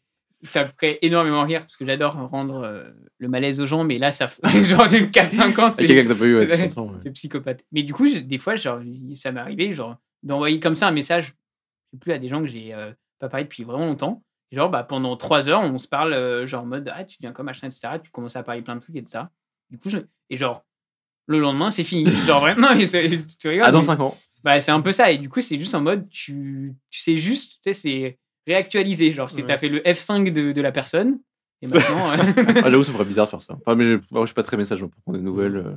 Speaker 6: Ça me ferait énormément rire parce que j'adore rendre euh, le malaise aux gens, mais là, ça fait genre 4-5 ans,
Speaker 3: Avec
Speaker 6: c'est
Speaker 3: quelqu'un que t'as pas eu, ouais, de toute façon, ouais.
Speaker 6: C'est psychopathe. Mais du coup, je- des fois, genre, ça m'est arrivé genre, d'envoyer comme ça un message, je sais plus, à des gens que j'ai euh, pas parlé depuis vraiment longtemps. Et Genre, bah, pendant trois heures, on se parle, euh, genre, en mode, ah, tu viens comme machin, etc. Tu commences à parler plein de trucs, et de ça. Du coup, je... et genre, le lendemain, c'est fini. genre, vraiment, non, mais c'est- tu tu rigoles.
Speaker 3: Ah, dans
Speaker 6: mais-
Speaker 3: 5 ans.
Speaker 6: bah, c'est un peu ça. Et du coup, c'est juste en mode, tu, tu sais juste, tu sais, c'est réactualisé. Genre, c'est
Speaker 7: Ouais.
Speaker 6: t'as fait le F5 de, de la personne. Et maintenant. euh,
Speaker 3: Ah, J'avoue, ça me ferait bizarre de faire ça. Enfin, mais je, moi, je suis pas très message pour prendre des nouvelles.
Speaker 6: Mm.
Speaker 3: euh.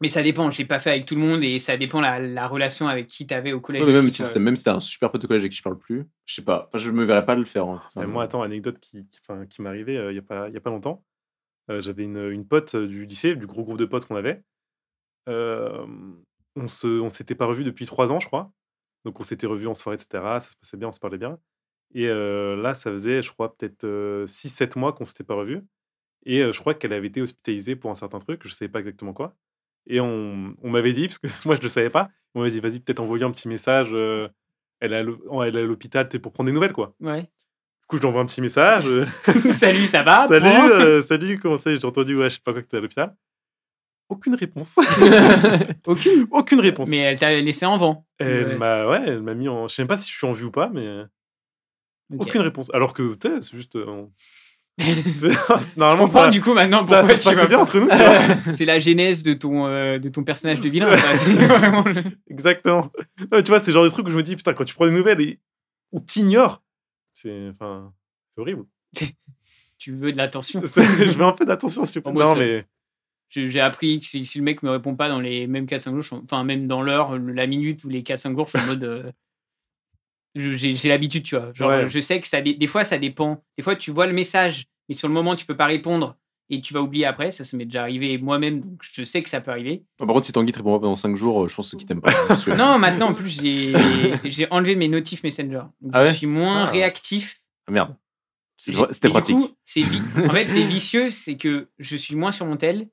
Speaker 6: Mais ça dépend, je l'ai pas fait avec tout le monde et ça dépend la, la relation avec qui t'avais au collège.
Speaker 3: Non, mais même
Speaker 6: aussi,
Speaker 3: si
Speaker 6: ça-
Speaker 3: c'est même si t'es un super pote de collège et que je parle plus, je sais pas. Enfin, je me verrais pas le faire. hein. Enfin,
Speaker 7: Euh, moi, attends, anecdote qui, qui, enfin, qui m'est arrivée euh, il y a pas n'y a, pas longtemps. Euh, J'avais une, une pote euh, du lycée, du gros groupe de potes qu'on avait. Euh, on se, on s'était pas revus depuis trois ans, je crois. Donc, on s'était revus en soirée, etc. Ça se passait bien, on se parlait bien. Et euh, là, ça faisait, je crois, peut-être 6-7 mois qu'on s'était pas revus. Et euh, je crois qu'elle avait été hospitalisée pour un certain truc, je ne savais pas exactement quoi. Et on, on m'avait dit, parce que moi, je ne le savais pas, on m'avait dit, vas-y, peut-être envoyer un petit message. euh, elle est à l'hô- elle est à l'hôpital, t'es pour prendre des nouvelles, quoi.
Speaker 6: Ouais.
Speaker 7: Du coup, je lui envoie un petit message. euh,
Speaker 6: Salut, ça va
Speaker 7: salut,
Speaker 6: Point.
Speaker 7: euh, salut, comment ça va J'ai entendu, ouais, je sais pas quoi que t'es à l'hôpital. Aucune réponse.
Speaker 6: Aucune.
Speaker 7: Aucune euh, réponse.
Speaker 6: Mais elle t'a laissé en vent.
Speaker 7: Elle
Speaker 6: Ouais.
Speaker 7: m'a ouais, elle m'a mis en. Je sais même pas si je suis en vue ou pas, mais euh,
Speaker 6: Ok.
Speaker 7: aucune réponse. Alors que, tu sais, c'est juste. euh, on-
Speaker 6: Je
Speaker 7: c'est- Normalement,
Speaker 6: comprends
Speaker 7: ça,
Speaker 6: du coup maintenant
Speaker 7: ça,
Speaker 6: pourquoi
Speaker 7: ça se
Speaker 6: tu vas
Speaker 7: passait bien
Speaker 6: pas-
Speaker 7: entre nous. tu vois.
Speaker 6: C'est la genèse de ton, euh, de ton personnage de vilain. ça. C'est vraiment le-
Speaker 7: Exactement. Non, mais tu vois, c'est le genre de truc où je me dis, putain, quand tu prends des nouvelles et on t'ignore, c'est enfin, c'est horrible.
Speaker 6: Tu veux de l'attention.
Speaker 7: C'est- je veux un peu d'attention, s'il te plaît.
Speaker 6: Moi,
Speaker 7: Non,
Speaker 6: c'est-
Speaker 7: mais.
Speaker 6: Je- J'ai appris que si, si le mec me répond pas dans les mêmes 4-5 jours, je suis en- enfin même dans l'heure, la minute ou les 4-5 jours, je suis en mode. euh, je- J'ai j'ai l'habitude, tu vois. Genre,
Speaker 7: Ouais.
Speaker 6: je sais que ça, dé- des fois, ça dépend. Des fois, tu vois le message, mais sur le moment, tu peux pas répondre et tu vas oublier après. Ça, ça m'est déjà arrivé moi-même, donc je sais que ça peut arriver.
Speaker 3: Par contre, si Tanguy te répond pas pendant 5 jours, euh, je pense qu'il t'aime pas. Parce que-
Speaker 6: Non, maintenant, en plus, j'ai j'ai enlevé mes notifs Messenger. Donc,
Speaker 3: Ah
Speaker 6: je
Speaker 3: ouais
Speaker 6: suis moins
Speaker 3: Ah.
Speaker 6: réactif
Speaker 3: Ah, Merde. C'est-
Speaker 6: J'ai-
Speaker 3: C'était
Speaker 6: et du
Speaker 3: pratique.
Speaker 6: coup, c'est vi- en fait, c'est vicieux, c'est que je suis moins sur mon tel,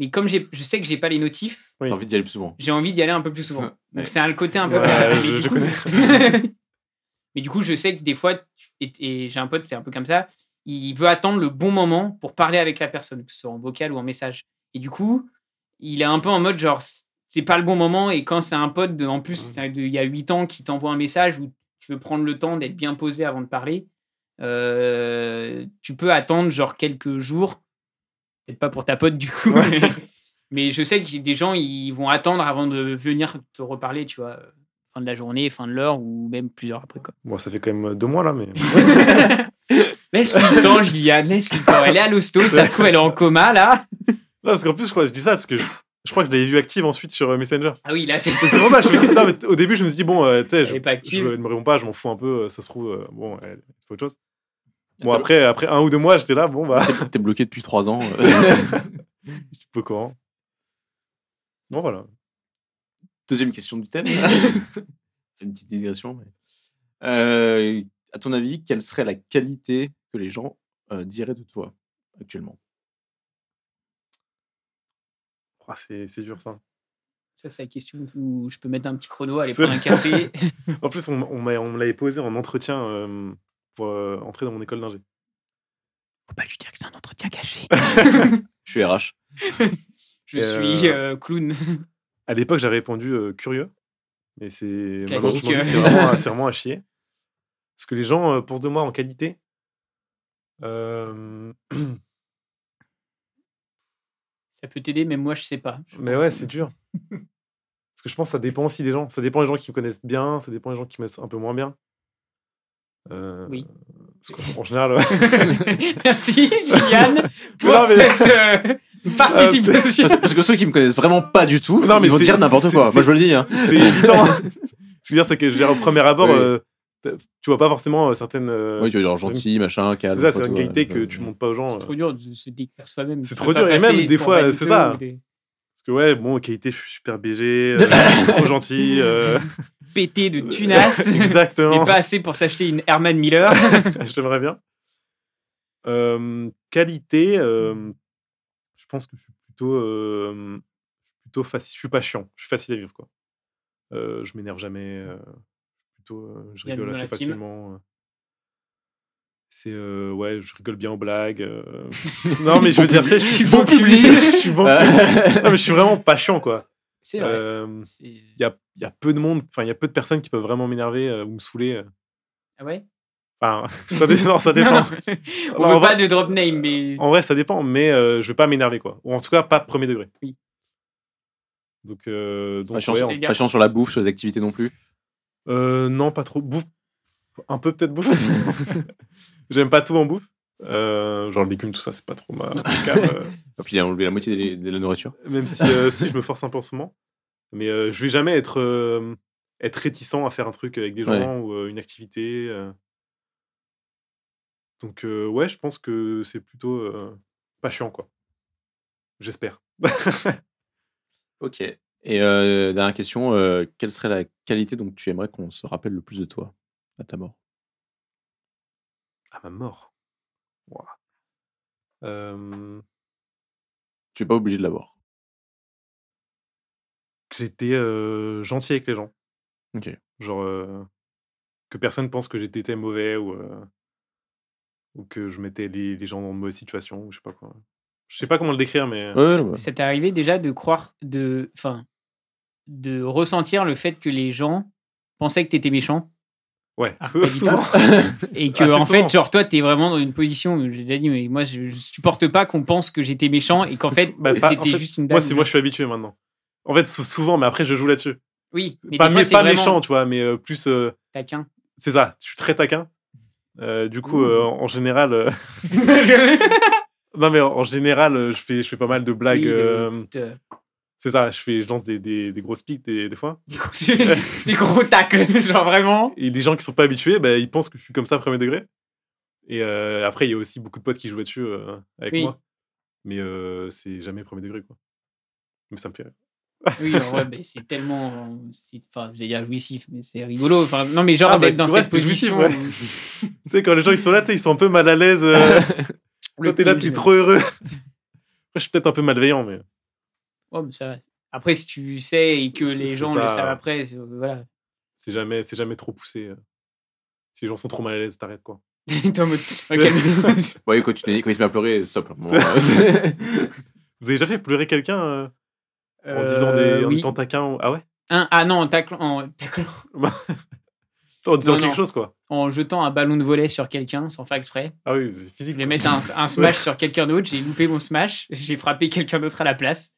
Speaker 6: mais comme j'ai- je sais que j'ai pas les notifs,
Speaker 7: oui.
Speaker 3: T'as envie d'y aller plus souvent.
Speaker 6: j'ai envie d'y aller un peu plus souvent.
Speaker 3: Ouais.
Speaker 6: Donc c'est un côté un peu.
Speaker 7: Ouais,
Speaker 6: pervers,
Speaker 7: je-
Speaker 6: mais,
Speaker 7: je
Speaker 6: du coup... mais du coup, je sais que des fois, tu- et, et j'ai un pote, c'est un peu comme ça, il veut attendre le bon moment pour parler avec la personne, que ce soit en vocal ou en message. Et du coup, il est un peu en mode genre, c'est pas le bon moment. Et quand c'est un pote, de, en plus, c'est de- il y a 8 ans, qui t'envoie un message où tu veux prendre le temps d'être bien posé avant de parler, euh, tu peux attendre genre quelques jours. Peut-être pas pour ta pote, du coup.
Speaker 7: Ouais.
Speaker 6: mais- mais je sais que j'ai- des gens, ils vont attendre avant de venir te reparler, tu vois, euh, fin de la journée, fin de l'heure ou même plusieurs après. Quoi.
Speaker 7: Bon, ça fait quand même deux mois là, mais.
Speaker 6: Laisse le temps, Juliane, laisse le temps. Elle est à l'hosto, ça se trouve, elle est en coma, là.
Speaker 7: Non, parce qu'en plus, je, crois, je dis ça parce que je, je crois que je l'avais vu active ensuite sur euh, Messenger.
Speaker 6: Ah oui, là, c'est.
Speaker 7: Donc, C'est dommage. je me dis- non, mais au début, je me suis dit, bon, euh, tu sais,
Speaker 6: Elle
Speaker 7: je,
Speaker 6: est pas
Speaker 7: je,
Speaker 6: active.
Speaker 7: elle me répond pas, je m'en fous un peu, euh, ça se trouve, euh, bon, elle fait autre chose. Bon,
Speaker 3: T'es-
Speaker 7: après, après un ou deux mois, j'étais là, bon, bah,
Speaker 3: T'es- T'es bloqué depuis 3 ans. euh.
Speaker 7: je suis peu au courant. Bon, voilà.
Speaker 3: Deuxième question du thème. Fait une petite digression. mais- Euh, à ton avis, quelle serait la qualité que les gens euh, diraient de toi actuellement
Speaker 7: Oh, c'est c'est dur ça.
Speaker 6: Ça, c'est la question où je peux mettre un petit chrono, aller
Speaker 7: C'est-
Speaker 6: prendre un café.
Speaker 7: En plus, on, on m'a- on me l'avait posé en entretien euh, pour euh, entrer dans mon école d'ingé.
Speaker 6: Faut pas lui dire que c'est un entretien caché.
Speaker 3: Je suis RH.
Speaker 6: Je
Speaker 7: Euh,
Speaker 6: suis euh, clown.
Speaker 7: À l'époque, j'avais répondu euh, curieux, mais c'est maintenant, je
Speaker 6: Classique,
Speaker 7: m'en dis,
Speaker 6: euh.
Speaker 7: c'est vraiment, c'est vraiment à chier. Parce que les gens euh, pensent de moi en qualité. Euh,
Speaker 6: Ça peut t'aider, même moi, je sais pas.
Speaker 7: Mais ouais, c'est dur. Parce que je pense que ça dépend aussi des gens. Ça dépend des gens qui me connaissent bien, ça dépend des gens qui me connaissent un peu moins bien. Euh,
Speaker 6: Oui.
Speaker 7: parce qu'en- en général, ouais.
Speaker 6: Merci, Juliane, pour
Speaker 7: Non, mais-
Speaker 6: cette euh, participation.
Speaker 3: Parce, parce que ceux qui me connaissent vraiment pas du tout,
Speaker 7: Non, mais
Speaker 3: ils vont
Speaker 7: c'est-
Speaker 3: dire n'importe
Speaker 7: c'est-
Speaker 3: quoi.
Speaker 7: c'est-
Speaker 3: Moi, je vous le dis. hein.
Speaker 7: c'est évident. Ce que je veux dire, c'est que je veux dire, au premier abord,
Speaker 3: Oui.
Speaker 7: euh, t'as- tu vois pas forcément euh, certaines. euh,
Speaker 3: Oui, tu veux dire
Speaker 7: certaines-
Speaker 3: gentil, machin, calme.
Speaker 7: C'est ça,
Speaker 3: quoi,
Speaker 7: c'est une
Speaker 3: tu vois,
Speaker 7: qualité que
Speaker 3: euh,
Speaker 7: tu montes pas aux gens.
Speaker 6: C'est
Speaker 7: euh,
Speaker 6: trop dur de se décrire soi-même.
Speaker 7: C'est
Speaker 6: Tu
Speaker 7: trop
Speaker 6: peux pas
Speaker 7: dur, et
Speaker 6: passer
Speaker 7: même des
Speaker 6: pour
Speaker 7: fois,
Speaker 6: vaniteux
Speaker 7: c'est ça.
Speaker 6: ou des-
Speaker 7: euh. Parce que ouais, bon, qualité, je suis super BG, euh, je suis trop gentil. euh,
Speaker 6: Pété de tunas.
Speaker 7: Exactement.
Speaker 6: Mais pas assez pour s'acheter une Herman Miller.
Speaker 7: J'aimerais bien. Euh, qualité, euh, je pense que je suis plutôt, euh, je suis plutôt facile. Je suis pas chiant. Je suis facile à vivre quoi. Euh, je m'énerve jamais. euh, je suis plutôt, euh, je
Speaker 6: Yann
Speaker 7: rigole
Speaker 6: dans
Speaker 7: assez
Speaker 6: la team.
Speaker 7: facilement. euh. C'est euh, ouais, je rigole bien aux blagues. euh. non mais je veux dire, tu sais, je suis
Speaker 6: Bon
Speaker 7: bon public.
Speaker 6: public.
Speaker 7: Je suis bon public. Non, mais je suis vraiment pas chiant quoi.
Speaker 6: C'est
Speaker 7: Il
Speaker 6: vrai.
Speaker 7: y, a, y a peu de monde, enfin il y a peu de personnes qui peuvent vraiment m'énerver euh, ou me saouler. euh.
Speaker 6: Ah ouais
Speaker 7: Enfin, ça, dé- non, ça
Speaker 6: Non,
Speaker 7: dépend.
Speaker 6: non. On
Speaker 7: Bah,
Speaker 6: veut
Speaker 7: en
Speaker 6: pas
Speaker 7: vrai-
Speaker 6: de drop name, mais.
Speaker 7: En vrai, ça dépend, mais euh, je vais pas m'énerver, quoi. Ou en tout cas, pas premier degré.
Speaker 6: Oui.
Speaker 7: Donc, euh, donc,
Speaker 3: Pas
Speaker 7: ouais,
Speaker 3: chiant
Speaker 6: c'est-
Speaker 3: pas chiant sur la bouffe, sur les activités non plus.
Speaker 7: on- euh, non, pas trop. Bouffe. Un peu, peut-être bouffe. J'aime pas tout en bouffe. Euh, genre, légumes, tout ça, c'est pas trop ma. mon cas, euh,
Speaker 3: Et puis il a enlevé la moitié des- de, la nourriture.
Speaker 7: même si, euh, si je me force un peu en ce moment. Mais euh, je vais jamais être, euh, être réticent à faire un truc avec des gens ou euh, une activité. euh. Donc, euh, ouais, je pense que c'est plutôt euh, pas chiant, quoi. J'espère.
Speaker 3: Ok. Et euh, dernière question, euh, quelle serait la qualité dont tu aimerais qu'on se rappelle le plus de toi à ta mort
Speaker 7: À ma mort. Ouah. Euh,
Speaker 3: Tu es pas obligé de l'avoir.
Speaker 7: que j'étais euh, gentil avec les gens.
Speaker 3: Ok.
Speaker 7: Genre, euh, que personne pense que j'étais mauvais ou, euh, ou que je mettais les, les gens dans de mauvaises situations ou je sais pas quoi. Je sais pas comment le décrire, mais.
Speaker 3: Ouais, ouais, ouais.
Speaker 6: Ça t'est arrivé déjà de croire, de. Enfin. De ressentir le fait que les gens pensaient que t'étais méchant
Speaker 7: Ouais,
Speaker 6: Ah,
Speaker 7: sou-
Speaker 6: pas du
Speaker 7: souvent.
Speaker 6: et que
Speaker 7: Ah, c'est
Speaker 6: en fait
Speaker 7: souvent.
Speaker 6: genre toi t'es vraiment dans une position j'ai déjà dit mais moi je, je supporte pas qu'on pense que j'étais méchant et qu'en fait
Speaker 7: Bah, pas- en
Speaker 6: t'étais
Speaker 7: fait,
Speaker 6: juste une dame
Speaker 7: Moi, c'est moi, je suis habitué maintenant. En fait, sou- souvent, mais après, je joue là-dessus.
Speaker 6: oui mais
Speaker 7: Pas,
Speaker 6: des
Speaker 7: mé-
Speaker 6: fois, c'est
Speaker 7: pas
Speaker 6: vraiment
Speaker 7: méchant, tu vois, mais euh, plus. euh,
Speaker 6: taquin
Speaker 7: c'est ça, je suis très taquin. Euh, du
Speaker 6: Mmh.
Speaker 7: coup, euh, en général. euh, non, mais en en général, euh, je fais, je fais pas mal de blagues.
Speaker 6: Oui, le-
Speaker 7: euh,
Speaker 6: petite, euh,
Speaker 7: C'est ça, je, fais, je lance des, des, des grosses piques des, des fois.
Speaker 6: des, gros, des gros tacles genre vraiment
Speaker 7: Et les gens qui sont pas habitués, bah, ils pensent que je suis comme ça, premier degré. Et euh, après, il y a aussi beaucoup de potes qui jouent dessus euh, avec
Speaker 6: Oui.
Speaker 7: moi. Mais euh, c'est jamais premier degré, quoi. Mais ça me fait rire.
Speaker 6: oui en vrai, ben, c'est tellement euh, c'est- enfin je vais dire jouissif mais c'est rigolo enfin non mais genre
Speaker 7: Ah, bah,
Speaker 6: d'être dans
Speaker 7: ouais,
Speaker 6: cette
Speaker 7: c'est jouissif,
Speaker 6: position
Speaker 7: ouais. Tu sais, quand les gens ils sont là, tu sais, ils sont un peu mal à l'aise. Euh,
Speaker 6: où- euh,
Speaker 7: toi, t'es là, t'es trop heureux. Après, je suis peut-être un peu malveillant, mais.
Speaker 6: Ouais, mais ça va. après si tu sais et que
Speaker 7: C'est-
Speaker 6: les
Speaker 7: c'est
Speaker 6: gens
Speaker 7: ça,
Speaker 6: le savent
Speaker 7: ouais.
Speaker 6: après c'est- euh, voilà
Speaker 7: c'est jamais c'est jamais trop poussé euh. si les gens sont trop mal à l'aise t'arrêtes quoi
Speaker 6: T'es en mode,
Speaker 7: C'est-
Speaker 6: ok, mais-
Speaker 3: Bon, et quand tu t'es dit, quand il se met à pleurer, stop. Bon, euh, c'est-
Speaker 7: vous avez déjà fait pleurer quelqu'un euh, en disant des
Speaker 6: Euh,
Speaker 7: en
Speaker 6: oui.
Speaker 7: étant taquin ou- ah ouais
Speaker 6: Un- ah non, en taclant- en taclant-
Speaker 7: en disant
Speaker 6: Non,
Speaker 7: quelque
Speaker 6: non.
Speaker 7: chose quoi
Speaker 6: en jetant un ballon de volet sur quelqu'un sans faire exprès.
Speaker 7: ah oui c'est
Speaker 6: Je
Speaker 7: physique
Speaker 6: voulais
Speaker 7: quoi.
Speaker 6: mettre un, un smash sur quelqu'un d'autre, j'ai loupé mon smash, j'ai frappé quelqu'un d'autre à la place.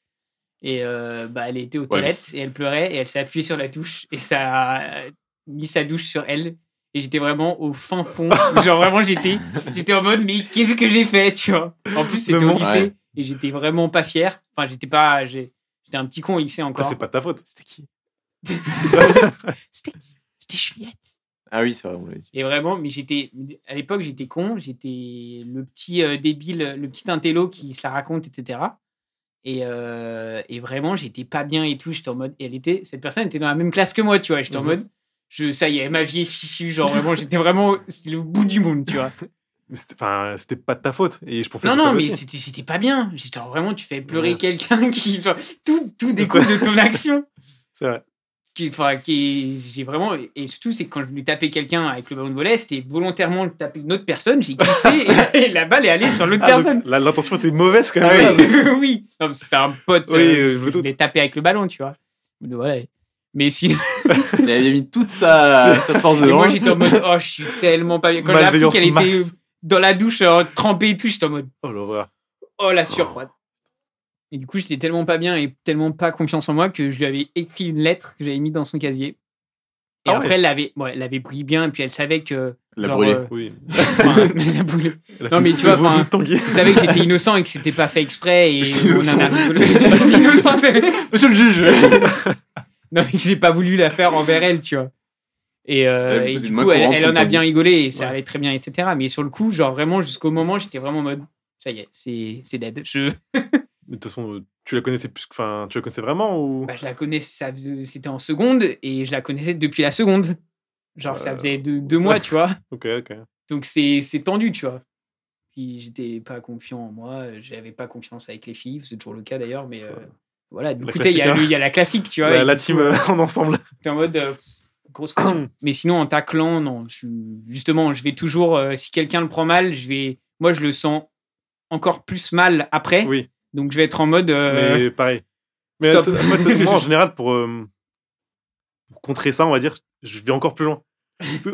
Speaker 6: Et euh, bah, elle était aux toilettes et elle pleurait et elle s'est appuyée sur la touche et ça a euh, mis sa douche sur elle. Et j'étais vraiment au fin fond. Genre vraiment j'étais j'étais en mode mais qu'est-ce que j'ai fait tu vois. En plus c'était
Speaker 7: Le
Speaker 6: au
Speaker 7: monde.
Speaker 6: lycée
Speaker 3: Ouais.
Speaker 6: et j'étais vraiment pas fier. Enfin j'étais pas j'ai- j'étais un petit con au lycée
Speaker 7: Ah,
Speaker 6: encore.
Speaker 7: c'est pas de ta faute c'était qui
Speaker 6: C'était Juliette.
Speaker 3: ah oui, c'est vrai, on l'a dit.
Speaker 6: Et vraiment, mais j'étais à l'époque, j'étais con, j'étais le petit euh, débile, le petit intello qui se la raconte, etc. Et, euh, et vraiment, j'étais pas bien et tout. J'étais en mode, et elle était, cette personne était dans la même classe que moi, tu vois. J'étais en
Speaker 7: Mhm.
Speaker 6: mode, je, ça y est, ma vie est fichue. Genre vraiment, j'étais vraiment, c'était le bout du monde, tu vois.
Speaker 7: Mais c'était- enfin c'était pas de ta faute et je pensais
Speaker 6: Non,
Speaker 7: que
Speaker 6: non,
Speaker 7: ça
Speaker 6: mais
Speaker 7: aussi.
Speaker 6: c'était, j'étais pas bien. J'étais genre, vraiment, tu fais pleurer
Speaker 7: Ouais.
Speaker 6: quelqu'un qui, genre, tout, tout découle de ton action.
Speaker 7: c'est vrai
Speaker 6: qui, enfin, qui, j'ai vraiment, et surtout, c'est que quand je voulais taper quelqu'un avec le ballon de volet, c'était volontairement de taper une autre personne, j'ai glissé, et, la, et la balle est allée sur l'autre
Speaker 7: Ah, donc,
Speaker 6: personne.
Speaker 7: la- l'intention était mauvaise quand
Speaker 6: Ah
Speaker 7: même
Speaker 6: oui, oui. Non, mais c'était un pote,
Speaker 7: Oui,
Speaker 6: euh,
Speaker 7: euh, je me
Speaker 6: je, je voulais
Speaker 7: doute.
Speaker 6: taper avec le ballon, tu vois. Mais voilà. Mais si,
Speaker 3: Il avait mis toute
Speaker 7: Ah,
Speaker 3: sa, sa force
Speaker 6: et
Speaker 3: dedans.
Speaker 6: moi j'étais en mode, oh, je suis tellement pas bien. Quand j'ai appris
Speaker 7: Malveillance
Speaker 6: qu'elle était
Speaker 7: max.
Speaker 6: dans la douche, euh, trempée et tout, j'étais en mode,
Speaker 7: oh l'horreur
Speaker 6: oh la surfroide. Et du coup, j'étais tellement pas bien et tellement pas confiance en moi que je lui avais écrit une lettre que j'avais mise dans son casier. Et
Speaker 7: Ah ouais.
Speaker 6: après, elle l'avait ouais, elle l'avait pris bien, et puis elle savait que.
Speaker 3: La
Speaker 6: genre,
Speaker 3: brûlée.
Speaker 6: euh,
Speaker 7: oui
Speaker 6: enfin, elle l'a brûlée.
Speaker 7: Elle a
Speaker 6: Non, mais
Speaker 7: fait
Speaker 6: tu vois,
Speaker 7: le vomi
Speaker 6: enfin,
Speaker 7: de Tanguy.
Speaker 6: Elle savait que j'étais innocent et que c'était pas fait exprès. Et
Speaker 3: J'étais
Speaker 6: on en a
Speaker 3: innocent.
Speaker 6: rigolé. J'étais innocent. Monsieur le juge. non, mais j'ai pas voulu la faire envers elle, tu vois. Et, euh,
Speaker 3: Ouais,
Speaker 6: et
Speaker 3: vous êtes
Speaker 6: du
Speaker 3: moins
Speaker 6: coup, elle,
Speaker 3: courante
Speaker 6: elle
Speaker 3: que
Speaker 6: en a
Speaker 3: Tommy.
Speaker 6: bien rigolé et ça
Speaker 3: Ouais.
Speaker 6: allait très bien, etc. Mais sur le coup, genre vraiment, jusqu'au moment, j'étais vraiment en mode ça y est, c'est c'est dead. Je,
Speaker 7: De toute façon, euh, tu la connaissais plus. que- Enfin, tu la connaissais vraiment ou
Speaker 6: bah, je la connais, ça faisait- c'était en seconde et je la connaissais depuis la seconde. Genre, ça
Speaker 7: Euh,
Speaker 6: faisait deux, deux
Speaker 7: ça-
Speaker 6: mois, tu vois.
Speaker 7: Ok, ok.
Speaker 6: Donc c'est c'est tendu, tu vois. Puis j'étais pas confiant en moi, j'avais pas confiance avec les filles, c'est toujours le cas d'ailleurs, mais euh,
Speaker 7: Ouais.
Speaker 6: voilà. Du
Speaker 7: La
Speaker 6: coup, t'sais, il y, a
Speaker 7: classique,
Speaker 6: le- il y a la classique, tu vois.
Speaker 7: la,
Speaker 6: et
Speaker 7: la
Speaker 6: du
Speaker 7: team
Speaker 6: coup,
Speaker 7: euh, en ensemble.
Speaker 6: T'es en mode euh, grosse pression. Mais sinon, en taclant, non. je- justement, je vais toujours. euh, si quelqu'un le prend mal, je vais. Moi, je le sens encore plus mal après.
Speaker 7: Oui,
Speaker 6: Donc, je vais être en mode. euh,
Speaker 7: mais pareil. Mais
Speaker 6: stop.
Speaker 7: c'est- moi, c'est- moi, en général, pour, euh, pour contrer ça, on va dire, je vais encore plus loin.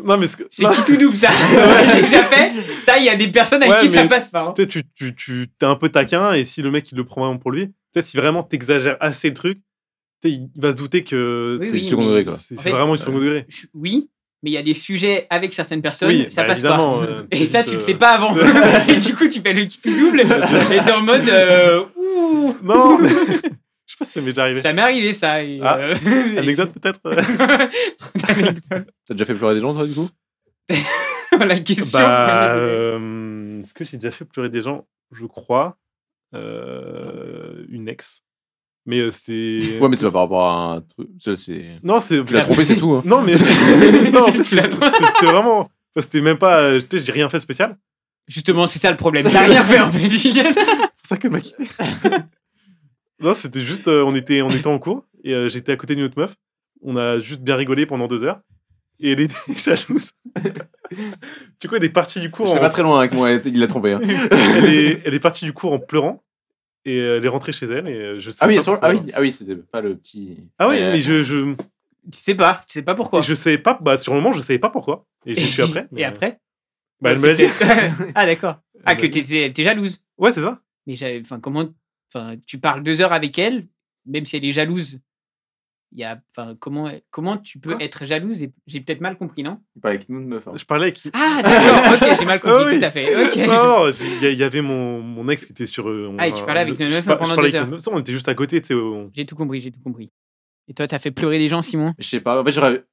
Speaker 7: Non, mais ce que-
Speaker 6: C'est
Speaker 7: non,
Speaker 6: qui tout double ça J'ai déjà fait. Ça, il y a des personnes avec
Speaker 7: Ouais,
Speaker 6: qui ça
Speaker 7: mais-
Speaker 6: passe pas. hein.
Speaker 7: tu sais, tu, tu, tu t'es un peu taquin et si le mec il le prend vraiment pour lui, tu sais, si vraiment t'exagères assez le truc, tu sais, il il va se douter que
Speaker 6: Oui,
Speaker 7: c'est
Speaker 3: C'est
Speaker 6: oui,
Speaker 3: du second
Speaker 6: mais
Speaker 3: degré, quoi.
Speaker 7: c'est-
Speaker 6: En
Speaker 7: c'est
Speaker 6: fait,
Speaker 7: vraiment du second degré.
Speaker 6: Je- Oui, mais il y a des sujets avec certaines personnes, ça
Speaker 7: bah,
Speaker 6: passe pas.
Speaker 7: évidemment, euh,
Speaker 6: Et ça, tu
Speaker 7: euh,
Speaker 6: le sais pas avant. et du coup, tu fais le qui tout double. et t'es en mode. euh, ouh
Speaker 7: Non, mais- je sais pas si ça m'est déjà arrivé.
Speaker 6: Ça m'est arrivé, ça. et,
Speaker 7: Ah,
Speaker 6: euh,
Speaker 7: Anecdote peut-être
Speaker 6: Trop d'anecdotes.
Speaker 3: T'as déjà fait pleurer des gens, toi, du coup
Speaker 6: la question.
Speaker 7: Bah, euh, Est-ce que j'ai déjà fait pleurer des gens Je crois. Euh, une ex. Mais euh, c'est.
Speaker 3: Ouais, mais c'est pas par rapport à un truc. Ça, c'est.
Speaker 7: Non, c'est.
Speaker 3: Tu l'as trompé, c'est tout. hein.
Speaker 7: Non, mais. non, en fait,
Speaker 6: Tu l'as
Speaker 7: c'est-
Speaker 6: trompé.
Speaker 7: c'est- c'était vraiment. enfin, C'était même pas. euh, Tu sais, j'ai rien fait de spécial.
Speaker 6: Justement, c'est ça le problème. T'as rien fait en Belgique.
Speaker 7: C'est pour ça qu'elle m'a quitté. non, c'était juste. euh, on, était, on était en cours et euh, j'étais à côté d'une autre meuf. On a juste bien rigolé pendant deux heures. Et elle était jalouse. du coup, elle est partie du cours.
Speaker 3: J'étais
Speaker 7: en-
Speaker 3: pas très loin avec moi, il l'a trompé. hein.
Speaker 7: elle, est, elle est partie du cours en pleurant et euh, elle est rentrée chez elle et euh, je sais
Speaker 3: Ah oui,
Speaker 7: pas
Speaker 3: sur- ah
Speaker 7: pourquoi.
Speaker 3: oui, ah oui c'était pas le petit.
Speaker 7: Ah oui,
Speaker 3: Euh,
Speaker 7: mais je, je,
Speaker 6: Tu sais pas, tu sais pas pourquoi.
Speaker 7: je savais pas, bah, sur le moment, je savais pas pourquoi. Et j'ai su après. mais,
Speaker 6: Et
Speaker 7: euh,
Speaker 6: après
Speaker 7: bah, Elle me l'a dit.
Speaker 6: C'était- Ah, d'accord. Ah,
Speaker 7: Elle
Speaker 6: que
Speaker 7: m'a dit.
Speaker 6: t'es t'es jalouse.
Speaker 7: Ouais, c'est ça.
Speaker 6: Mais j'avais- enfin, comment. Enfin, tu parles deux heures avec elle, même si elle est jalouse. Il y a, enfin, comment, comment tu peux
Speaker 3: Quoi
Speaker 6: être jalouse et- J'ai peut-être mal compris, non
Speaker 3: Il parlait avec nous de meuf. hein.
Speaker 7: Je parlais avec.
Speaker 6: Ah, d'accord, ok, j'ai mal compris,
Speaker 7: Ah oui.
Speaker 6: tout à fait. Ok.
Speaker 7: Non, non, j'ai- il y a- il y, avait mon, mon ex qui était sur. euh, on-
Speaker 6: Ah, et tu parlais avec
Speaker 7: je
Speaker 6: une meuf
Speaker 7: par- je
Speaker 6: pendant
Speaker 7: parlais
Speaker 6: deux
Speaker 7: avec une meuf, On était juste à côté, tu sais. on-
Speaker 6: J'ai tout compris, j'ai tout compris. Et toi, t'as fait pleurer les gens, Simon
Speaker 3: Je sais pas. En fait, j'aurais.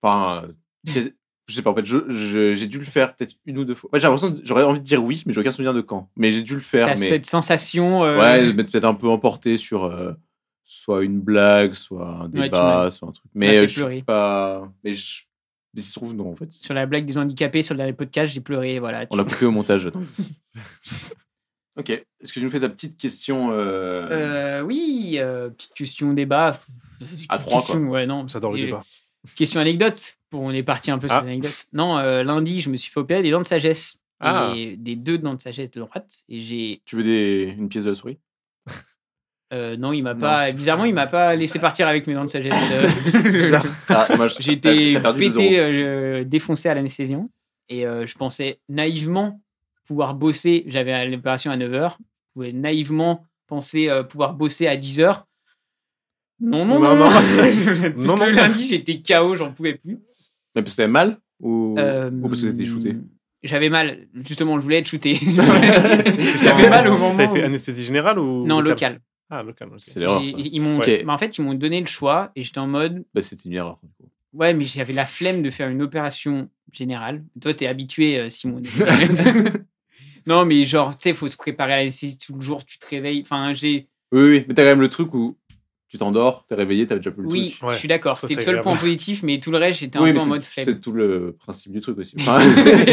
Speaker 3: Enfin. euh, quasi- Je sais pas, en fait, je- je- j'ai dû le faire peut-être une ou deux fois. En fait, j'ai l'impression, de- j'aurais envie de dire oui, mais j'ai aucun souvenir de quand. Mais j'ai dû le faire.
Speaker 6: T'as
Speaker 3: mais...
Speaker 6: cette sensation. euh,
Speaker 3: Ouais, de m'être peut-être un peu emporté sur euh, soit une blague, soit un
Speaker 6: Ouais, tu
Speaker 3: débat,
Speaker 6: m'as-
Speaker 3: soit un truc.
Speaker 6: fait
Speaker 3: Mais euh, je
Speaker 6: pleurer.
Speaker 3: suis pas. Mais je. Mais si se trouve, non, en fait.
Speaker 6: sur la blague des handicapés, sur le dernier podcast, j'ai pleuré, voilà.
Speaker 3: On
Speaker 6: tu-
Speaker 3: l'a coupé au montage. attends. ok. Est-ce que tu nous fais ta petite question euh,
Speaker 6: Euh, oui, euh, petite question débat.
Speaker 3: À
Speaker 6: Petite
Speaker 3: trois,
Speaker 6: question, Ouais, non,
Speaker 7: J'adore le
Speaker 6: c'est-
Speaker 7: débat.
Speaker 6: Question anecdote. Bon, on est parti un peu sur
Speaker 7: Ah.
Speaker 6: l'anecdote. Non, euh, lundi, je me suis fait opérer des dents de sagesse.
Speaker 3: Ah.
Speaker 6: Et des deux dents de sagesse de droite. Et j'ai.
Speaker 3: Tu veux des... une pièce de la souris
Speaker 6: euh, non, il m'a
Speaker 3: Non.
Speaker 6: pas. Bizarrement, il m'a pas laissé partir avec mes dents de sagesse. euh.
Speaker 7: Bizarre.
Speaker 3: Ah, dommage.
Speaker 6: J'ai
Speaker 3: T'as-
Speaker 6: été
Speaker 3: t'as perdu deux
Speaker 6: pété,
Speaker 3: euros.
Speaker 6: euh, défoncé à l'anesthésion. Et euh, je pensais naïvement pouvoir bosser. J'avais l'opération à 9h. Je pouvais naïvement penser euh, pouvoir bosser à 10h. Non, non, non.
Speaker 7: Non, non.
Speaker 6: Tout
Speaker 7: Non, non.
Speaker 6: le lundi, j'étais KO, j'en pouvais plus.
Speaker 3: Mais parce que t'avais mal ou...
Speaker 6: Euh,
Speaker 3: ou Oh, parce que t'étais shooté
Speaker 6: J'avais mal. Justement, je voulais être shooté. J'avais mal au moment.
Speaker 7: T'avais fait
Speaker 6: où-
Speaker 7: anesthésie générale ou.
Speaker 6: Non, local.
Speaker 7: Ah, local. ok.
Speaker 3: C'est l'erreur.
Speaker 6: J'ai-
Speaker 3: ça.
Speaker 6: ils m'ont-
Speaker 3: Ouais.
Speaker 6: bah, en fait, ils m'ont donné le choix et j'étais en mode
Speaker 3: Bah, c'était une erreur.
Speaker 6: Ouais, mais j'avais la flemme de faire une opération générale. Toi, t'es habitué, euh, Simon. non, mais genre, tu sais, faut se préparer à l'anesthésie tout le jour, tu te réveilles. Enfin, j'ai.
Speaker 3: Oui, oui, mais t'as quand même le truc où tu t'endors, t'es réveillé, t'avais déjà plus le
Speaker 6: Oui,
Speaker 3: truc.
Speaker 7: Ouais,
Speaker 6: je suis d'accord.
Speaker 7: ça,
Speaker 6: C'était le
Speaker 7: c'est
Speaker 6: seul
Speaker 7: agréable.
Speaker 6: point positif, mais tout le reste, j'étais
Speaker 3: Oui,
Speaker 6: un
Speaker 3: mais
Speaker 6: peu en
Speaker 3: c'est-
Speaker 6: mode
Speaker 3: c'est
Speaker 6: flemme.
Speaker 3: tout le principe du truc aussi.
Speaker 6: C'est-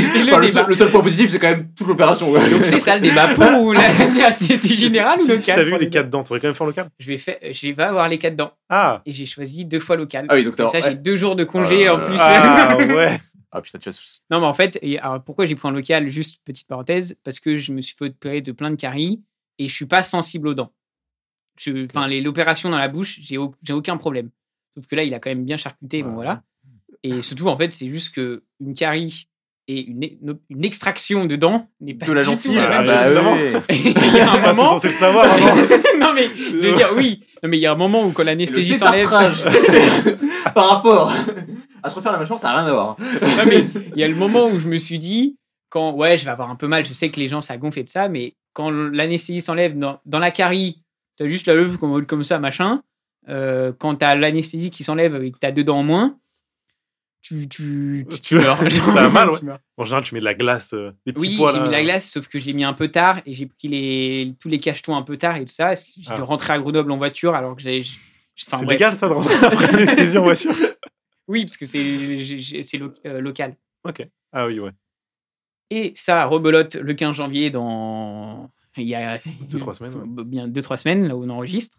Speaker 6: c'est le
Speaker 3: Enfin, seul,
Speaker 6: débat.
Speaker 3: seul point positif, c'est quand même toute l'opération. ouais.
Speaker 6: Donc, c'est ça le débat. Pour ou la- l'anesthésie générale ou
Speaker 7: Si-
Speaker 6: Ah, local
Speaker 7: Si t'as vu
Speaker 6: pour
Speaker 7: les
Speaker 6: les-
Speaker 7: quatre dents, t'aurais quand même fait en local
Speaker 6: Je vais, faire... je vais avoir les quatre dents.
Speaker 7: Ah
Speaker 6: Et j'ai choisi deux fois local.
Speaker 3: Ah oui, donc
Speaker 6: Comme ça,
Speaker 3: t'as-
Speaker 6: j'ai
Speaker 3: ouais.
Speaker 6: deux jours de congé
Speaker 3: Ah
Speaker 6: en
Speaker 3: là là.
Speaker 6: plus.
Speaker 7: eh. Ah ouais
Speaker 3: Ah putain, tu as.
Speaker 6: Non, mais en fait, et alors, pourquoi j'ai pris un local Juste petite parenthèse, parce que je me suis fait opérer de plein de caries et je suis pas sensible aux dents. Je- Enfin, les- l'opération dans la bouche, j'ai au- j'ai aucun problème. Sauf que là, il a quand même bien charcuté, bon
Speaker 7: Ouais.
Speaker 6: voilà. Et surtout, en fait, c'est juste que une carie et une, é- une extraction de dents n'est pas
Speaker 3: De la Ah,
Speaker 6: du tout
Speaker 3: gentille. hein.
Speaker 6: la
Speaker 7: bah,
Speaker 6: même
Speaker 7: bah,
Speaker 6: chose. Il y a un
Speaker 7: T'es
Speaker 6: moment.
Speaker 7: censé le savoir avant.
Speaker 6: non mais je veux dire oui. Non, mais il y a un moment où quand l'anesthésie s'enlève.
Speaker 3: par rapport à se refaire la mâchoire, ça n'a rien à voir. hein.
Speaker 6: Non, mais il y a le moment où je me suis dit, quand ouais, je vais avoir un peu mal, je sais que les gens, ça gonfle et de ça, mais quand l'anesthésie s'enlève dans, dans la carie, t'as juste la lèvre comme, comme ça, machin. euh, quand t'as l'anesthésie qui s'enlève et que t'as deux dents en moins, tu, tu,
Speaker 7: Tu
Speaker 6: tu, tu meurs.
Speaker 7: as
Speaker 6: Genre,
Speaker 7: mal,
Speaker 6: tu
Speaker 7: ouais.
Speaker 6: meurs.
Speaker 7: En général, tu mets de la glace, euh, des petits
Speaker 6: Oui,
Speaker 7: pois.
Speaker 6: j'ai
Speaker 7: là.
Speaker 6: mis de la glace, sauf que je l'ai mis un peu tard et j'ai pris les, tous les cachetons un peu tard et tout ça. J'ai dû
Speaker 7: Ah.
Speaker 6: rentrer à Grenoble en voiture alors que j'avais. enfin,
Speaker 7: C'est
Speaker 6: bref.
Speaker 7: légal, ça, de rentrer après l'anesthésie en voiture.
Speaker 6: Oui, parce que c'est j'ai- j'ai- c'est lo- euh, local.
Speaker 7: Ah oui, ouais.
Speaker 6: Et ça rebelote le 15 janvier dans. Il y a.
Speaker 7: Deux, trois semaines,
Speaker 6: Bien 2-3 semaines, là où on enregistre.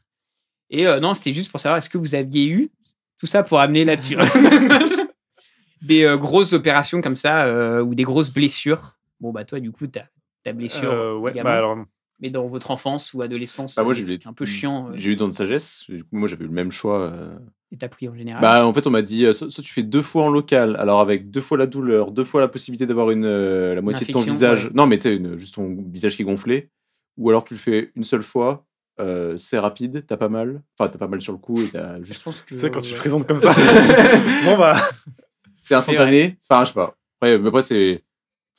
Speaker 6: Et euh, non, c'était juste pour savoir est-ce que vous aviez eu tout ça pour amener là-dessus. des euh, grosses opérations comme ça euh, ou des grosses blessures. Bon, bah, toi, du coup, t'as ta blessure.
Speaker 7: Euh, ouais,
Speaker 6: gamin.
Speaker 7: bah alors,
Speaker 6: Mais dans votre enfance ou adolescence,
Speaker 3: Bah, moi,
Speaker 6: des
Speaker 3: j'ai eu
Speaker 6: trucs un peu chiant. euh,
Speaker 3: J'ai eu dans de sagesse. Du coup, moi, j'avais eu le même choix. euh,
Speaker 6: et t'as pris en général.
Speaker 3: Bah, en fait, on m'a dit, euh, ça, ça, tu fais deux fois en local, alors avec deux fois la douleur, deux fois la possibilité d'avoir une euh, la moitié de ton
Speaker 6: Infection,
Speaker 3: visage.
Speaker 6: ouais.
Speaker 3: Non, mais tu sais, une- juste ton visage qui est gonflé. Ou alors tu le fais une seule fois, euh, c'est rapide, t'as pas mal. Enfin, t'as pas mal sur le coup et t'as
Speaker 6: je
Speaker 3: juste.
Speaker 6: pense que.
Speaker 7: tu sais, quand tu
Speaker 6: ouais.
Speaker 7: présentes comme ça. bon, bah.
Speaker 3: C'est instantané. Enfin, je sais pas. Après, mais après c'est. Enfin,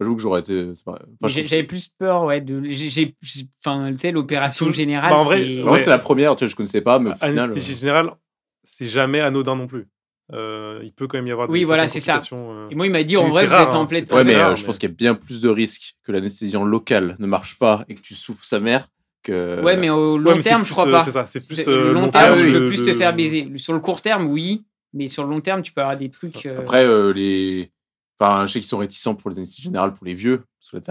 Speaker 3: j'avoue que j'aurais été. c'est pas- enfin,
Speaker 6: Mais
Speaker 3: je
Speaker 6: j'ai-
Speaker 3: trouve-
Speaker 6: J'avais plus peur, ouais, de. j'ai- j'ai- j'ai- Enfin, tu sais, l'opération
Speaker 7: C'est tout-
Speaker 6: générale.
Speaker 7: Bah, en vrai,
Speaker 6: c'est-
Speaker 3: En vrai,
Speaker 7: Ouais.
Speaker 3: c'est la première, tu sais, je connaissais pas, mais au final.
Speaker 7: Anesthésie
Speaker 3: euh,
Speaker 7: générale, c'est jamais anodin non plus. Euh, il peut quand même y avoir des
Speaker 6: Oui, voilà,
Speaker 7: certaines
Speaker 6: c'est ça.
Speaker 7: complications, euh.
Speaker 6: Et moi, il m'a dit,
Speaker 7: C'est-
Speaker 6: en vrai,
Speaker 7: c'est
Speaker 6: vous
Speaker 7: rare,
Speaker 6: êtes
Speaker 7: hein,
Speaker 6: en pleine
Speaker 7: c'est
Speaker 3: Ouais, mais
Speaker 7: rare,
Speaker 3: euh, je
Speaker 7: mais-
Speaker 3: pense qu'il y a bien plus de risques que l'anesthésiant local ne marche pas et que tu souffres sa mère que.
Speaker 6: euh, Ouais, mais au
Speaker 7: Ouais,
Speaker 6: long
Speaker 7: mais c'est
Speaker 6: terme,
Speaker 7: plus,
Speaker 6: je crois
Speaker 7: euh,
Speaker 6: pas.
Speaker 7: C'est ça, c'est plus
Speaker 6: C'est-
Speaker 7: euh,
Speaker 6: le long terme,
Speaker 3: terme,
Speaker 6: tu peux
Speaker 7: de-
Speaker 6: plus
Speaker 7: de-
Speaker 6: te faire baiser. Sur le court terme, oui, mais sur le long terme, tu peux avoir des trucs. euh,
Speaker 3: Après, euh, les. Enfin, je sais qu'ils sont réticents pour l'anesthésie générale pour les vieux, parce que là,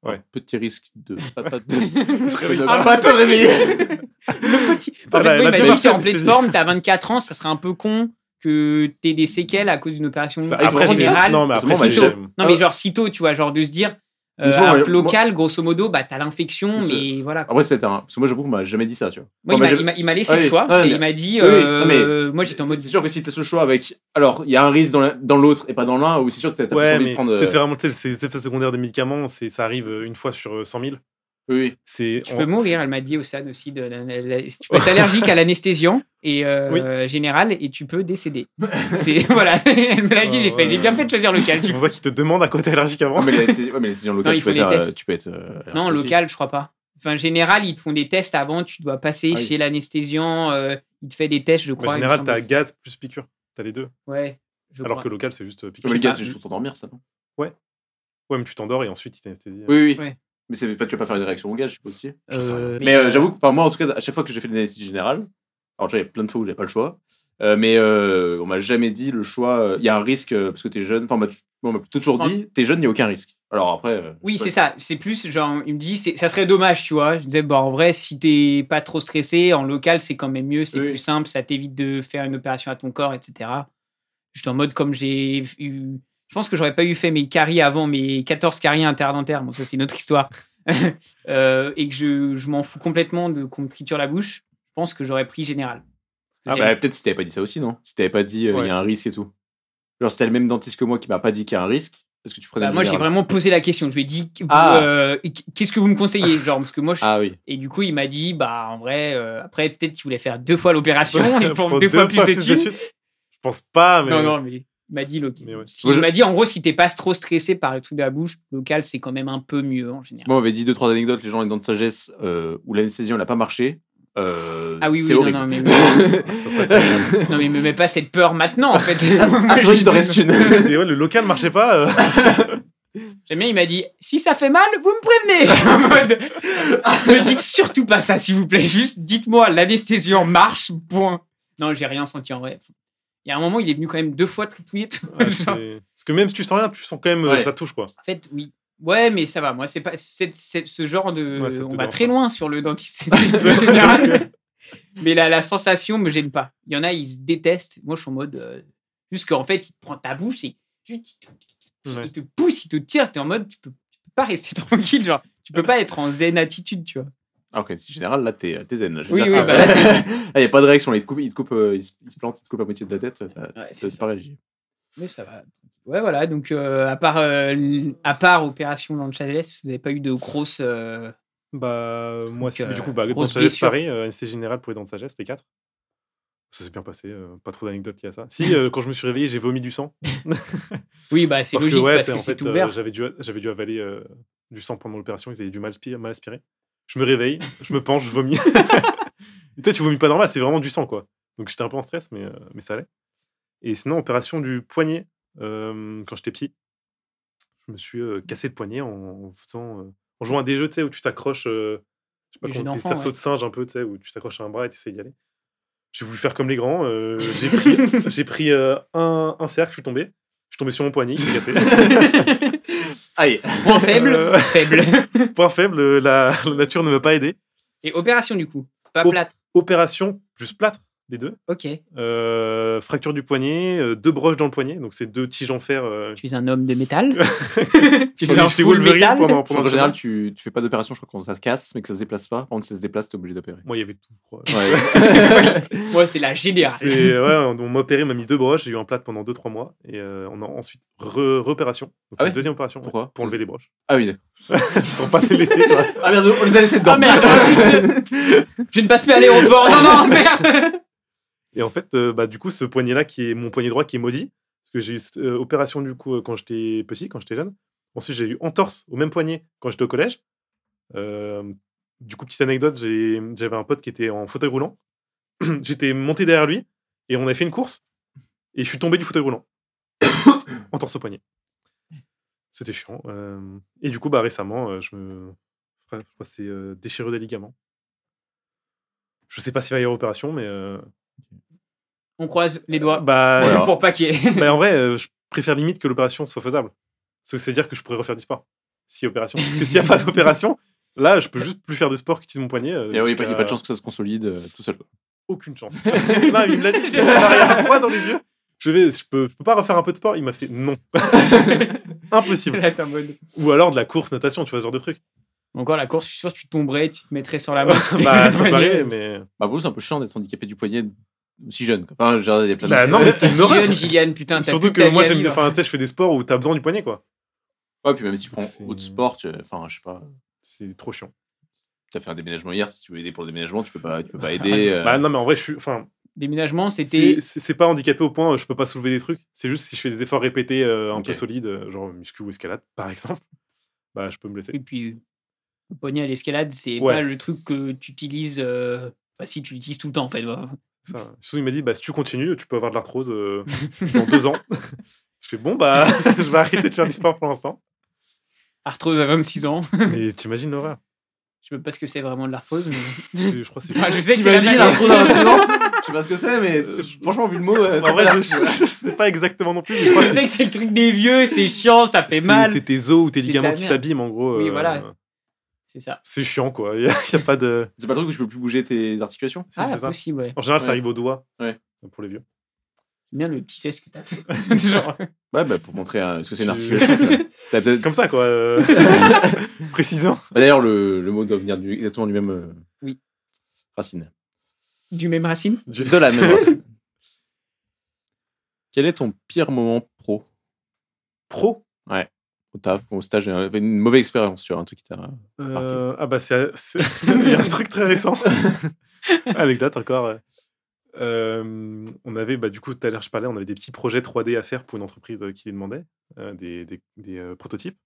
Speaker 3: t'as un
Speaker 7: Ouais.
Speaker 3: petit risque de. pas- pas- de-
Speaker 7: réveiller.
Speaker 3: de
Speaker 7: Ah,
Speaker 3: pas te réveiller
Speaker 6: le petit.
Speaker 7: Ah,
Speaker 6: En fait, moi,
Speaker 7: la-
Speaker 6: il
Speaker 7: la
Speaker 6: m'a dit
Speaker 7: démarche,
Speaker 6: t'es en
Speaker 7: c'est-
Speaker 6: pleine forme, t'as 24 ans, ça serait un peu con que t'aies des séquelles à cause d'une opération
Speaker 7: Ça-
Speaker 3: Ah, ils
Speaker 7: Après,
Speaker 3: font
Speaker 7: c'est-
Speaker 6: générale.
Speaker 7: non, mais
Speaker 3: Parce
Speaker 7: après,
Speaker 3: que moi,
Speaker 7: c'est-
Speaker 3: j'ai-
Speaker 7: j'aime.
Speaker 6: Non, mais genre, sitôt, tu vois, genre de se dire. euh,
Speaker 3: Mais souvent,
Speaker 6: alors
Speaker 3: moi,
Speaker 6: que local, grosso modo, bah, t'as l'infection,
Speaker 3: Mais
Speaker 6: mais voilà. quoi.
Speaker 3: Après, c'est Ah, peut-être un. Parce que moi, j'avoue qu'on m'a jamais dit ça, tu vois.
Speaker 6: Moi,
Speaker 3: Enfin,
Speaker 6: il
Speaker 3: moi,
Speaker 6: m'a-
Speaker 3: j'ai-
Speaker 6: il m'a- il m'a laissé
Speaker 3: Oui,
Speaker 6: le choix
Speaker 3: oui,
Speaker 6: et il m'a dit.
Speaker 3: oui,
Speaker 6: euh,
Speaker 3: non, mais
Speaker 6: moi, j'étais en
Speaker 3: c'est-
Speaker 6: mode.
Speaker 3: C'est sûr que si t'as ce choix avec. Alors, il y a un risque dans la- dans l'autre et pas dans l'un, ou c'est sûr que t'as t'as plus
Speaker 7: Ouais,
Speaker 3: envie
Speaker 7: mais
Speaker 3: de prendre. euh,
Speaker 7: c'est vraiment tu sais, ces effets secondaires des médicaments, c'est ça arrive euh, une fois sur euh, 100 000.
Speaker 3: Oui, oui.
Speaker 7: C'est
Speaker 6: Tu
Speaker 7: on-
Speaker 6: peux mourir, elle m'a dit au SAD aussi. De la- la- la- tu peux être allergique à l'anesthésiant et euh, général et tu peux décéder. C'est voilà, elle me l'a dit. J'ai fait, j'ai bien fait de choisir
Speaker 7: c'est-
Speaker 6: local.
Speaker 7: C'est pour ça qu'ils te demandent à quoi t'es allergique avant.
Speaker 3: Ah, mais l'anesthésie ouais, mais l'anesthésiant
Speaker 6: Non,
Speaker 3: local,
Speaker 6: ils
Speaker 3: tu peux,
Speaker 6: font des
Speaker 3: être, euh,
Speaker 6: tests.
Speaker 3: tu peux être. euh,
Speaker 6: non,
Speaker 3: anesthésique.
Speaker 6: local, je crois pas. Enfin, général, ils te font des tests avant. Tu dois passer
Speaker 3: Ah oui.
Speaker 6: chez l'anesthésiant. euh, il te fait des tests, je
Speaker 7: Mais En
Speaker 6: crois. il me
Speaker 7: général,
Speaker 6: semble
Speaker 7: Bah, t'as
Speaker 6: aussi.
Speaker 7: gaz plus piqûre. T'as les deux.
Speaker 6: Ouais. Je
Speaker 7: Alors que
Speaker 6: crois.
Speaker 7: local, c'est juste euh, piqûre.
Speaker 3: Ouais, Ah, mais le gars,
Speaker 6: pas-
Speaker 3: c'est juste pour t'endormir, ça, non
Speaker 7: Ouais, mais tu t'endors et ensuite, il t'anesthésie.
Speaker 3: Oui, oui.
Speaker 6: Ouais.
Speaker 3: Mais c'est- enfin, tu vas pas faire une réaction au gaz, je suppose aussi.
Speaker 7: j'en sais rien.
Speaker 6: Euh,
Speaker 3: Mais euh, j'avoue que, enfin, moi, en tout cas, à chaque fois que j'ai fait l'anesthésie générale, alors j'avais plein de fois où j'avais pas le choix, euh, mais euh, on m'a jamais dit le choix. euh, Il y a un risque euh, parce que t'es jeune. Enfin, on m'a tu- on m'a toujours dit, t'es jeune, il n'y a aucun risque. Alors après. euh,
Speaker 6: Oui,
Speaker 3: je sais
Speaker 6: c'est
Speaker 3: pas
Speaker 6: ça. C'est plus, genre, il me dit, c'est- ça serait dommage, tu vois. Je disais, bah, en vrai, si t'es pas trop stressé, en local, c'est quand même mieux, c'est
Speaker 3: Oui.
Speaker 6: plus simple, ça t'évite de faire une opération à ton corps, etc. J'étais en mode, comme j'ai eu. Je pense que j'aurais pas eu fait mes caries avant, mes 14 caries interdentaires. Bon, ça, c'est une autre histoire. Euh, et que je, je m'en fous complètement de qu'on me triture la bouche. Je pense que j'aurais pris général.
Speaker 3: si- Ah,
Speaker 6: J'ai-
Speaker 3: bah, peut-être si t'avais pas dit ça aussi, non Si t'avais pas dit, euh, il
Speaker 7: Ouais.
Speaker 3: y a un risque et tout. Genre, c'était le même dentiste que moi qui m'a pas dit qu'il y a un risque, parce que tu prenais.
Speaker 6: Bah,
Speaker 3: le
Speaker 6: moi, j'ai
Speaker 3: général.
Speaker 6: vraiment posé la question. Je lui ai dit,
Speaker 3: Ah.
Speaker 6: euh, qu'est-ce que vous me conseillez Genre, parce que moi, je
Speaker 3: Ah oui.
Speaker 6: Et du coup, il m'a dit, bah, en vrai, euh, après, peut-être qu'il voulait faire deux fois l'opération et pour
Speaker 7: Pour
Speaker 6: deux, fois plus de thunes.
Speaker 7: suite. Je pense pas, mais.
Speaker 6: Non, non, mais il m'a dit, ok.
Speaker 7: Mais ouais.
Speaker 6: Si-
Speaker 3: Moi, je-
Speaker 6: Il m'a dit, en gros, si t'es pas trop stressé par le truc de la bouche, local, c'est quand même un peu mieux en général.
Speaker 3: Moi, on m'avait dit deux, trois anecdotes, les gens ont les dents de sagesse, euh, où l'anesthésie, on l'a pas marché. Euh,
Speaker 6: ah oui, oui,
Speaker 3: c'est
Speaker 6: non,
Speaker 3: horrible.
Speaker 6: non, mais,
Speaker 3: ah,
Speaker 6: non, mais me mets pas cette peur maintenant, en fait.
Speaker 3: c'est vrai qu'il en reste une.
Speaker 7: Et ouais, le local marchait pas. euh.
Speaker 6: J'aime bien, il m'a dit, si ça fait mal, vous me prévenez. En mode, ne dites surtout pas ça, s'il vous plaît. Juste dites-moi, l'anesthésie en marche, point. Non, j'ai rien senti en vrai. Il y a un moment, il est venu quand même deux fois tritouiller. tout-
Speaker 7: Ah, c'est-
Speaker 6: genre.
Speaker 7: Parce que même si tu sens rien, tu sens quand même euh,
Speaker 3: Ouais.
Speaker 7: ça touche quoi.
Speaker 6: En fait, oui. Ouais, mais ça va. Moi, c'est pas c'est- c'est ce genre de.
Speaker 7: Ouais, ça te
Speaker 6: on va
Speaker 7: dérange
Speaker 6: très
Speaker 7: pas.
Speaker 6: loin sur le dentiste en général. mais la, la sensation me gêne pas. Il y en a, ils se détestent. Moi, je suis en mode. euh, juste qu'en fait, il te prend ta bouche et juste, il, te,
Speaker 7: Ouais.
Speaker 6: il te pousse, il te tire. T'es en mode, tu peux, tu peux pas rester tranquille. Genre, tu peux pas être en zen attitude, tu vois.
Speaker 3: Ah, ok, c'est général, là, t'es t'es zen. là, je veux
Speaker 6: Oui,
Speaker 3: dire.
Speaker 6: oui,
Speaker 3: Ah,
Speaker 6: bah,
Speaker 3: ouais.
Speaker 6: là,
Speaker 3: Ah, y a pas de réaction, là, il te coupe, il te coupe, euh, il se, il se plante, il te coupe la moitié de la tête, t'as
Speaker 6: Ouais,
Speaker 3: t'as pas réagi.
Speaker 6: Mais ça va. Ouais, voilà. Donc, euh, à, part, euh, l- à part Opération dans le Chalice, vous n'avez pas eu de grosses. euh,
Speaker 7: Bah, moi, c'est
Speaker 6: euh,
Speaker 7: du coup, bah, dans
Speaker 6: grosse
Speaker 7: Sagesse
Speaker 6: blessure.
Speaker 7: Paris, euh, NC Général pour les dents de sagesse, les quatre. Ça s'est bien passé, euh, pas trop d'anecdotes liées à ça. Si, euh, quand je me suis réveillé, j'ai vomi du sang.
Speaker 6: Oui, bah, c'est
Speaker 7: Parce
Speaker 6: logique
Speaker 7: que, ouais,
Speaker 6: parce
Speaker 7: c'est-
Speaker 6: que
Speaker 7: en
Speaker 6: c'est
Speaker 7: fait, euh,
Speaker 6: ouvert.
Speaker 7: j'avais dû, j'avais dû avaler euh, du sang pendant l'opération, ils avaient du mal, aspi- mal aspirer. Je me réveille, je me penche, je vomis. Et Toi, tu vomis pas normal, c'est vraiment du sang, quoi. Donc j'étais un peu en stress, mais, euh, mais ça allait. Et sinon, opération du poignet, euh, quand j'étais petit. Je me suis euh, cassé le poignet en faisant, euh, en jouant à des jeux, tu sais, où tu t'accroches, euh, je sais pas
Speaker 6: Les
Speaker 7: comment,
Speaker 6: jeux
Speaker 7: des
Speaker 6: d'enfants,
Speaker 7: cerceaux
Speaker 6: ouais.
Speaker 7: de singe un peu, tu sais, où tu t'accroches à un bras et tu essaies d'y aller. J'ai voulu faire comme les grands. euh, j'ai pris, j'ai pris euh, un, un cercle, je suis tombé. Je suis tombé sur mon poignet, il s'est cassé.
Speaker 3: Aïe
Speaker 6: Point faible,
Speaker 7: Euh.
Speaker 6: faible.
Speaker 7: Point faible, euh, la, la nature ne m'a pas aidé.
Speaker 6: Et opération du coup, pas
Speaker 7: Oh.
Speaker 6: plâtre.
Speaker 7: Opération plus plâtre, les deux.
Speaker 6: Ok.
Speaker 7: Euh, fracture du poignet, euh, deux broches dans le poignet, donc c'est deux tiges en fer. euh,
Speaker 6: Tu es un homme de métal. tu
Speaker 7: J'étais
Speaker 6: es un full métal.
Speaker 7: pendant,
Speaker 3: Je crois
Speaker 7: pendant
Speaker 3: qu'en
Speaker 7: le
Speaker 3: général,
Speaker 7: tournoi.
Speaker 3: tu, tu fais pas d'opération, je crois qu'on ça se casse, mais que ça se déplace pas. Par contre, si ça se déplace, t'es obligé d'opérer.
Speaker 7: Moi, il y avait tout, je crois.
Speaker 3: Ouais.
Speaker 6: Ouais, c'est la générale.
Speaker 7: C'est- ouais, on m'a opéré, on m'a mis deux broches, j'ai eu un plat pendant 2-3 mois, et euh, on a ensuite re- repération. Donc,
Speaker 3: Ah ouais
Speaker 7: une deuxième opération.
Speaker 3: Pourquoi
Speaker 7: ouais, Pour enlever les broches.
Speaker 3: ah oui, d'accord.
Speaker 7: pour pas les laisser. quoi.
Speaker 3: Ah merde, on les a laissés dedans.
Speaker 6: Ah merde Je ne passe plus à l'aéroport. Non, non, merde
Speaker 7: Et en fait, euh, bah, du coup, ce poignet-là, qui est mon poignet droit, qui est maudit, parce que j'ai eu cette euh, opération du coup euh, quand j'étais petit, quand j'étais jeune. Ensuite, j'ai eu entorse au même poignet quand j'étais au collège. Euh, du coup, petite anecdote, j'ai- j'avais un pote qui était en fauteuil roulant. j'étais monté derrière lui et on a fait une course et je suis tombé du fauteuil roulant. entorse au poignet. C'était chiant. euh, et du coup, bah, récemment, euh, je me. Je crois que c'est euh, déchirure des ligaments. Je sais pas s'il va y avoir opération, mais. euh,
Speaker 6: On croise les doigts
Speaker 7: bah,
Speaker 3: Voilà.
Speaker 6: pour pas qu'il y ait-
Speaker 7: bah, en vrai, euh, je préfère limite que l'opération soit faisable. Parce que c'est-à-dire que je pourrais refaire du sport. Si opération. Parce que s'il n'y a pas d'opération, là, je peux juste plus faire de sport qu'utiliser mon poignet. euh,
Speaker 6: Eh
Speaker 3: Et oui, il n'y a
Speaker 7: jusqu'à-
Speaker 3: pas de chance que ça se consolide euh, tout seul. quoi.
Speaker 7: Aucune chance. non, il me l'a dit. Il m'a regardé droit dans les yeux. Je, vais, je, peux, je peux pas refaire un peu de sport. Il m'a fait non. Impossible.
Speaker 6: Là, t'es en mode-
Speaker 7: Ou alors de la course, natation, tu vois, ce genre de truc.
Speaker 6: Encore la course, je suis sûr que tu tomberais, tu te mettrais sur la main. Ah, tu te
Speaker 7: bah, ça
Speaker 6: pèterais le poignet.
Speaker 7: paraît, mais.
Speaker 3: Bah, vous, c'est un peu chiant d'être handicapé du poignet si jeune. Quoi. Enfin, genre, il y a plein de-
Speaker 7: Bah, non, mais c'est
Speaker 6: T'es
Speaker 7: une
Speaker 6: si
Speaker 7: horreur.
Speaker 6: jeune, Gillian, putain, t'as
Speaker 7: Surtout
Speaker 6: toute ta
Speaker 7: que moi,
Speaker 6: vie à
Speaker 7: j'aime.
Speaker 6: vivre.
Speaker 7: Enfin, tu sais, je fais des sports où t'as besoin du poignet, quoi.
Speaker 3: Ouais, puis même si tu prends
Speaker 7: C'est-
Speaker 3: autre sport, tu- enfin, je sais pas,
Speaker 7: C'est trop chiant.
Speaker 3: t'as fait un déménagement hier, si tu veux aider pour le déménagement, tu peux pas, tu peux pas aider. euh,
Speaker 7: Bah, non, mais en vrai, je suis. Enfin,
Speaker 6: Déménagement, c'était
Speaker 7: C'est- C'est c'est pas handicapé au point, euh, je peux pas soulever des trucs. C'est juste si je fais des efforts répétés euh, un
Speaker 3: Ok.
Speaker 7: peu solides, euh, genre muscu ou escalade, par exemple, bah je peux me blesser.
Speaker 6: Et puis, euh, le poignet à l'escalade, c'est
Speaker 7: Ouais.
Speaker 6: pas le truc que tu utilises. euh, Bah, si, tu l'utilises tout le temps, en fait. voilà.
Speaker 7: Ça, Surtout, il m'a dit, bah si tu continues, tu peux avoir de l'arthrose euh, dans deux ans. je fais, bon, bah je vais arrêter de faire du sport pour l'instant.
Speaker 6: Arthrose à 26 ans.
Speaker 7: Et t'imagines l'horreur
Speaker 6: Je sais même pas ce que c'est vraiment de l'arthrose. Mais...
Speaker 7: C'est- Je crois que c'est.
Speaker 6: Enfin, je sais que c'est la
Speaker 3: T'imagines
Speaker 6: maladie.
Speaker 3: un trou dans un trou Je sais pas ce que c'est, mais c'est- franchement, vu le mot, euh,
Speaker 7: En
Speaker 3: c'est
Speaker 7: vrai,
Speaker 3: pas la-
Speaker 7: je, je sais pas exactement non plus. mais je crois que
Speaker 6: Je sais que c'est le truc des vieux, c'est chiant, ça fait
Speaker 7: c'est-
Speaker 6: mal.
Speaker 7: C'est tes os ou tes
Speaker 6: C'est de
Speaker 7: ligaments
Speaker 6: la
Speaker 7: qui
Speaker 6: merde.
Speaker 7: s'abîment, en gros.
Speaker 6: Oui,
Speaker 7: euh,
Speaker 6: voilà. C'est ça.
Speaker 7: C'est chiant, quoi. Il y, a y a pas de.
Speaker 3: C'est pas le truc où je peux plus bouger tes articulations
Speaker 7: c'est-
Speaker 6: Ah,
Speaker 7: c'est ça.
Speaker 6: possible, ouais.
Speaker 7: En général, ça
Speaker 3: Ouais.
Speaker 7: arrive aux doigts.
Speaker 3: Ouais.
Speaker 7: Pour les vieux.
Speaker 6: J'aime Bien le petit geste que t'as fait. Genre,
Speaker 3: Ouais, bah, pour montrer euh, ce que c'est une
Speaker 7: Je-
Speaker 3: articulation. T'as peut-être-
Speaker 7: Comme ça, quoi. euh, Précisant.
Speaker 3: Bah, D'ailleurs, le, le mot doit venir du, exactement du même. euh,
Speaker 6: Oui.
Speaker 3: Racine.
Speaker 6: du même racine.
Speaker 3: De la même racine. Quel est ton pire moment pro
Speaker 7: Pro.
Speaker 3: au taf ou au stage euh, Une mauvaise expérience, tu vois, un truc qui t'a.
Speaker 7: Euh, ah bah c'est c'est- il y a un truc très récent. Anecdote encore. euh. Euh, on avait bah, du coup tout à l'heure je parlais, on avait des petits projets 3D à faire pour une entreprise euh, qui les demandait, euh, des, des- des, euh, prototypes,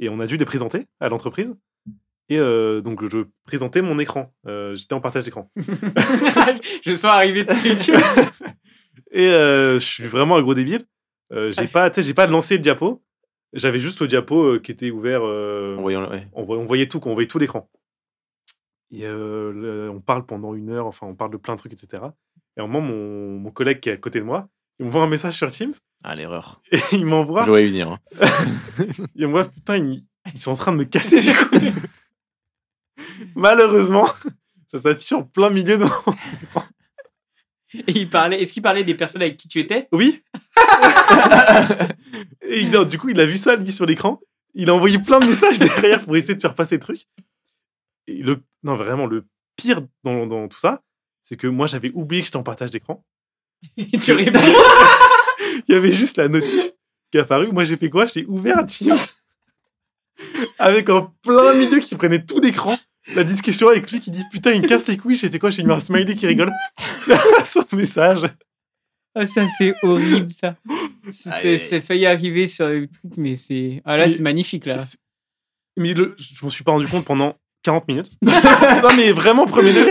Speaker 7: et on a dû les présenter à l'entreprise. Et euh, donc je présentais mon écran, Euh, j'étais en partage d'écran.
Speaker 6: je sens arriver le truc.
Speaker 7: Et euh, je suis vraiment un gros débile. Euh, j'ai pas, tu sais, j'ai pas lancé le diapo. J'avais juste le diapo euh, qui était ouvert. euh,
Speaker 3: En voyant, ouais.
Speaker 7: on, voy- on voyait tout, quoi, on voyait tout l'écran. Et euh, le- on parle pendant une heure, enfin, on parle de plein de trucs, etc. Et à un moment, mon, mon collègue qui est à côté de moi, il m'envoie un message sur Teams
Speaker 3: Ah, l'erreur.
Speaker 7: et il m'envoie,
Speaker 3: J'aurais venir. hein.
Speaker 7: il m'envoie, putain, ils, ils sont en train de me casser les couilles. Malheureusement, ça s'affiche en plein milieu de mon-
Speaker 6: Et il parlait. Est-ce qu'il parlait des personnes avec qui tu étais
Speaker 7: Oui Et il- non, du coup, il a vu ça, lui, sur l'écran. Il a envoyé plein de messages derrière pour essayer de faire passer le truc. Et le, non, vraiment, le pire dans, dans tout ça, c'est que moi, j'avais oublié que j'étais en partage d'écran.
Speaker 6: Et tu réponds.
Speaker 7: Il y avait juste la notif qui est apparue. Moi, j'ai fait quoi J'ai ouvert Teams avec en plein milieu qui prenait tout l'écran. La discussion avec lui qui dit Putain, il me casse les couilles. J'ai fait quoi J'ai mis un smiley qui rigole. Son message.
Speaker 6: Ah, ça, c'est horrible, ça. C'est-
Speaker 3: Aïe, aïe.
Speaker 6: C'est c'est failli arriver sur le truc, mais c'est. Ah là,
Speaker 7: Mais-
Speaker 6: c'est magnifique, là.
Speaker 7: C'est- Mais le- je je m'en suis pas rendu compte pendant 40 minutes. non, mais vraiment, premier degré.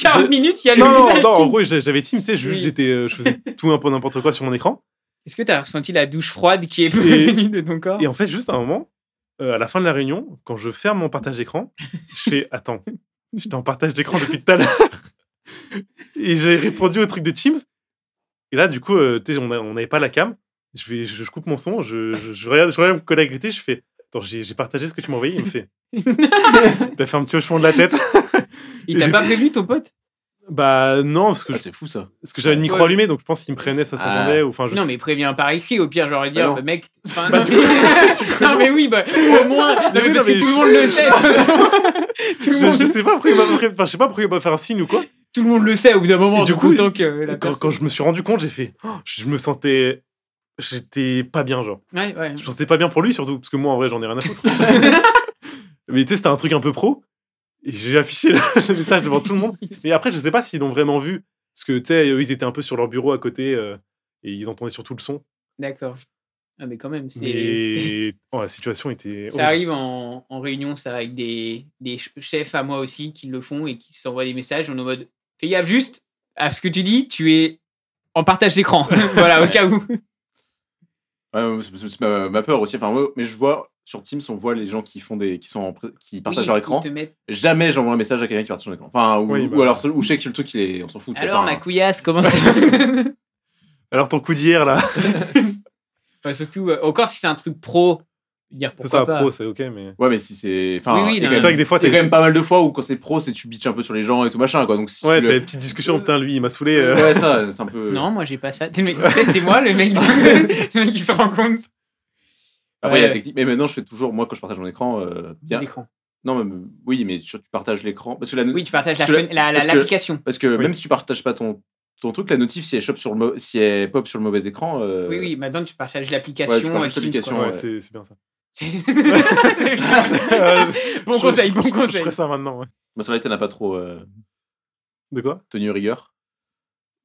Speaker 6: 40 minutes, il y a le
Speaker 7: Non, non,
Speaker 6: visage
Speaker 7: non, en
Speaker 6: Teams.
Speaker 7: gros, j'a- j'avais Teams, tu sais, juste
Speaker 6: Oui.
Speaker 7: j'étais, euh, je faisais tout un peu n'importe quoi sur mon écran.
Speaker 6: Est-ce que tu as ressenti la douche froide qui est venue de ton corps
Speaker 7: Et en fait, juste à un moment, euh, à la fin de la réunion, quand je ferme mon partage d'écran, je fais Attends, j'étais en partage d'écran depuis tout à l'heure. Et j'ai répondu au truc de Teams. Et là, du coup, euh, tu sais, on a- on n'avait pas la cam. Je, vais, je, je coupe mon son, je, je, je regarde, je regarde mon collègue griter, je fais Attends, j'ai j'ai partagé ce que tu m'as envoyé. Il me fait T'as fait un petit hochement de la tête.
Speaker 6: Il t'a
Speaker 7: j'ai-
Speaker 6: pas prévenu ton pote
Speaker 7: bah non, parce que,
Speaker 3: Ah,
Speaker 7: je-
Speaker 3: c'est fou ça.
Speaker 7: parce que j'avais le micro
Speaker 6: Ouais.
Speaker 7: allumé, donc je pense qu'il me prévenait, ça s'entendait. ou enfin je
Speaker 6: Non,
Speaker 7: sais-
Speaker 6: mais préviens par écrit. Au pire, j'aurais dit,
Speaker 3: Ah
Speaker 6: ah,
Speaker 3: non.
Speaker 6: bah, mec. enfin,
Speaker 7: Bah,
Speaker 6: non,
Speaker 7: du coup,
Speaker 6: mais... non, mais oui, bah, au moins. Non, mais
Speaker 7: oui,
Speaker 6: parce que
Speaker 7: non, mais
Speaker 6: tout le
Speaker 7: je-
Speaker 6: monde le sait, de toute façon. tout, le
Speaker 7: je,
Speaker 6: monde,
Speaker 7: je sais pas pourquoi il m'a pré- enfin, je sais pas pourquoi il m'a fait un signe ou quoi.
Speaker 6: tout le monde le sait au bout d'un moment.
Speaker 7: Et du
Speaker 6: donc,
Speaker 7: coup,
Speaker 6: autant que euh, la
Speaker 7: quand,
Speaker 6: personne-
Speaker 7: quand je me suis rendu compte, j'ai fait. Oh, je me sentais. J'étais pas bien, genre.
Speaker 6: Ouais, ouais.
Speaker 7: Je me sentais pas bien pour lui, surtout, parce que moi, en vrai, j'en ai rien à foutre. Mais tu sais, c'était un truc un peu pro. Et j'ai affiché le, le message devant tout le monde. Et après, je sais pas s'ils l'ont vraiment vu. Parce que, tu sais, eux, ils étaient un peu sur leur bureau à côté. euh, et ils entendaient surtout le son.
Speaker 6: D'accord. Ah, mais quand même, c'est.
Speaker 7: Mais oh, la situation était. horrible.
Speaker 6: Ça arrive en, en réunion, ça, avec des, des ch- chefs à moi aussi qui le font et qui s'envoient des messages. On est en mode fais gaffe juste à ce que tu dis, tu es en partage d'écran. voilà, au
Speaker 3: Ouais.
Speaker 6: cas où.
Speaker 3: Ouais, ouais, c'est- c'est- c'est ma, ma peur aussi. Enfin, moi, mais je vois sur Teams, on voit les gens qui font des, qui sont, en pré- qui partagent
Speaker 6: Oui,
Speaker 3: leur
Speaker 6: ils
Speaker 3: écran.
Speaker 6: te mettent,
Speaker 3: Jamais j'envoie un message à quelqu'un qui partage son écran. Enfin, ou,
Speaker 7: Oui, bah.
Speaker 3: ou alors, ou je sais que le truc, il est, on s'en fout. tu vois.
Speaker 6: Alors,
Speaker 3: Enfin,
Speaker 6: ma couillasse, comment ça
Speaker 7: Alors, ton coup d'hier, là.
Speaker 6: Enfin, Surtout, euh, encore si c'est un truc pro, dire
Speaker 7: C'est
Speaker 6: pourquoi
Speaker 7: ça,
Speaker 6: pas.
Speaker 7: pro, c'est ok, mais.
Speaker 3: Ouais, mais si c'est, enfin,
Speaker 6: Oui, oui,
Speaker 3: il y
Speaker 6: non,
Speaker 3: a
Speaker 7: C'est
Speaker 3: quand
Speaker 7: vrai
Speaker 3: même-
Speaker 7: que des fois,
Speaker 3: il y a
Speaker 7: t'es.
Speaker 3: quand même pas mal de fois où quand c'est pro, c'est tu bitches un peu sur les gens et tout machin, quoi. Donc si
Speaker 7: Ouais,
Speaker 3: tu
Speaker 7: t'as
Speaker 3: le-
Speaker 7: des petites discussions. Putain, lui, il m'a saoulé. euh.
Speaker 3: ouais, ça, c'est un peu.
Speaker 6: Non, moi j'ai pas ça. C'est le mec- peut-être c'est moi le mec, le mec qui se rend compte.
Speaker 3: Après, il y a
Speaker 6: Ouais.
Speaker 3: la technique. Mais maintenant, je fais toujours, moi, quand je partage mon écran, euh, bien.
Speaker 6: L'écran.
Speaker 3: Non, mais, oui, mais sur- tu partages l'écran. Parce que, la,
Speaker 6: Oui, tu partages la
Speaker 3: Parce que-
Speaker 6: fenêtre- la- la-
Speaker 3: parce que-
Speaker 6: l'application.
Speaker 3: parce que
Speaker 7: Oui.
Speaker 3: même si tu partages pas ton, ton truc, la notif, si elle, chope sur le mau- si elle pop sur le mauvais écran. euh,
Speaker 6: Oui, oui, maintenant tu partages l'application.
Speaker 3: Ouais, tu partages
Speaker 6: euh, Teams,
Speaker 3: l'application,
Speaker 6: quoi.
Speaker 7: Ouais, c'est c'est bien ça.
Speaker 6: bon
Speaker 7: Je-
Speaker 6: conseil,
Speaker 7: je-
Speaker 6: bon
Speaker 7: je- Je
Speaker 6: conseil.
Speaker 7: ferai ça maintenant, ouais.
Speaker 3: Bah, c'est vrai que t'en as pas trop euh,
Speaker 7: De quoi
Speaker 3: tenu rigueur.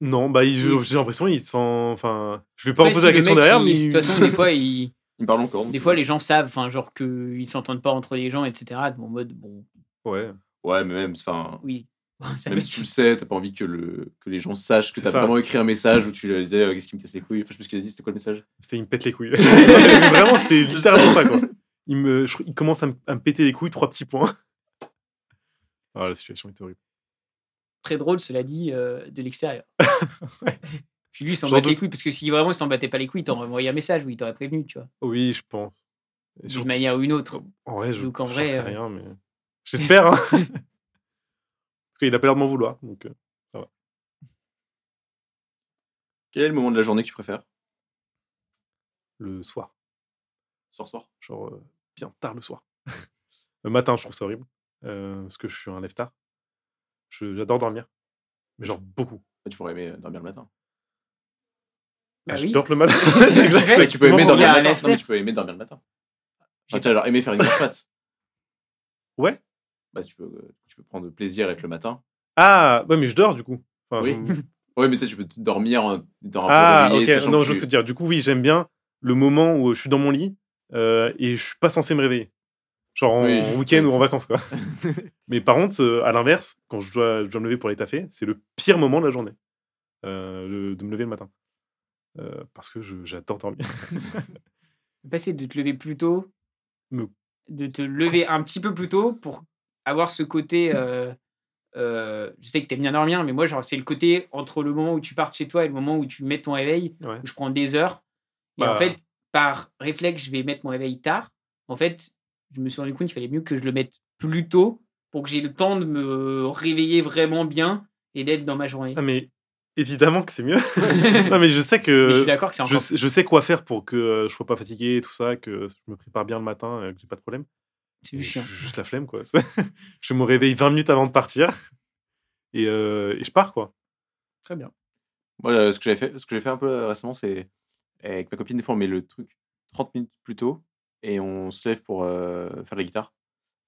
Speaker 7: Non, bah, il-
Speaker 6: Il-
Speaker 7: j'ai l'impression, il sent. Enfin, je vais pas
Speaker 6: Après, si
Speaker 7: reposer la
Speaker 6: le
Speaker 7: question
Speaker 6: mec,
Speaker 7: derrière,
Speaker 6: il-
Speaker 7: mais.
Speaker 6: De toute façon, des fois, il-
Speaker 3: Il me parle encore. donc-
Speaker 6: des fois, les gens savent, enfin, genre qu'ils s'entendent pas entre les gens, etc. En mode, bon,
Speaker 7: Ouais.
Speaker 3: Ouais, mais même, enfin.
Speaker 6: oui. Ça
Speaker 3: Même
Speaker 6: me-
Speaker 3: si tu le sais, t'as pas envie que, le, que les gens sachent que
Speaker 7: C'est
Speaker 3: t'as
Speaker 7: ça.
Speaker 3: vraiment écrit un message où tu leur disais euh, qu'est-ce qui me casse les couilles. Enfin, je sais plus ce qu'il a dit, c'était quoi le message
Speaker 7: C'était, il me pète les couilles. Vraiment, c'était littéralement ça, quoi. Il, me, je- il commence à me, à me péter les couilles, trois petits points. Ah, la situation est horrible.
Speaker 6: Très drôle, cela dit, euh, de l'extérieur. Puis lui, il s'en
Speaker 7: J'en
Speaker 6: bat les
Speaker 7: doute.
Speaker 6: couilles, parce que si vraiment il s'en battait pas les couilles, il t'aurait envoyé un message, oui, il t'aurait prévenu, tu vois,
Speaker 7: Oui, je pense. Et
Speaker 6: d'une
Speaker 7: surtout-
Speaker 6: manière ou une autre.
Speaker 7: en vrai, je
Speaker 6: donc, en
Speaker 7: j'en
Speaker 6: vrai,
Speaker 7: sais
Speaker 6: euh,
Speaker 7: rien, mais j'espère. Hein. Parce qu'il a pas l'air de m'en vouloir. Donc, euh,
Speaker 3: Quel est le moment de la journée que tu préfères
Speaker 7: le soir,
Speaker 3: Soir, soir.
Speaker 7: genre euh, bien tard le soir. le matin, je trouve ça horrible. euh, parce que je suis un lève tard. J'adore dormir. Mais genre beaucoup.
Speaker 3: Ah, Tu pourrais aimer euh, dormir le matin.
Speaker 6: Bah
Speaker 7: Ah, je
Speaker 6: oui.
Speaker 7: dors le matin.
Speaker 6: C'est ce que je fais.
Speaker 3: Ouais, tu peux
Speaker 6: C'est
Speaker 3: aimer
Speaker 6: mon
Speaker 3: dormir
Speaker 6: regard
Speaker 3: le
Speaker 6: à
Speaker 3: matin.
Speaker 6: la
Speaker 3: Non, mais tu peux aimer dormir le matin. Enfin, tu as alors aimer faire une grosse mat.
Speaker 7: Ouais.
Speaker 3: Bah, tu peux, euh, tu peux prendre plaisir avec le matin.
Speaker 7: Ah, ouais, mais je dors du coup. Enfin,
Speaker 3: Oui.
Speaker 7: je-
Speaker 3: Ouais, mais tu sais, tu peux te dormir en- dans un
Speaker 7: Ah,
Speaker 3: peu
Speaker 7: ok.
Speaker 3: réveillé, sachant
Speaker 7: Non,
Speaker 3: que
Speaker 7: je veux
Speaker 3: tu-
Speaker 7: te dire. Du coup, oui, j'aime bien le moment où je suis dans mon lit euh, et je suis pas censé me réveiller. Genre en
Speaker 3: Oui.
Speaker 7: week-end ou en vacances, quoi. Mais par contre, euh, à l'inverse, quand je dois, je dois me lever pour aller taffer, c'est le pire moment de la journée euh, le- de me lever le matin. Euh, parce que je- j'adore dormir.
Speaker 6: Passer de te lever plus tôt,
Speaker 7: Me-
Speaker 6: de te lever un petit peu plus tôt pour avoir ce côté. euh, euh, je sais que t'aimes bien dormir, mais moi, genre, c'est le côté entre le moment où tu pars de chez toi et le moment où tu mets ton réveil,
Speaker 7: Ouais.
Speaker 6: où je prends des heures. Et en
Speaker 7: Bah.
Speaker 6: fait, par réflexe, je vais mettre mon réveil tard. En fait, je me suis rendu compte qu'il fallait mieux que je le mette plus tôt pour que j'ai le temps de me réveiller vraiment bien et d'être dans ma journée.
Speaker 7: Ah, mais évidemment que c'est mieux. non, mais je sais
Speaker 6: Mais je
Speaker 7: que.
Speaker 6: suis d'accord que c'est
Speaker 7: je,
Speaker 6: encore.
Speaker 7: sais, je sais quoi faire pour que euh, je sois pas fatigué et tout ça, que je me prépare bien le matin, euh, que j'ai pas de problème.
Speaker 6: C'est
Speaker 7: Mais
Speaker 6: chiant.
Speaker 7: j'ai Juste la flemme, quoi. je me réveille 20 minutes avant de partir et, euh, et je pars, quoi.
Speaker 6: Très bien.
Speaker 3: Moi, euh, ce que j'ai fait, ce que j'ai fait un peu euh, récemment, c'est avec ma copine, des fois, on met le truc 30 minutes plus tôt et on se lève pour euh, faire de la guitare.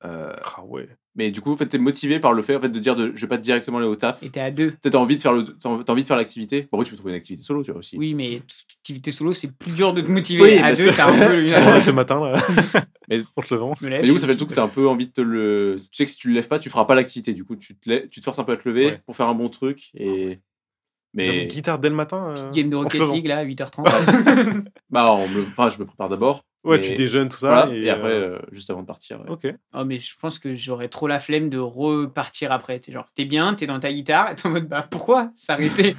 Speaker 3: Euh,
Speaker 7: Ah ouais.
Speaker 3: mais du coup, en fait, t'es motivé par le fait, en fait, de dire, de, je vais pas directement aller au taf.
Speaker 6: Et t'es à deux.
Speaker 3: Peut-être t'as envie de faire le, t'as envie de faire l'activité. Bon, après, tu peux trouver une activité solo, tu vois aussi.
Speaker 6: Oui, mais toute activité solo, c'est plus dur de te motiver.
Speaker 3: Oui,
Speaker 6: à
Speaker 3: bien
Speaker 6: deux,
Speaker 3: sûr.
Speaker 6: t'as un peu.
Speaker 7: On arrête le matin, là.
Speaker 3: Mais-
Speaker 7: on te le vend.
Speaker 6: Je me lève,
Speaker 3: Mais du coup,
Speaker 6: je
Speaker 3: ça
Speaker 6: me
Speaker 3: fait le truc
Speaker 6: dis,
Speaker 3: que t'as un peu envie de te le. Tu sais que si tu le lèves pas, tu feras pas l'activité. Du coup, tu te, lè- tu te forces un peu à te lever
Speaker 7: Ouais.
Speaker 3: pour faire un bon truc. Et
Speaker 7: Genre une
Speaker 3: Mais
Speaker 7: guitare dès le matin. euh,
Speaker 6: Petite game de
Speaker 7: en
Speaker 6: Rocket
Speaker 7: crevant.
Speaker 6: League, là, à 8h30.
Speaker 3: bah, on me... le- enfin, je me prépare d'abord.
Speaker 7: Ouais,
Speaker 3: mais
Speaker 7: tu déjeunes, tout ça.
Speaker 3: voilà, et, après,
Speaker 7: euh,
Speaker 3: euh, juste avant de partir. ouais.
Speaker 7: Ok.
Speaker 6: oh, mais je pense que j'aurais trop la flemme de repartir après. T'es genre, t'es bien, t'es dans ta guitare, et t'es en mode, bah pourquoi s'arrêter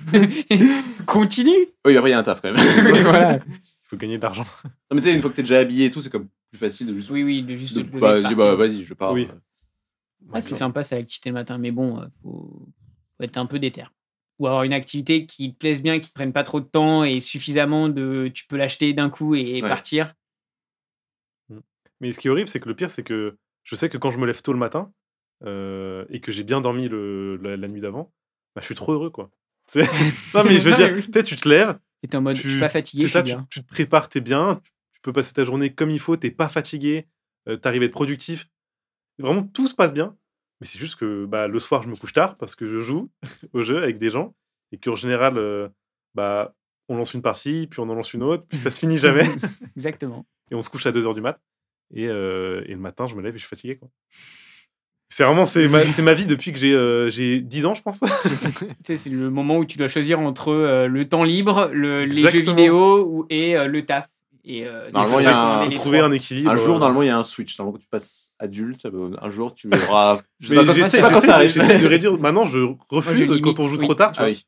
Speaker 6: Continue
Speaker 3: Oui, après, il y a un taf quand même.
Speaker 6: voilà.
Speaker 7: Il faut gagner de l'argent.
Speaker 3: Non, mais tu sais, une fois que t'es déjà habillé et tout, c'est comme plus facile de juste.
Speaker 6: Oui, oui, de juste
Speaker 3: de-
Speaker 6: te lever
Speaker 3: bah,
Speaker 6: et
Speaker 3: dis,
Speaker 6: partir.
Speaker 3: bah, vas-y, je pars.
Speaker 7: Oui.
Speaker 6: Ah, c'est sympa, c'est l'activité le matin, mais bon, euh, faut, faut être un peu déter. Ou avoir une activité qui te plaise bien, qui te prenne pas trop de temps et suffisamment de. Tu peux l'acheter d'un coup et
Speaker 3: Ouais.
Speaker 6: partir.
Speaker 7: Mais ce qui est horrible, c'est que le pire, c'est que je sais que quand je me lève tôt le matin euh, et que j'ai bien dormi le- la, la nuit d'avant, bah, je suis trop heureux, quoi. C'est- non, mais je veux
Speaker 6: Ouais,
Speaker 7: dire,
Speaker 6: oui.
Speaker 7: peut-être tu te lèves,
Speaker 6: Et t'es en mode,
Speaker 7: Tu-
Speaker 6: je suis pas fatigué,
Speaker 7: c'est
Speaker 6: je suis
Speaker 7: ça, tu,
Speaker 6: bien.
Speaker 7: tu te prépares, t'es bien, tu, tu peux passer ta journée comme il faut, t'es pas fatigué, euh, t'arrives à être productif. Vraiment, tout se passe bien. Mais c'est juste que bah, le soir, je me couche tard parce que je joue au jeu avec des gens et qu'en général, euh, bah, on lance une partie, puis on en lance une autre, puis ça se finit jamais.
Speaker 6: Exactement.
Speaker 7: et on se couche à 2h du mat. Et, euh, et le matin, je me lève et je suis fatigué. quoi. C'est vraiment c'est ma, c'est ma vie depuis que j'ai euh, j'ai 10 ans, je pense.
Speaker 6: Tu sais, c'est le moment où tu dois choisir entre euh, le temps libre, le- les jeux
Speaker 7: Exactement.
Speaker 6: vidéo ou, et euh, le taf. Et, euh,
Speaker 3: Normalement,
Speaker 6: faut
Speaker 3: il y a
Speaker 6: pas combiner
Speaker 3: un-
Speaker 6: les
Speaker 7: trouver
Speaker 6: trois.
Speaker 7: un équilibre.
Speaker 3: Un jour,
Speaker 7: euh,
Speaker 3: normalement, il y a un switch. Normalement, quand tu passes adulte, euh, un jour, tu verras. Je sais
Speaker 7: mais
Speaker 3: pas quand- je
Speaker 7: j'essaie-
Speaker 3: sais pas quand ça
Speaker 7: j'essaie-
Speaker 3: arrive.
Speaker 7: J'essaie de réduire. Maintenant, je refuse
Speaker 6: limite,
Speaker 7: quand on joue
Speaker 6: oui.
Speaker 7: trop tard, tu
Speaker 3: Ah
Speaker 7: vois,
Speaker 3: oui.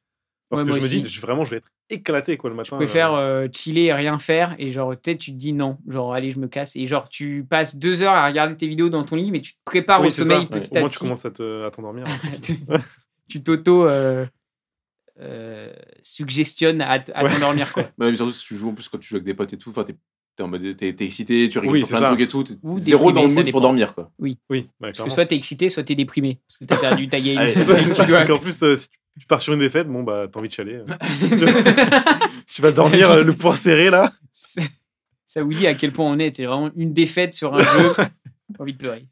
Speaker 7: parce
Speaker 6: Ouais,
Speaker 7: que
Speaker 6: moi
Speaker 7: je me dis
Speaker 6: aussi.
Speaker 7: je- vraiment, je vais être éclaté quoi le
Speaker 6: Je
Speaker 7: matin.
Speaker 6: préfère
Speaker 7: euh.
Speaker 6: euh, chiller et rien faire et genre peut-être tu te dis non, genre allez je me casse et genre tu passes deux heures à regarder tes vidéos dans ton lit mais tu te prépares
Speaker 7: Ah Oui,
Speaker 6: au
Speaker 7: c'est
Speaker 6: sommeil
Speaker 7: ça, ouais.
Speaker 6: petit
Speaker 7: Au
Speaker 6: à
Speaker 7: moins,
Speaker 6: petit.
Speaker 7: tu commences à te- à t'endormir.
Speaker 6: tu tu t'auto euh, euh, suggestionnes à, t- à
Speaker 7: Ouais.
Speaker 6: t'endormir quoi.
Speaker 3: Ouais, Bah, mais surtout, si tu joues en plus quand tu joues avec des potes et tout, enfin, t'es t'es en mode t'es t'es excité, tu rigoles
Speaker 7: Oui,
Speaker 3: sur
Speaker 7: c'est
Speaker 3: plein
Speaker 7: ça.
Speaker 3: de trucs et tout, t'es
Speaker 6: Ou
Speaker 3: t'es zéro
Speaker 6: déprimé,
Speaker 3: dans le
Speaker 6: ça
Speaker 3: mood
Speaker 6: dépend.
Speaker 3: pour dormir quoi.
Speaker 7: oui, ouais,
Speaker 6: Parce que
Speaker 7: clairement.
Speaker 6: soit t'es excité, soit t'es déprimé parce que t'as perdu ta game.
Speaker 3: Allez,
Speaker 6: Tu
Speaker 7: Ouais, c'est ça,
Speaker 6: dois-
Speaker 7: c'est qu'en plus, euh, si tu- tu pars sur une défaite, bon bah t'as envie de chialer. euh. tu vas dormir euh, le poing serré là.
Speaker 6: C'est- ça vous dit à quel point on est. C'est vraiment une défaite sur un jeu. Pas envie de pleurer.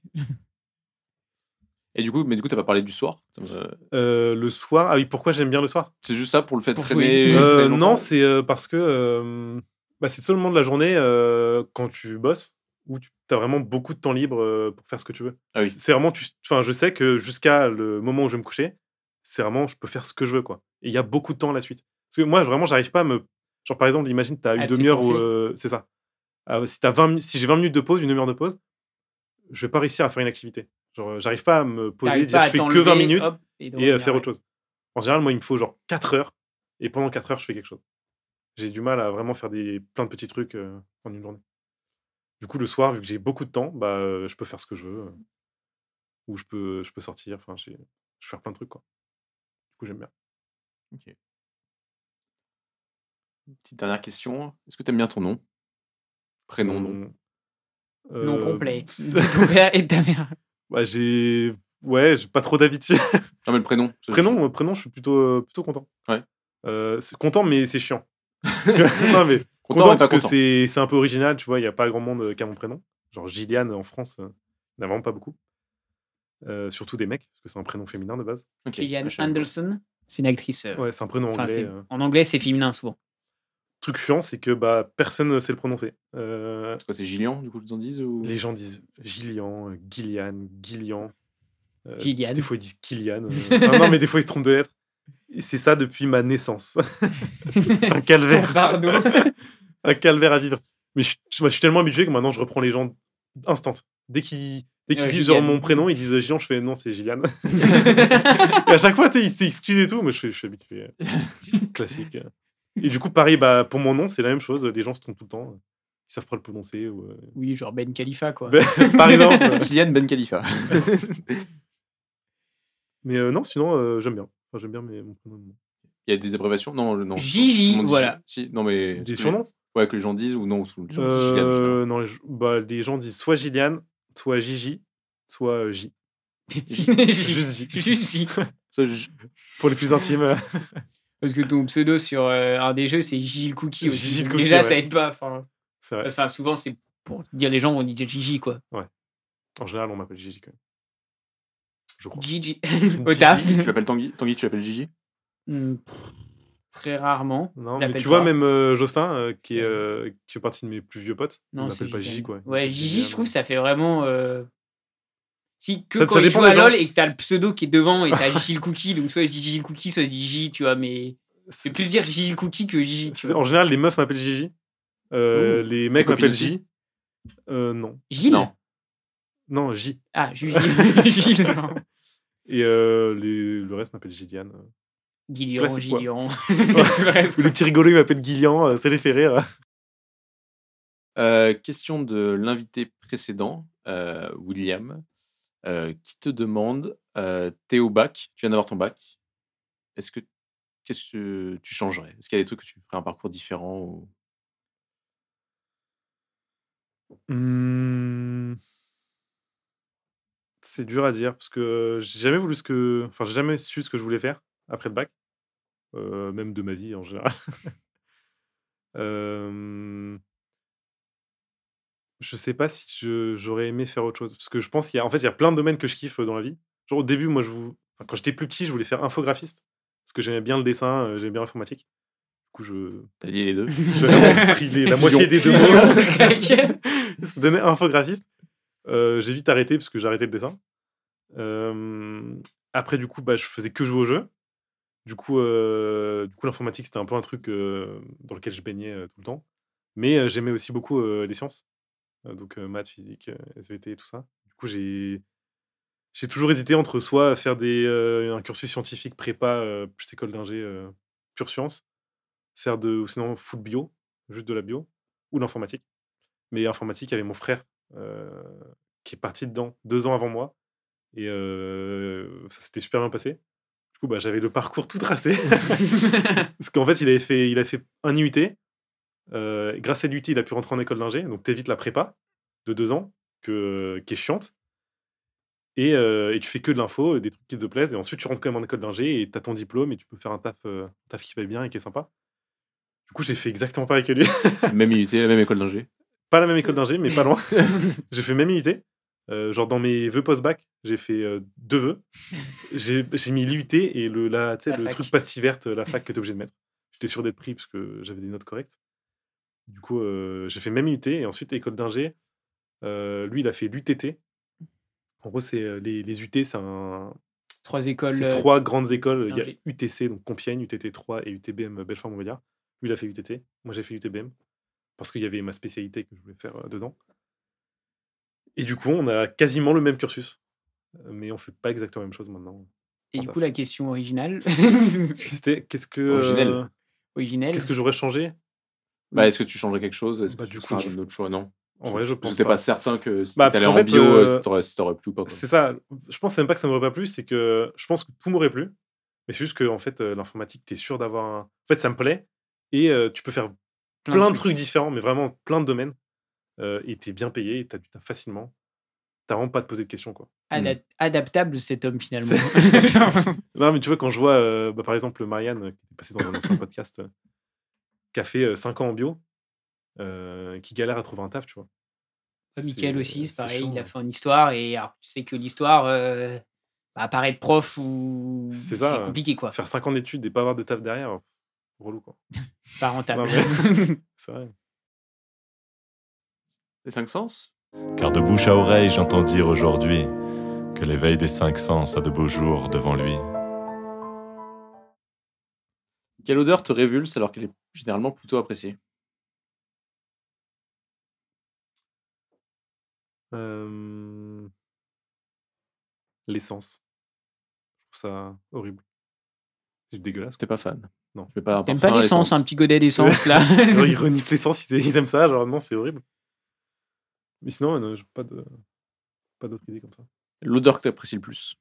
Speaker 3: Et du coup, mais du coup, t'as pas parlé du soir. Euh,
Speaker 7: Euh, le soir, ah oui, pourquoi j'aime bien le soir
Speaker 3: C'est juste ça pour le fait de
Speaker 6: Pour
Speaker 3: traîner.
Speaker 6: jouer.
Speaker 7: Euh,
Speaker 3: traîner longtemps.
Speaker 7: non, c'est euh, parce que euh, bah, c'est seulement de la journée euh, quand tu bosses où tu as vraiment beaucoup de temps libre euh, pour faire ce que tu veux.
Speaker 3: Ah oui.
Speaker 7: C'est vraiment, tu, enfin, je sais que jusqu'à le moment où je vais me coucher, c'est vraiment, je peux faire ce que je veux, quoi. Et il y a beaucoup de temps à la suite. Parce que moi, vraiment, j'arrive pas à me. Genre, par exemple, imagine, tu as
Speaker 6: À
Speaker 7: une
Speaker 6: te
Speaker 7: demi-heure où.
Speaker 6: séquencer.
Speaker 7: euh, c'est ça. Ah, si t'as 20 mi- si j'ai 20 minutes de pause, une demi-heure de pause, je vais pas réussir à faire une activité. Genre, euh, j'arrive pas à me poser,
Speaker 6: T'arrives
Speaker 7: dire
Speaker 6: pas
Speaker 7: je
Speaker 6: à
Speaker 7: fais que
Speaker 6: t'enlever,
Speaker 7: 20 minutes
Speaker 6: hop, et, de
Speaker 7: et euh,
Speaker 6: revenir,
Speaker 7: faire
Speaker 6: ouais.
Speaker 7: autre chose. En général, moi, il me faut genre 4 heures et pendant 4 heures, je fais quelque chose. J'ai du mal à vraiment faire des, plein de petits trucs euh, en une journée. Du coup, le soir, vu que j'ai beaucoup de temps, bah, euh, je peux faire ce que je veux. euh, ou je peux, je peux sortir. Enfin, j'ai- je peux faire plein de trucs. Quoi. Du coup, j'aime bien.
Speaker 3: Petite dernière question. Est-ce que t'aimes bien ton nom Prénom, nom.
Speaker 7: Hum,
Speaker 6: Non
Speaker 7: euh,
Speaker 6: complet. De
Speaker 7: c'est-
Speaker 6: ton père et de ta mère.
Speaker 7: bah, j'ai. Ouais, j'ai pas trop d'habitude.
Speaker 3: Non, Ah, mais le prénom. ça, je-
Speaker 7: prénom, euh, prénom, je suis plutôt, euh, plutôt content.
Speaker 3: Ouais.
Speaker 7: Euh, c'est content, mais c'est chiant. Parce que- non, mais
Speaker 3: Content,
Speaker 7: content
Speaker 3: mais pas
Speaker 7: parce que
Speaker 3: content.
Speaker 7: c'est c'est un peu original, tu vois, il n'y a pas grand monde euh, qui a mon prénom. Genre Gillian en France, euh, il n'y en a vraiment pas beaucoup. Euh, surtout des mecs, parce que c'est un prénom féminin de base.
Speaker 3: Ok.
Speaker 6: Gillian
Speaker 3: Ah, je-
Speaker 6: Anderson, c'est une actrice. euh,
Speaker 7: Ouais, c'est un prénom
Speaker 6: enfin,
Speaker 7: anglais.
Speaker 6: c'est-
Speaker 7: euh.
Speaker 6: En anglais, c'est féminin souvent.
Speaker 7: truc chiant, c'est que bah, personne ne sait le prononcer. Euh,
Speaker 3: C'est quoi, c'est Gillian, du coup, ils en disent ou...
Speaker 7: les gens disent Gillian, euh, Gillian, Gillian. Euh,
Speaker 6: Gillian.
Speaker 7: Des fois, ils disent Killian. euh. Enfin, non, mais des fois, ils se trompent de lettres. Et c'est ça depuis ma naissance. c'est un calvaire.
Speaker 6: fardeau.
Speaker 7: un calvaire à vivre. Mais je, je- moi, je suis tellement habitué que maintenant je reprends les gens instant. Dès qu'ils dès qu'ils
Speaker 6: Ouais,
Speaker 7: disent
Speaker 6: Gillian.
Speaker 7: genre mon prénom, ils disent euh, Gillian, je fais non, c'est Gillian. et à chaque fois, tu sais, ils s'excusent et tout, mais je, suis- je suis habitué. euh, Classique. euh. Et du coup, pareil, bah, pour mon nom, c'est la même chose. Les gens se trompent tout le temps. Ils savent pas le prononcer. Ou, euh,
Speaker 6: Oui, genre Ben Khalifa, quoi.
Speaker 7: Par exemple.
Speaker 3: Kylian Ben Khalifa.
Speaker 7: Mais euh, non, sinon, euh, j'aime bien. Enfin, j'aime bien mes, mon prénom. mon nom.
Speaker 3: Il y a des abréviations Non, le nom.
Speaker 6: Gigi,
Speaker 3: Tout le monde dit
Speaker 6: voilà.
Speaker 3: Gigi. Non, mais. est-ce
Speaker 7: Des
Speaker 3: que-
Speaker 7: surnoms
Speaker 3: Ouais, que les gens disent ou non. ou les gens disent Gillian, je sais pas.
Speaker 7: euh, Non, les, bah, les gens disent soit Gillian, soit Gigi, soit euh, J. Juste J.
Speaker 6: Juste J.
Speaker 3: Ça, je-
Speaker 7: Pour les plus intimes. euh.
Speaker 6: Parce que ton pseudo sur euh, un des jeux, c'est Gigi le Cookie aussi.
Speaker 7: Gigi le Cookie,
Speaker 6: Déjà,
Speaker 7: ouais.
Speaker 6: ça aide pas. Enfin,
Speaker 7: C'est vrai.
Speaker 6: enfin, souvent, c'est pour dire les gens, on dit Gigi, quoi.
Speaker 7: En général, on m'appelle Gigi quand même. Je crois.
Speaker 6: Gigi. Au
Speaker 7: Gigi,
Speaker 6: taf.
Speaker 3: Tu l'appelles Tanguy Tanguy, tu l'appelles Gigi
Speaker 6: Hmm, Très rarement.
Speaker 7: Non,
Speaker 6: Je
Speaker 7: mais
Speaker 6: l'appelle
Speaker 7: tu vois,
Speaker 6: pas.
Speaker 7: même euh, Jocelyn, euh, qui, est, euh, qui fait partie de mes plus vieux potes, il
Speaker 6: Non, c'est
Speaker 7: m'appelle pas Gigi, quoi. Il
Speaker 6: Ouais,
Speaker 7: m'appelle
Speaker 6: Gigi,
Speaker 7: Gillian.
Speaker 6: je trouve, ça fait vraiment. euh, Si, que
Speaker 7: Ça-
Speaker 6: quand
Speaker 7: ça
Speaker 6: il
Speaker 7: dépend
Speaker 6: joue
Speaker 7: des
Speaker 6: à
Speaker 7: gens.
Speaker 6: LoL et que t'as le pseudo qui est devant et t'as Gigi le Cookie, donc soit Gigi le Cookie, soit Gigi, tu vois, mais. C'est plus dire Gigi Cookie que Gigi. tu
Speaker 7: c'est- En général, les meufs m'appellent Gigi. Euh, les mecs
Speaker 3: copines
Speaker 7: m'appellent
Speaker 3: aussi
Speaker 7: J. Euh, non.
Speaker 6: Gilles
Speaker 3: Non.
Speaker 7: Non, J.
Speaker 6: Ah, Gigi. Gilles. non.
Speaker 7: Et euh, les- le reste m'appelle Gillian. Euh.
Speaker 6: Guillon,
Speaker 7: Classique, quoi.
Speaker 6: Gillian. Tout le reste.
Speaker 7: Ou le petit rigolo, il m'appelle Guillian, euh, ça les fait rire.
Speaker 3: Euh, question de l'invité précédent, euh, William, euh, qui te demande euh, T'es au bac, tu viens d'avoir ton bac. Est-ce que qu'est-ce que tu changerais Est-ce qu'il y a des trucs que tu ferais un parcours différent ou...
Speaker 7: Hmm. C'est dur à dire parce que j'ai jamais voulu ce que, enfin, j'ai jamais su ce que je voulais faire après le bac, Euh, même de ma vie en général. Euh, Je sais pas si je- j'aurais aimé faire autre chose parce que je pense qu'il y a, en fait, il y a plein de domaines que je kiffe dans la vie. Genre au début, moi, je vous, enfin, quand j'étais plus petit, je voulais faire infographiste parce que j'aimais bien le dessin, euh, j'aimais bien l'informatique. Du coup, je,
Speaker 3: T'as lié les deux
Speaker 7: j'avais pris les- la moitié des deux mots. Ça donnait infographiste. Euh, j'ai vite arrêté parce que j'ai arrêté le dessin. Euh, après, du coup, bah, je faisais que jouer au jeu. Du coup, euh, du coup l'informatique, c'était un peu un truc euh, dans lequel je baignais euh, tout le temps. Mais euh, j'aimais aussi beaucoup euh, les sciences. Euh, donc, euh, maths, physique, euh, SVT et tout ça. Du coup, j'ai. J'ai toujours hésité entre soit faire des, euh, un cursus scientifique prépa, euh, plus école d'ingé, euh, pure science, faire de, ou sinon full bio, juste de la bio, ou l'informatique mais informatique, il y avait mon frère euh, qui est parti dedans deux ans avant moi. Et euh, ça s'était super bien passé. Du coup, bah, j'avais le parcours tout tracé. Parce qu'en fait, il, avait fait, il a fait un IUT. Euh, grâce à l'IUT, il a pu rentrer en école d'ingé. Donc, t'évites la prépa de deux ans, que, qui est chiante. Et, euh, et tu fais que de l'info, des trucs qui te plaisent. Et ensuite, tu rentres quand même en école d'ingé et t'as ton diplôme et tu peux faire un taf, euh, un taf qui va bien et qui est sympa. Du coup, j'ai fait exactement pareil que lui
Speaker 3: Même IUT, la même école d'ingé.
Speaker 7: pas la même école d'ingé, mais pas loin. j'ai fait même IUT. Euh, genre dans mes vœux post-bac, j'ai fait euh, deux vœux. J'ai j'ai mis l'IUT et le, la, tu sais,
Speaker 6: La
Speaker 7: le
Speaker 6: fac.
Speaker 7: truc pastille verte, la fac que tu obligé de mettre. J'étais sûr d'être pris parce que j'avais des notes correctes. Du coup, euh, j'ai fait même IUT et ensuite école d'ingé. Euh, lui, il a fait l'UTT. En gros, c'est euh, les, les UT, c'est un,
Speaker 6: Trois écoles.
Speaker 7: c'est
Speaker 6: euh,
Speaker 7: trois grandes écoles. Il y a
Speaker 6: d'ingé.
Speaker 7: UTC, donc Compiègne, UTT 3 et UTBM Belfort-Montbéliard. Lui, il a fait UTT. Moi, j'ai fait UTBM parce qu'il y avait ma spécialité que je voulais faire euh, dedans. Et du coup, on a quasiment le même cursus. Euh, Mais on fait pas exactement la même chose maintenant.
Speaker 6: Et du coup, la question originale.
Speaker 7: C'était qu'est-ce que
Speaker 3: Originel.
Speaker 7: euh,
Speaker 6: originelle.
Speaker 7: qu'est-ce que j'aurais changé
Speaker 3: Bah, Est-ce que tu changerais quelque chose Est-ce
Speaker 7: Bah,
Speaker 3: que
Speaker 7: du
Speaker 3: tu
Speaker 7: coup,
Speaker 3: ferais
Speaker 7: tu-
Speaker 3: un autre choix Non.
Speaker 7: En vrai, je
Speaker 3: Parce
Speaker 7: pense
Speaker 3: que t'es
Speaker 7: pas.
Speaker 3: pas. certain que si
Speaker 7: Bah,
Speaker 3: t'allais en
Speaker 7: parce qu'en fait,
Speaker 3: bio,
Speaker 7: euh,
Speaker 3: euh, si t'aurais si t'aurais plu ou pas. quoi.
Speaker 7: C'est ça. Je pense même pas que ça m'aurait pas plu, c'est que je pense que tout m'aurait plu. Mais c'est juste que en fait, euh, l'informatique, tu es sûr d'avoir un. En fait, ça me plaît. Et euh, tu peux faire plein, de trucs différents, mais vraiment plein de domaines. Euh, et t'es bien payé, et t'as du taf facilement. T'as vraiment pas à te poser de questions, quoi.
Speaker 6: Ada- adaptable, cet homme, finalement.
Speaker 7: C'est-
Speaker 6: Genre,
Speaker 7: Non, mais tu vois, quand je vois, euh, bah, par exemple, Marianne, euh, qui est passée dans un ancien podcast, euh, qui a fait 5 ans en bio, euh, qui galère à trouver un taf, tu vois.
Speaker 6: Michael
Speaker 7: C'est-
Speaker 6: aussi, c'est pareil.
Speaker 7: chiant,
Speaker 6: il a
Speaker 7: ouais.
Speaker 6: fait en histoire. Et alors, tu sais que l'histoire, euh, bah, paraître prof ou.
Speaker 7: C'est ça, euh,
Speaker 6: compliqué, quoi.
Speaker 7: Faire 5 ans d'études et pas avoir de taf derrière, pff, relou, quoi.
Speaker 6: Pas rentable.
Speaker 7: Non, mais- C'est vrai.
Speaker 3: Les cinq sens
Speaker 9: Car de bouche à oreille, j'entends dire aujourd'hui que l'éveil des cinq sens a de beaux jours devant lui.
Speaker 3: Quelle odeur te révulse alors qu'elle est généralement plutôt appréciée
Speaker 7: Euh, L'essence. Je trouve ça horrible. C'est dégueulasse.
Speaker 3: T'es pas fan
Speaker 7: Non.
Speaker 3: Tu mets pas un
Speaker 6: T'aimes
Speaker 3: parfum,
Speaker 6: pas l'essence, un petit godet d'essence,
Speaker 7: d'essence,
Speaker 6: là.
Speaker 7: Genre, ils reniflent l'essence, ils, ils aiment ça, genre non, c'est horrible. Mais sinon, euh, j'ai pas de pas d'autres idées comme ça.
Speaker 3: L'odeur que t'apprécies le plus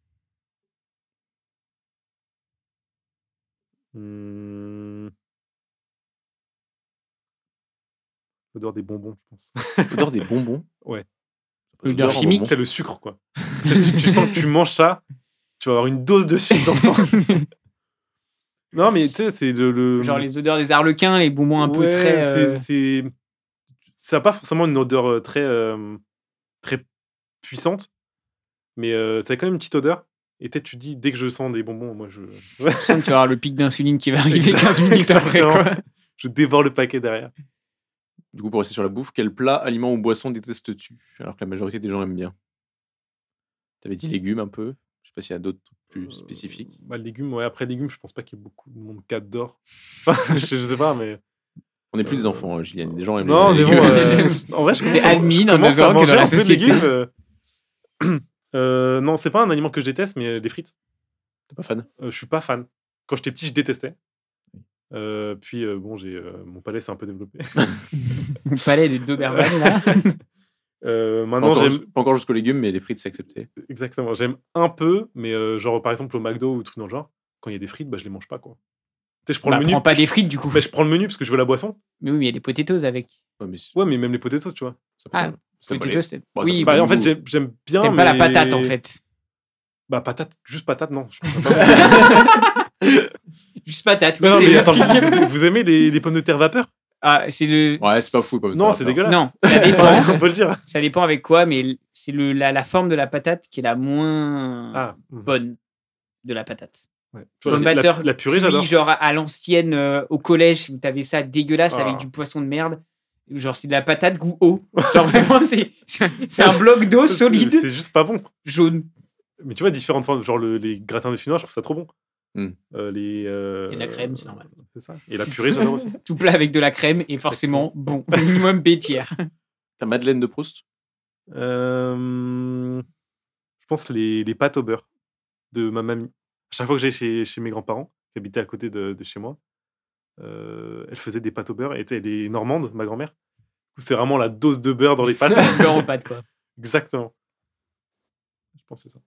Speaker 7: Hmm. L'odeur des bonbons, je pense.
Speaker 3: L'odeur des bonbons.
Speaker 7: Ouais.
Speaker 6: L'odeur
Speaker 3: en
Speaker 6: chimique.
Speaker 3: bonbon.
Speaker 7: T'as le sucre, quoi. tu, tu sens que tu manges ça, tu vas avoir une dose de sucre dans le sang. Non, mais tu sais, c'est le, le- hum,
Speaker 6: Genre les odeurs des arlequins, les bonbons un peu
Speaker 7: Ouais,
Speaker 6: très. euh,
Speaker 7: c'est- c'est- Ça n'a pas forcément une odeur euh, très, euh, très puissante, mais euh, ça a quand même une petite odeur. Et peut-être tu te dis, dès que je sens des bonbons, moi je.
Speaker 6: tu sens que tu vas avoir le pic d'insuline qui va arriver 15 minutes après.
Speaker 7: Exactement.
Speaker 6: Quoi.
Speaker 7: je dévore le paquet derrière.
Speaker 3: Du coup, pour rester sur la bouffe, quel plat, aliment ou boisson détestes-tu Alors que la majorité des gens aiment bien. T'avais dit légumes un peu Je sais pas s'il y a d'autres trucs plus spécifiques.
Speaker 7: Bah, légumes, ouais. Après, légumes, je pense pas qu'il y ait beaucoup de monde qui adore. je sais pas, mais.
Speaker 3: On n'est plus des enfants, hein, Gillian. Les gens aiment
Speaker 7: euh, Non,
Speaker 3: les
Speaker 7: mais bon, euh, en vrai, je
Speaker 6: C'est
Speaker 7: commence à-
Speaker 6: admis
Speaker 7: je
Speaker 6: dans
Speaker 7: commence
Speaker 6: le
Speaker 7: à
Speaker 6: gang que
Speaker 7: manger
Speaker 6: dans la
Speaker 7: un peu de
Speaker 6: société.
Speaker 7: légumes, euh. Euh, non, c'est pas un aliment que je déteste, mais les frites,
Speaker 3: T'es pas fan
Speaker 7: euh, je suis pas fan. Quand j'étais petit, je détestais. Euh, puis euh, bon, j'ai euh, mon palais s'est un peu développé.
Speaker 6: Le palais de Doberman, là.
Speaker 7: Euh,
Speaker 3: Pas
Speaker 7: maintenant,
Speaker 3: encore,
Speaker 7: j'aime
Speaker 3: jus- pas encore jusqu'aux légumes, mais les frites, c'est accepté.
Speaker 7: exactement, j'aime un peu, mais euh, genre par exemple au McDo ou truc dans le genre, quand il y a des frites, bah je les mange pas quoi. Tu sais, je prends
Speaker 6: Bah,
Speaker 7: le menu.
Speaker 6: prends pas des frites, du coup.
Speaker 7: mais je prends le menu parce que je veux la boisson.
Speaker 6: Mais oui, mais il y a des potatoes avec.
Speaker 3: Ouais, mais c'est-
Speaker 7: Ouais, mais même les potatoes, tu vois.
Speaker 3: ça peut
Speaker 6: Ah,
Speaker 3: pas- ça peut aller.
Speaker 6: Potatoes, c'est.
Speaker 3: Bon, ça
Speaker 6: oui,
Speaker 3: peut
Speaker 7: Bah,
Speaker 3: pas
Speaker 6: mais
Speaker 7: en fait,
Speaker 3: goût.
Speaker 7: j'aime- j'aime bien.
Speaker 6: t'aimes pas la
Speaker 7: mais-
Speaker 6: patate, en fait.
Speaker 7: Bah patate, juste patate, non. je comprends pas.
Speaker 6: Juste patate. oui,
Speaker 7: Mais non,
Speaker 6: c'est
Speaker 7: mais
Speaker 6: le
Speaker 7: attends,
Speaker 6: truc.
Speaker 7: vous, vous aimez les, les pommes de terre vapeur
Speaker 6: Ah, c'est le.
Speaker 3: Ouais, c'est pas fou. pas
Speaker 7: Non,
Speaker 3: ça,
Speaker 7: c'est
Speaker 3: ça.
Speaker 7: dégueulasse.
Speaker 6: Non, ça
Speaker 7: Ouais,
Speaker 6: dépend,
Speaker 7: on peut le dire.
Speaker 6: ça dépend avec quoi, mais c'est le- la, la forme de la patate qui est la moins
Speaker 7: Ah, hmm.
Speaker 6: bonne de la patate.
Speaker 7: Ouais.
Speaker 6: Pomme
Speaker 7: La-
Speaker 6: batteur,
Speaker 7: la, purée,
Speaker 6: cuit,
Speaker 7: j'adore.
Speaker 6: genre à- à l'ancienne, euh, au collège, où t'avais ça dégueulasse
Speaker 7: Ah.
Speaker 6: avec du poisson de merde. Genre, c'est de la patate goût eau. Genre, vraiment, c'est- c'est c'est un bloc d'eau
Speaker 7: C'est-
Speaker 6: Oh, solide,
Speaker 7: C'est juste pas bon.
Speaker 6: jaune.
Speaker 7: Mais tu vois, différentes formes, genre le- les gratins de finnois, je trouve ça trop bon.
Speaker 3: Hmm.
Speaker 7: Euh, les, euh,
Speaker 6: Et la crème, c'est normal.
Speaker 7: C'est ça. Et la purée, j'adore aussi.
Speaker 6: Tout plat avec de la crème et forcément bon. Minimum bétière.
Speaker 3: Ta Madeleine de Proust
Speaker 7: Euh, je pense les, les pâtes au beurre de ma mamie. À chaque fois que j'allais chez, chez mes grands-parents, qui habitaient à côté de, de chez moi, euh, elle faisait des pâtes au beurre. Et tu sais, elle est normande, ma grand-mère. Du coup, C'est vraiment la dose de beurre dans les pâtes.
Speaker 6: Beurre en pâte, quoi.
Speaker 7: Exactement. Je pense que c'est ça.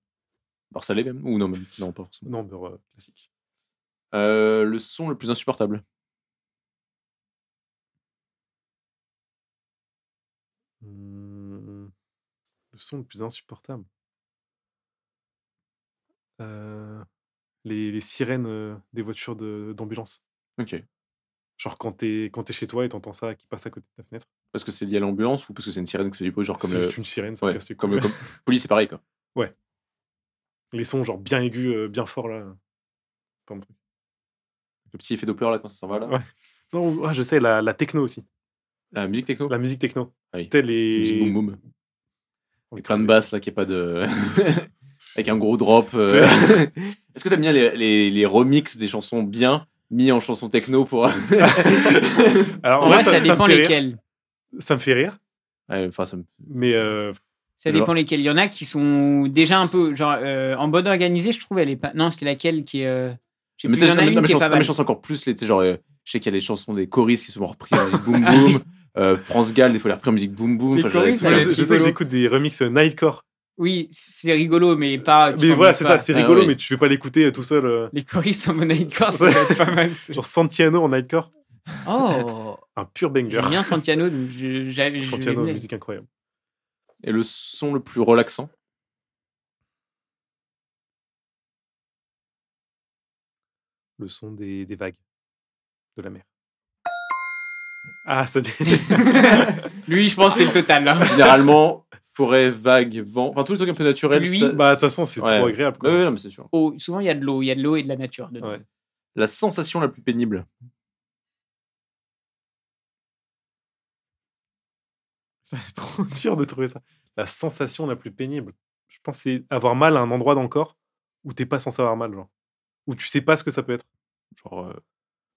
Speaker 3: Beurre salé, même Ou non, même. Non, pas forcément.
Speaker 7: Non, beurre euh, classique.
Speaker 3: Euh, le son le plus insupportable.
Speaker 7: Hmm. Le son le plus insupportable. Euh, les, les sirènes euh, des voitures de- d'ambulance.
Speaker 3: Ok.
Speaker 7: Genre quand t'es quand t'es chez toi et t'entends ça qui passe à côté de ta fenêtre.
Speaker 3: Parce que c'est lié à l'ambulance ou parce que c'est une sirène qui fait du bruit, genre comme
Speaker 7: c'est
Speaker 3: le.
Speaker 7: juste une sirène, ça
Speaker 3: Ouais,
Speaker 7: me casse les
Speaker 3: comme
Speaker 7: couilles.
Speaker 3: le. Comme... Police, c'est pareil, quoi.
Speaker 7: Les sons genre bien aigus, euh, bien forts là. Pas mon truc.
Speaker 3: Le petit effet Doppler, là, quand ça s'en va, là.
Speaker 7: Ouais. Non, ou- ah, je sais, la, la techno aussi.
Speaker 3: La musique techno.
Speaker 7: La musique techno.
Speaker 3: Ah oui.
Speaker 7: T'es
Speaker 3: La musique boum boum.
Speaker 7: les...
Speaker 3: Le crâne basse, là, qui est pas de. Avec un gros drop. euh. Est-ce que t'aimes bien les, les, les remixes des chansons bien mis en chansons techno pour.
Speaker 7: Alors,
Speaker 6: En vrai, ça,
Speaker 7: me
Speaker 6: dépend
Speaker 7: fait rire.
Speaker 6: lesquels.
Speaker 7: Ça me fait rire,
Speaker 3: Ouais, enfin, ça me-
Speaker 7: mais euh,
Speaker 6: Ça
Speaker 7: Genre-
Speaker 6: dépend lesquels. Il y en a qui sont déjà un peu. Genre, euh, en bonne organisée, je trouve, elle est pas. Non, c'était laquelle qui est. euh, je sais
Speaker 3: Mais
Speaker 6: plus, il
Speaker 3: tu
Speaker 6: y
Speaker 3: sais,
Speaker 6: en a
Speaker 3: non, mais- non,
Speaker 6: une
Speaker 3: mais
Speaker 6: qui
Speaker 3: je
Speaker 6: est
Speaker 3: pense-
Speaker 6: pas
Speaker 3: non, mais
Speaker 6: mal.
Speaker 3: je pense encore plus, les, tu sais, genre, euh, je sais qu'il y a les chansons des choristes qui sont reprises en musique boum boum. Euh, France Gall, des fois, les repris en musique boum boum.
Speaker 6: Les
Speaker 3: Enfin, j'avais
Speaker 6: choristes,
Speaker 3: tout
Speaker 6: ouais,
Speaker 7: je,
Speaker 3: le-
Speaker 7: sais- je sais que
Speaker 6: rigolo.
Speaker 7: j'écoute des remixes euh, Nightcore.
Speaker 6: Oui, c'est rigolo, mais pas. tu
Speaker 7: Mais voilà,
Speaker 6: t'ennuies
Speaker 7: c'est
Speaker 6: pas.
Speaker 7: ça, c'est
Speaker 3: Ah,
Speaker 7: rigolo,
Speaker 3: oui.
Speaker 7: mais tu fais pas l'écouter euh, tout seul. euh,
Speaker 6: Les choristes en monaïcore, ça va être pas mal. c'est-
Speaker 7: genre Santiano en Nightcore,
Speaker 6: Oh
Speaker 7: un pur banger.
Speaker 6: J'aime bien Santiano, donc je- j'avais. je
Speaker 7: Santiano,
Speaker 6: l'ai-
Speaker 7: musique incroyable.
Speaker 3: Et le son le plus relaxant
Speaker 7: Le son des, des vagues de la mer. Ah, ça dit.
Speaker 6: Lui, je pense que c'est le total. hein.
Speaker 3: Généralement, forêt, vague, vent, enfin tous les trucs un peu naturels.
Speaker 6: Pluie.
Speaker 3: ça-
Speaker 7: bah, de toute façon, c'est
Speaker 3: Ouais.
Speaker 7: trop agréable.
Speaker 3: Ouais,
Speaker 7: quoi.
Speaker 3: ouais, non, mais c'est sûr.
Speaker 6: Oh, souvent, il y a de l'eau, il y a de l'eau et de la nature. dedans.
Speaker 7: Ouais.
Speaker 3: La sensation la plus pénible.
Speaker 7: C'est trop dur de trouver ça. La sensation la plus pénible, je pense, c'est avoir mal à un endroit dans le corps où t'es pas censé avoir mal, genre. Où tu sais pas ce que ça peut être.
Speaker 3: Genre, euh,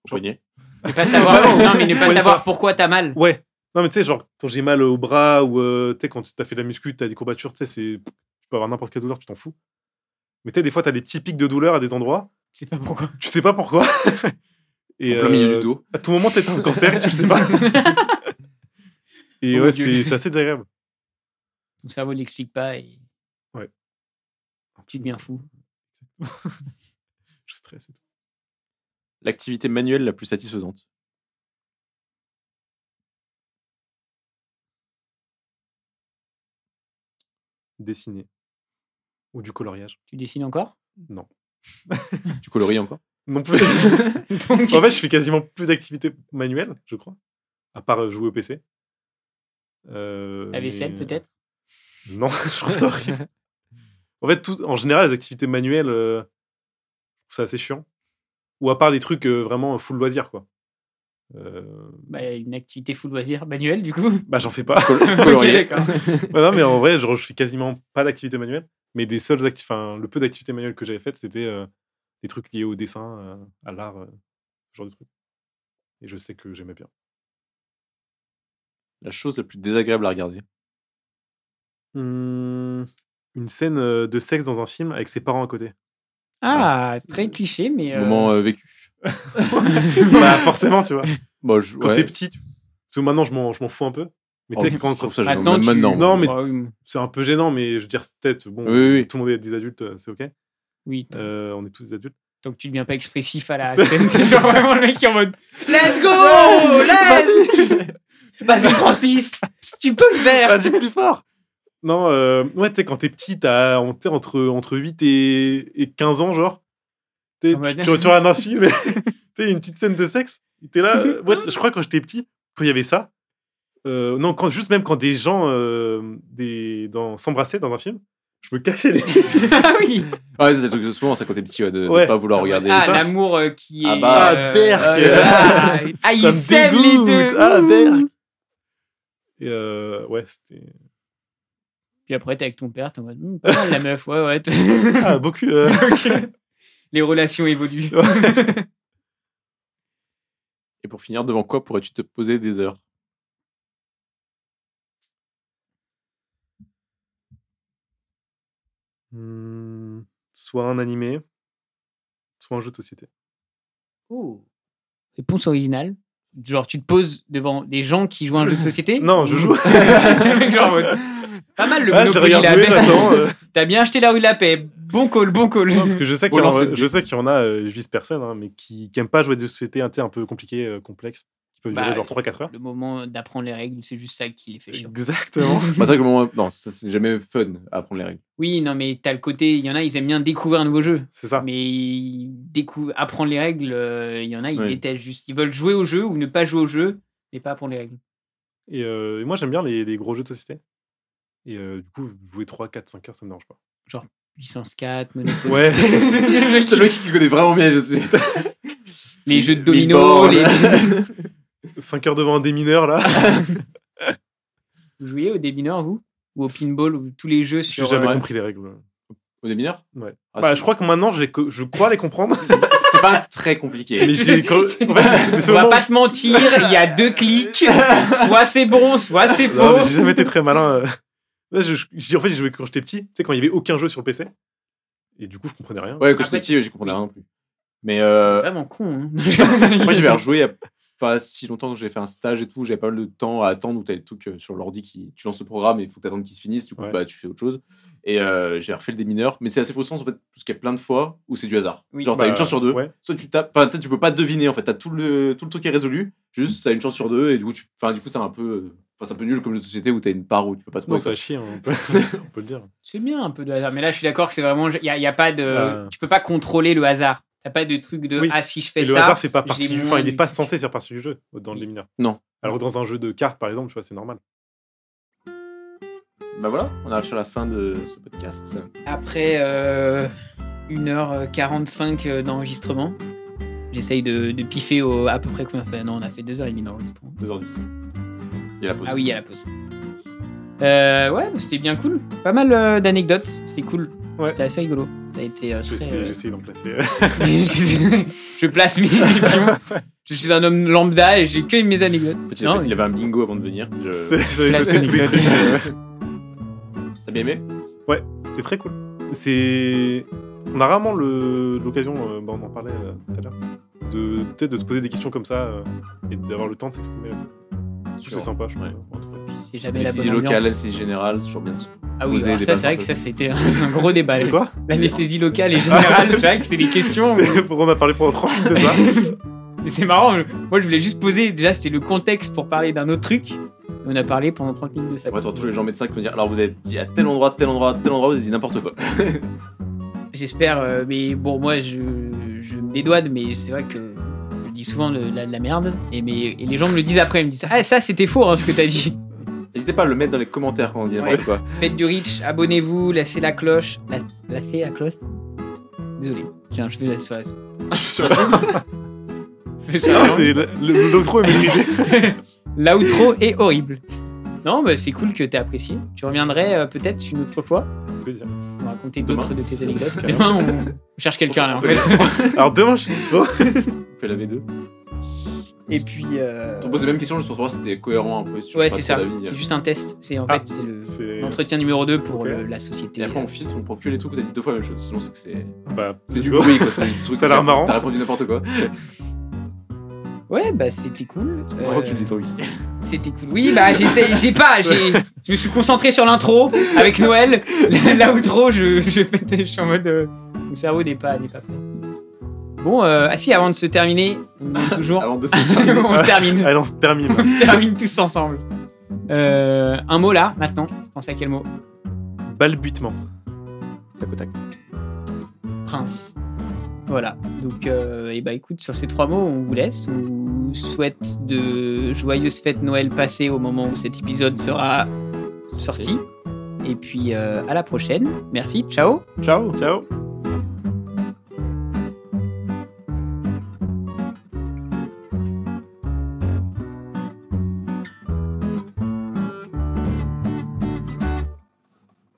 Speaker 3: au poignet.
Speaker 6: Ne pas savoir, non, mais ne pas
Speaker 7: Ouais,
Speaker 6: savoir
Speaker 7: ça.
Speaker 6: pourquoi t'as mal.
Speaker 7: Ouais. Non, mais tu sais, genre, quand j'ai mal au bras ou euh, tu sais, quand tu t'as fait de la muscu, t'as des courbatures, tu sais, c'est- tu peux avoir n'importe quelle douleur, tu t'en fous. Mais tu sais, des fois, t'as des petits pics de douleur à des endroits,
Speaker 6: C'est pas pourquoi.
Speaker 7: tu sais pas pourquoi. Et
Speaker 3: en plein milieu
Speaker 7: euh,
Speaker 3: du dos.
Speaker 7: À tout moment, t'es un cancer et tu le sais pas. Et
Speaker 6: Oh mon
Speaker 7: ouais,
Speaker 6: Dieu.
Speaker 7: c'est c'est assez désagréable.
Speaker 6: Ton cerveau ne l'explique pas et.
Speaker 7: Ouais.
Speaker 6: Tu deviens fou.
Speaker 7: Je stresse et tout.
Speaker 3: L'activité manuelle la plus satisfaisante.
Speaker 7: Dessiner. Ou du coloriage.
Speaker 6: Tu dessines encore
Speaker 3: Tu coloris encore
Speaker 7: Non plus.
Speaker 6: Donc,
Speaker 7: en fait, je fais quasiment plus d'activités manuelles, je crois. À part euh, jouer au PC. Euh,
Speaker 6: La vaisselle,
Speaker 7: mais- euh,
Speaker 6: peut-être
Speaker 7: Non, je trouve ça horrible. En fait, tout, en général, les activités manuelles, euh, je trouve ça assez chiant. Ou à part des trucs euh, vraiment full loisir, quoi. Euh,
Speaker 6: bah, Une activité full loisir manuelle, du coup.
Speaker 7: bah, j'en fais pas.
Speaker 3: Colorier.
Speaker 6: Ok, d'accord.
Speaker 7: Bah Ouais, non, mais en vrai, genre, je fais quasiment pas d'activité manuelle. Mais des seules acti- enfin, le peu d'activités manuelles que j'avais faites, c'était euh, des trucs liés au dessin, euh, à l'art, euh, ce genre de trucs. Et je sais que j'aimais bien.
Speaker 3: La chose la plus désagréable à regarder.
Speaker 7: Hum, une scène euh, de sexe dans un film avec ses parents à côté.
Speaker 6: Ah, très cliché, mais. euh,
Speaker 3: Moment euh, vécu.
Speaker 7: bah, forcément, tu vois.
Speaker 3: Bon, je,
Speaker 7: Quand
Speaker 3: ouais.
Speaker 7: t'es petit, tu- parce que maintenant, je m'en je m'en fous un peu. Mais
Speaker 3: Oh,
Speaker 7: t'es-
Speaker 3: je
Speaker 7: quand-
Speaker 3: trouve ça gênant.
Speaker 6: Maintenant,
Speaker 3: Même
Speaker 6: tu-
Speaker 3: maintenant,
Speaker 7: Non, mais-
Speaker 6: Bah oui,
Speaker 7: c'est un peu gênant, mais je veux dire, peut-être, bon,
Speaker 3: Oui, oui.
Speaker 7: tout le monde est des adultes, euh, c'est OK.
Speaker 6: oui, t-
Speaker 7: Euh, on est tous des adultes.
Speaker 6: tant que tu deviens pas expressif à la
Speaker 7: C'est-
Speaker 6: scène, c'est genre vraiment le mec qui est en mode Let's go Let's- Vas-y, Francis Tu peux le faire
Speaker 7: Vas-y, plus fort Non, euh, ouais, tu sais, quand t'es petit, t'as on- t'sais, entre, entre 8 et, et 15 ans, genre. t'es-
Speaker 6: Ah bah,
Speaker 7: tu, tu regardes un film, t'es une petite scène de sexe. T'es là. euh, ouais, je crois que quand j'étais petit, quand il y avait ça. euh, non, quand, juste même quand des gens euh, des, dans- s'embrassaient dans un film, je me cachais les yeux.
Speaker 6: Ah oui
Speaker 3: Ouais, c'est un truc de souvent, ça quand t'es petit, ouais, de, de
Speaker 7: Ouais.
Speaker 3: pas vouloir regarder.
Speaker 6: Ah,
Speaker 7: ça.
Speaker 6: l'amour euh, qui est.
Speaker 3: Ah bah,
Speaker 6: euh,
Speaker 7: Berk.
Speaker 6: euh, ah, ah, ils
Speaker 7: me
Speaker 6: s'aiment les
Speaker 7: dégoûte.
Speaker 6: deux
Speaker 7: Ah,
Speaker 6: Ouh.
Speaker 7: Berk. Et euh, ouais, c'était.
Speaker 6: Puis après, t'es avec ton père, t'es en mode Hum, pas mal, la meuf, ouais, ouais. t-
Speaker 7: Ah, beaucoup. euh.
Speaker 6: Les relations évoluent.
Speaker 3: Et pour finir, devant quoi pourrais-tu te poser des heures
Speaker 7: Hmm, soit un animé, soit un jeu de société.
Speaker 6: Réponse originale. Genre, tu te poses devant des gens qui jouent à un jeu de société
Speaker 7: Non, je joue.
Speaker 6: T'es le mec genre en mode, Pas mal le
Speaker 7: Ah, je te
Speaker 6: Monopoly,
Speaker 7: regarde
Speaker 6: la
Speaker 7: jouer,
Speaker 6: paix.
Speaker 7: j'attends. euh.
Speaker 6: T'as bien acheté la rue de la paix. Bon call, bon call.
Speaker 7: Non, parce que je sais qu'il y,
Speaker 3: Au
Speaker 7: en
Speaker 3: lancer
Speaker 7: a-
Speaker 3: de
Speaker 7: je sais qu'il y en a, euh, je vise personne, hein, mais qui n'aiment pas jouer de société un, tu sais, un peu compliqué, euh, complexe, qui peut durer
Speaker 6: Bah,
Speaker 7: genre 3-4 heures.
Speaker 6: Le moment d'apprendre les règles, c'est juste ça qui les fait chier.
Speaker 7: Exactement.
Speaker 3: Bah, c'est vrai que le moment- Non, ça, c'est jamais fun à apprendre les règles.
Speaker 6: Oui, non, mais t'as le côté, il y en a, ils aiment bien découvrir un nouveau jeu.
Speaker 7: C'est ça.
Speaker 6: Mais ils décou- apprendre les règles, euh, il y en a, ils
Speaker 3: Oui.
Speaker 6: détestent juste. Ils veulent jouer au jeu ou ne pas jouer au jeu, mais pas apprendre les règles.
Speaker 7: Et, euh, et moi, j'aime bien les, les gros jeux de société. Et euh, du coup, jouer 3, 4, 5 heures, ça me dérange pas.
Speaker 6: Puissance 4, Monopoly.
Speaker 7: Ouais.
Speaker 6: Le mec
Speaker 3: C'est
Speaker 6: qui-
Speaker 3: le mec qui connaît vraiment bien, je suis.
Speaker 6: les jeux de
Speaker 3: Big
Speaker 6: domino,
Speaker 3: Board.
Speaker 6: les...
Speaker 7: 5 heures devant un démineur, là.
Speaker 3: Ah,
Speaker 6: vous jouiez au démineur, vous Ou au pinball, ou tous les jeux
Speaker 7: J'ai
Speaker 6: sur.
Speaker 7: jamais
Speaker 6: euh,
Speaker 7: compris les règles.
Speaker 3: Au des mineurs
Speaker 7: Ouais.
Speaker 3: Ah,
Speaker 7: Bah,
Speaker 3: c'est-
Speaker 7: je crois que maintenant, j'ai co- je crois les comprendre.
Speaker 3: C'est pas- c'est pas très compliqué.
Speaker 7: mais j'ai. co- en fait, c'est ce
Speaker 6: On va
Speaker 7: moment-
Speaker 6: pas te mentir, il y a deux clics. Soit c'est bon, soit c'est
Speaker 7: Non,
Speaker 6: faux.
Speaker 7: mais j'ai jamais été très malin. euh. Ouais, je- je- en fait, j'ai joué quand j'étais petit, tu sais, quand il y avait aucun jeu sur le PC. Et du coup, je comprenais rien.
Speaker 3: Ouais, quand j'étais
Speaker 6: Après-
Speaker 3: petit, j'y comprenais rien non plus. Mais euh,
Speaker 6: Vraiment con. Hein.
Speaker 3: moi, j'avais rejoué il y a pas si longtemps que j'ai fait un stage et tout. J'avais pas mal de temps à attendre où t'as les trucs euh, sur l'ordi qui. Tu lances le programme et il faut que t'attendes qu'il se finisse. Du coup,
Speaker 7: Ouais.
Speaker 3: bah, tu fais autre chose. Et euh, j'ai refait le démineur. Mais c'est assez frustrant en fait, parce qu'il y a plein de fois où c'est du hasard.
Speaker 6: Oui.
Speaker 3: Genre, t'as
Speaker 7: Bah,
Speaker 3: une chance sur deux.
Speaker 7: ouais.
Speaker 3: Soit tu tapes. Enfin, tu sais, tu peux pas deviner en fait. T'as tout le, tout le truc qui est résolu. Juste, t'as une chance sur deux. Et du coup, tu... enfin, du coup, t'as un peu. euh, Enfin, c'est un peu nul comme jeu de société où t'as une part où tu peux pas trouver.
Speaker 7: Non, ça chie, hein, on, peut... on peut le dire.
Speaker 6: C'est bien un peu de hasard, mais là je suis d'accord que c'est vraiment. Il y a, y a pas de.
Speaker 7: Euh.
Speaker 6: Tu peux pas contrôler le hasard. T'as pas de truc de.
Speaker 7: Oui.
Speaker 6: Ah si je fais
Speaker 7: Et le
Speaker 6: ça.
Speaker 7: hasard fait pas partie
Speaker 6: j'ai
Speaker 7: du.
Speaker 6: moins
Speaker 7: Enfin, il n'est
Speaker 6: de-
Speaker 7: pas censé faire partie du jeu dans le démineur.
Speaker 3: Non.
Speaker 7: Alors que dans un jeu de cartes, par exemple, tu vois, c'est normal.
Speaker 3: Bah voilà, on arrive sur la fin de ce podcast.
Speaker 6: Après euh, 1h45 euh, d'enregistrement, j'essaye de, de piffer au, à peu près combien on fait. Non, on a fait 2h30 d'enregistrement.
Speaker 3: 2h10. Il y a la pause.
Speaker 6: Ah oui, il y a la pause. Euh, ouais, c'était bien cool. Pas mal euh, d'anecdotes. C'était cool.
Speaker 7: Ouais.
Speaker 6: C'était assez rigolo. Ça a été euh,
Speaker 7: Je
Speaker 6: très,
Speaker 7: sais-
Speaker 6: euh,
Speaker 7: J'essaie d'en placer.
Speaker 6: je place mes mes pions. Je suis un homme lambda et j'ai que mes anecdotes.
Speaker 3: Petit
Speaker 6: Non,
Speaker 3: rappel, il y avait un bingo avant de venir. Je-
Speaker 7: J'avais
Speaker 6: La
Speaker 7: noté tous les
Speaker 6: scène.
Speaker 7: trucs. euh,
Speaker 3: T'as bien aimé
Speaker 7: C'était très cool. C'est. On a rarement le- l'occasion, euh, bah, on en parlait euh, tout à l'heure, de peut-être de se poser des questions comme ça euh, et d'avoir le temps de s'exprimer. Je trouve
Speaker 3: Sur-
Speaker 7: ça sympa, je trouve.
Speaker 3: ouais.
Speaker 7: en tout cas.
Speaker 6: c'est jamais
Speaker 3: Mais
Speaker 6: la
Speaker 3: si
Speaker 6: bonne
Speaker 3: c'est local,
Speaker 6: ambiance.
Speaker 3: si c'est général, c'est toujours bien. de se-
Speaker 6: Ah oui,
Speaker 3: Poser
Speaker 6: alors
Speaker 3: les
Speaker 6: ça
Speaker 3: bases
Speaker 6: c'est vrai
Speaker 3: un
Speaker 6: que
Speaker 3: peu.
Speaker 6: ça c'était un, un gros débat.
Speaker 7: C'est quoi
Speaker 6: L'anesthésie locale et générale, c'est vrai que c'est des questions. mais-
Speaker 7: C'est- On a parlé pendant 30 minutes de ça.
Speaker 6: Mais c'est marrant, je- moi je voulais juste poser, déjà c'était le contexte pour parler d'un autre truc. Et on a parlé pendant 30 minutes de ça.
Speaker 3: Après, t'auras tous les gens médecins qui vont dire alors vous avez dit à tel endroit, tel endroit, tel endroit, vous avez dit n'importe quoi.
Speaker 6: J'espère, euh, mais bon, moi je, je me dédouane, mais c'est vrai que je dis souvent de la, de la merde. Et, mais, et les gens me le disent après, ils me disent Ah, ça c'était faux hein, ce que t'as dit.
Speaker 3: N'hésitez pas à le mettre dans les commentaires quand on dit n'importe quoi.
Speaker 6: Faites du reach, abonnez-vous, lâchez la cloche. La, lâchez la cloche Désolé, j'ai un cheveu sur la Je fais sur la hein.
Speaker 7: C'est- Ah, le- le- L'outro est maîtrisé.
Speaker 6: langue. L'outro est horrible. Non, bah, c'est cool que t'aies apprécié. Tu reviendrais euh, peut-être une autre fois.
Speaker 7: Plaisir.
Speaker 6: On va raconter
Speaker 3: Demain.
Speaker 6: d'autres de tes anecdotes.
Speaker 7: Carrément.
Speaker 6: Demain, on on cherche quelqu'un là. en
Speaker 3: On
Speaker 6: fait.
Speaker 3: fait-
Speaker 7: Alors demain, je suis dispo.
Speaker 6: Euh,
Speaker 3: on fait la V2.
Speaker 6: Et puis. euh,
Speaker 3: On pose les mêmes questions juste pour savoir si c'était cohérent un peu. si tu
Speaker 6: Ouais,
Speaker 3: parles
Speaker 6: c'est ça.
Speaker 3: de la vie.
Speaker 6: C'est juste un test. C'est en
Speaker 7: Ah,
Speaker 6: fait c'est le-
Speaker 7: C'est.
Speaker 6: l'entretien numéro 2 pour
Speaker 7: Ok.
Speaker 6: le- la société.
Speaker 3: euh, Et après, on filtre, on prend que les trucs où t'as dit deux fois la même chose. Sinon, c'est que c'est.
Speaker 7: Bah,
Speaker 3: C'est du
Speaker 7: go.
Speaker 3: bruit, quoi. C'est du truc.
Speaker 7: Ça a l'air
Speaker 3: que t'as-
Speaker 7: marrant.
Speaker 3: T'as répondu n'importe quoi.
Speaker 6: Ouais, bah c'était cool.
Speaker 3: Pourquoi
Speaker 6: Euh,
Speaker 3: tu le dis toi aussi
Speaker 6: C'était cool. Oui, bah j'essaie, j'ai pas, j'ai, je me suis concentré sur l'intro avec Noël. L'outro, je, je, fais- je suis en mode, euh, mon cerveau n'est pas, n'est pas prêt. Bon, euh, ah si, avant de se terminer, on demande toujours,
Speaker 3: Avant de se
Speaker 6: on se termine,
Speaker 7: Allez, on se termine.
Speaker 6: on se termine tous ensemble. Euh, un mot là, maintenant. Je pense à quel mot
Speaker 7: Balbutement.
Speaker 3: Tac au tac.
Speaker 6: Prince. Voilà. Donc, et bah écoute, sur ces trois mots, on vous laisse. On vous souhaite de joyeuses fêtes Noël passées au moment où cet épisode sera sorti. Et puis, euh, à la prochaine. Merci. Ciao.
Speaker 7: Ciao. Ciao.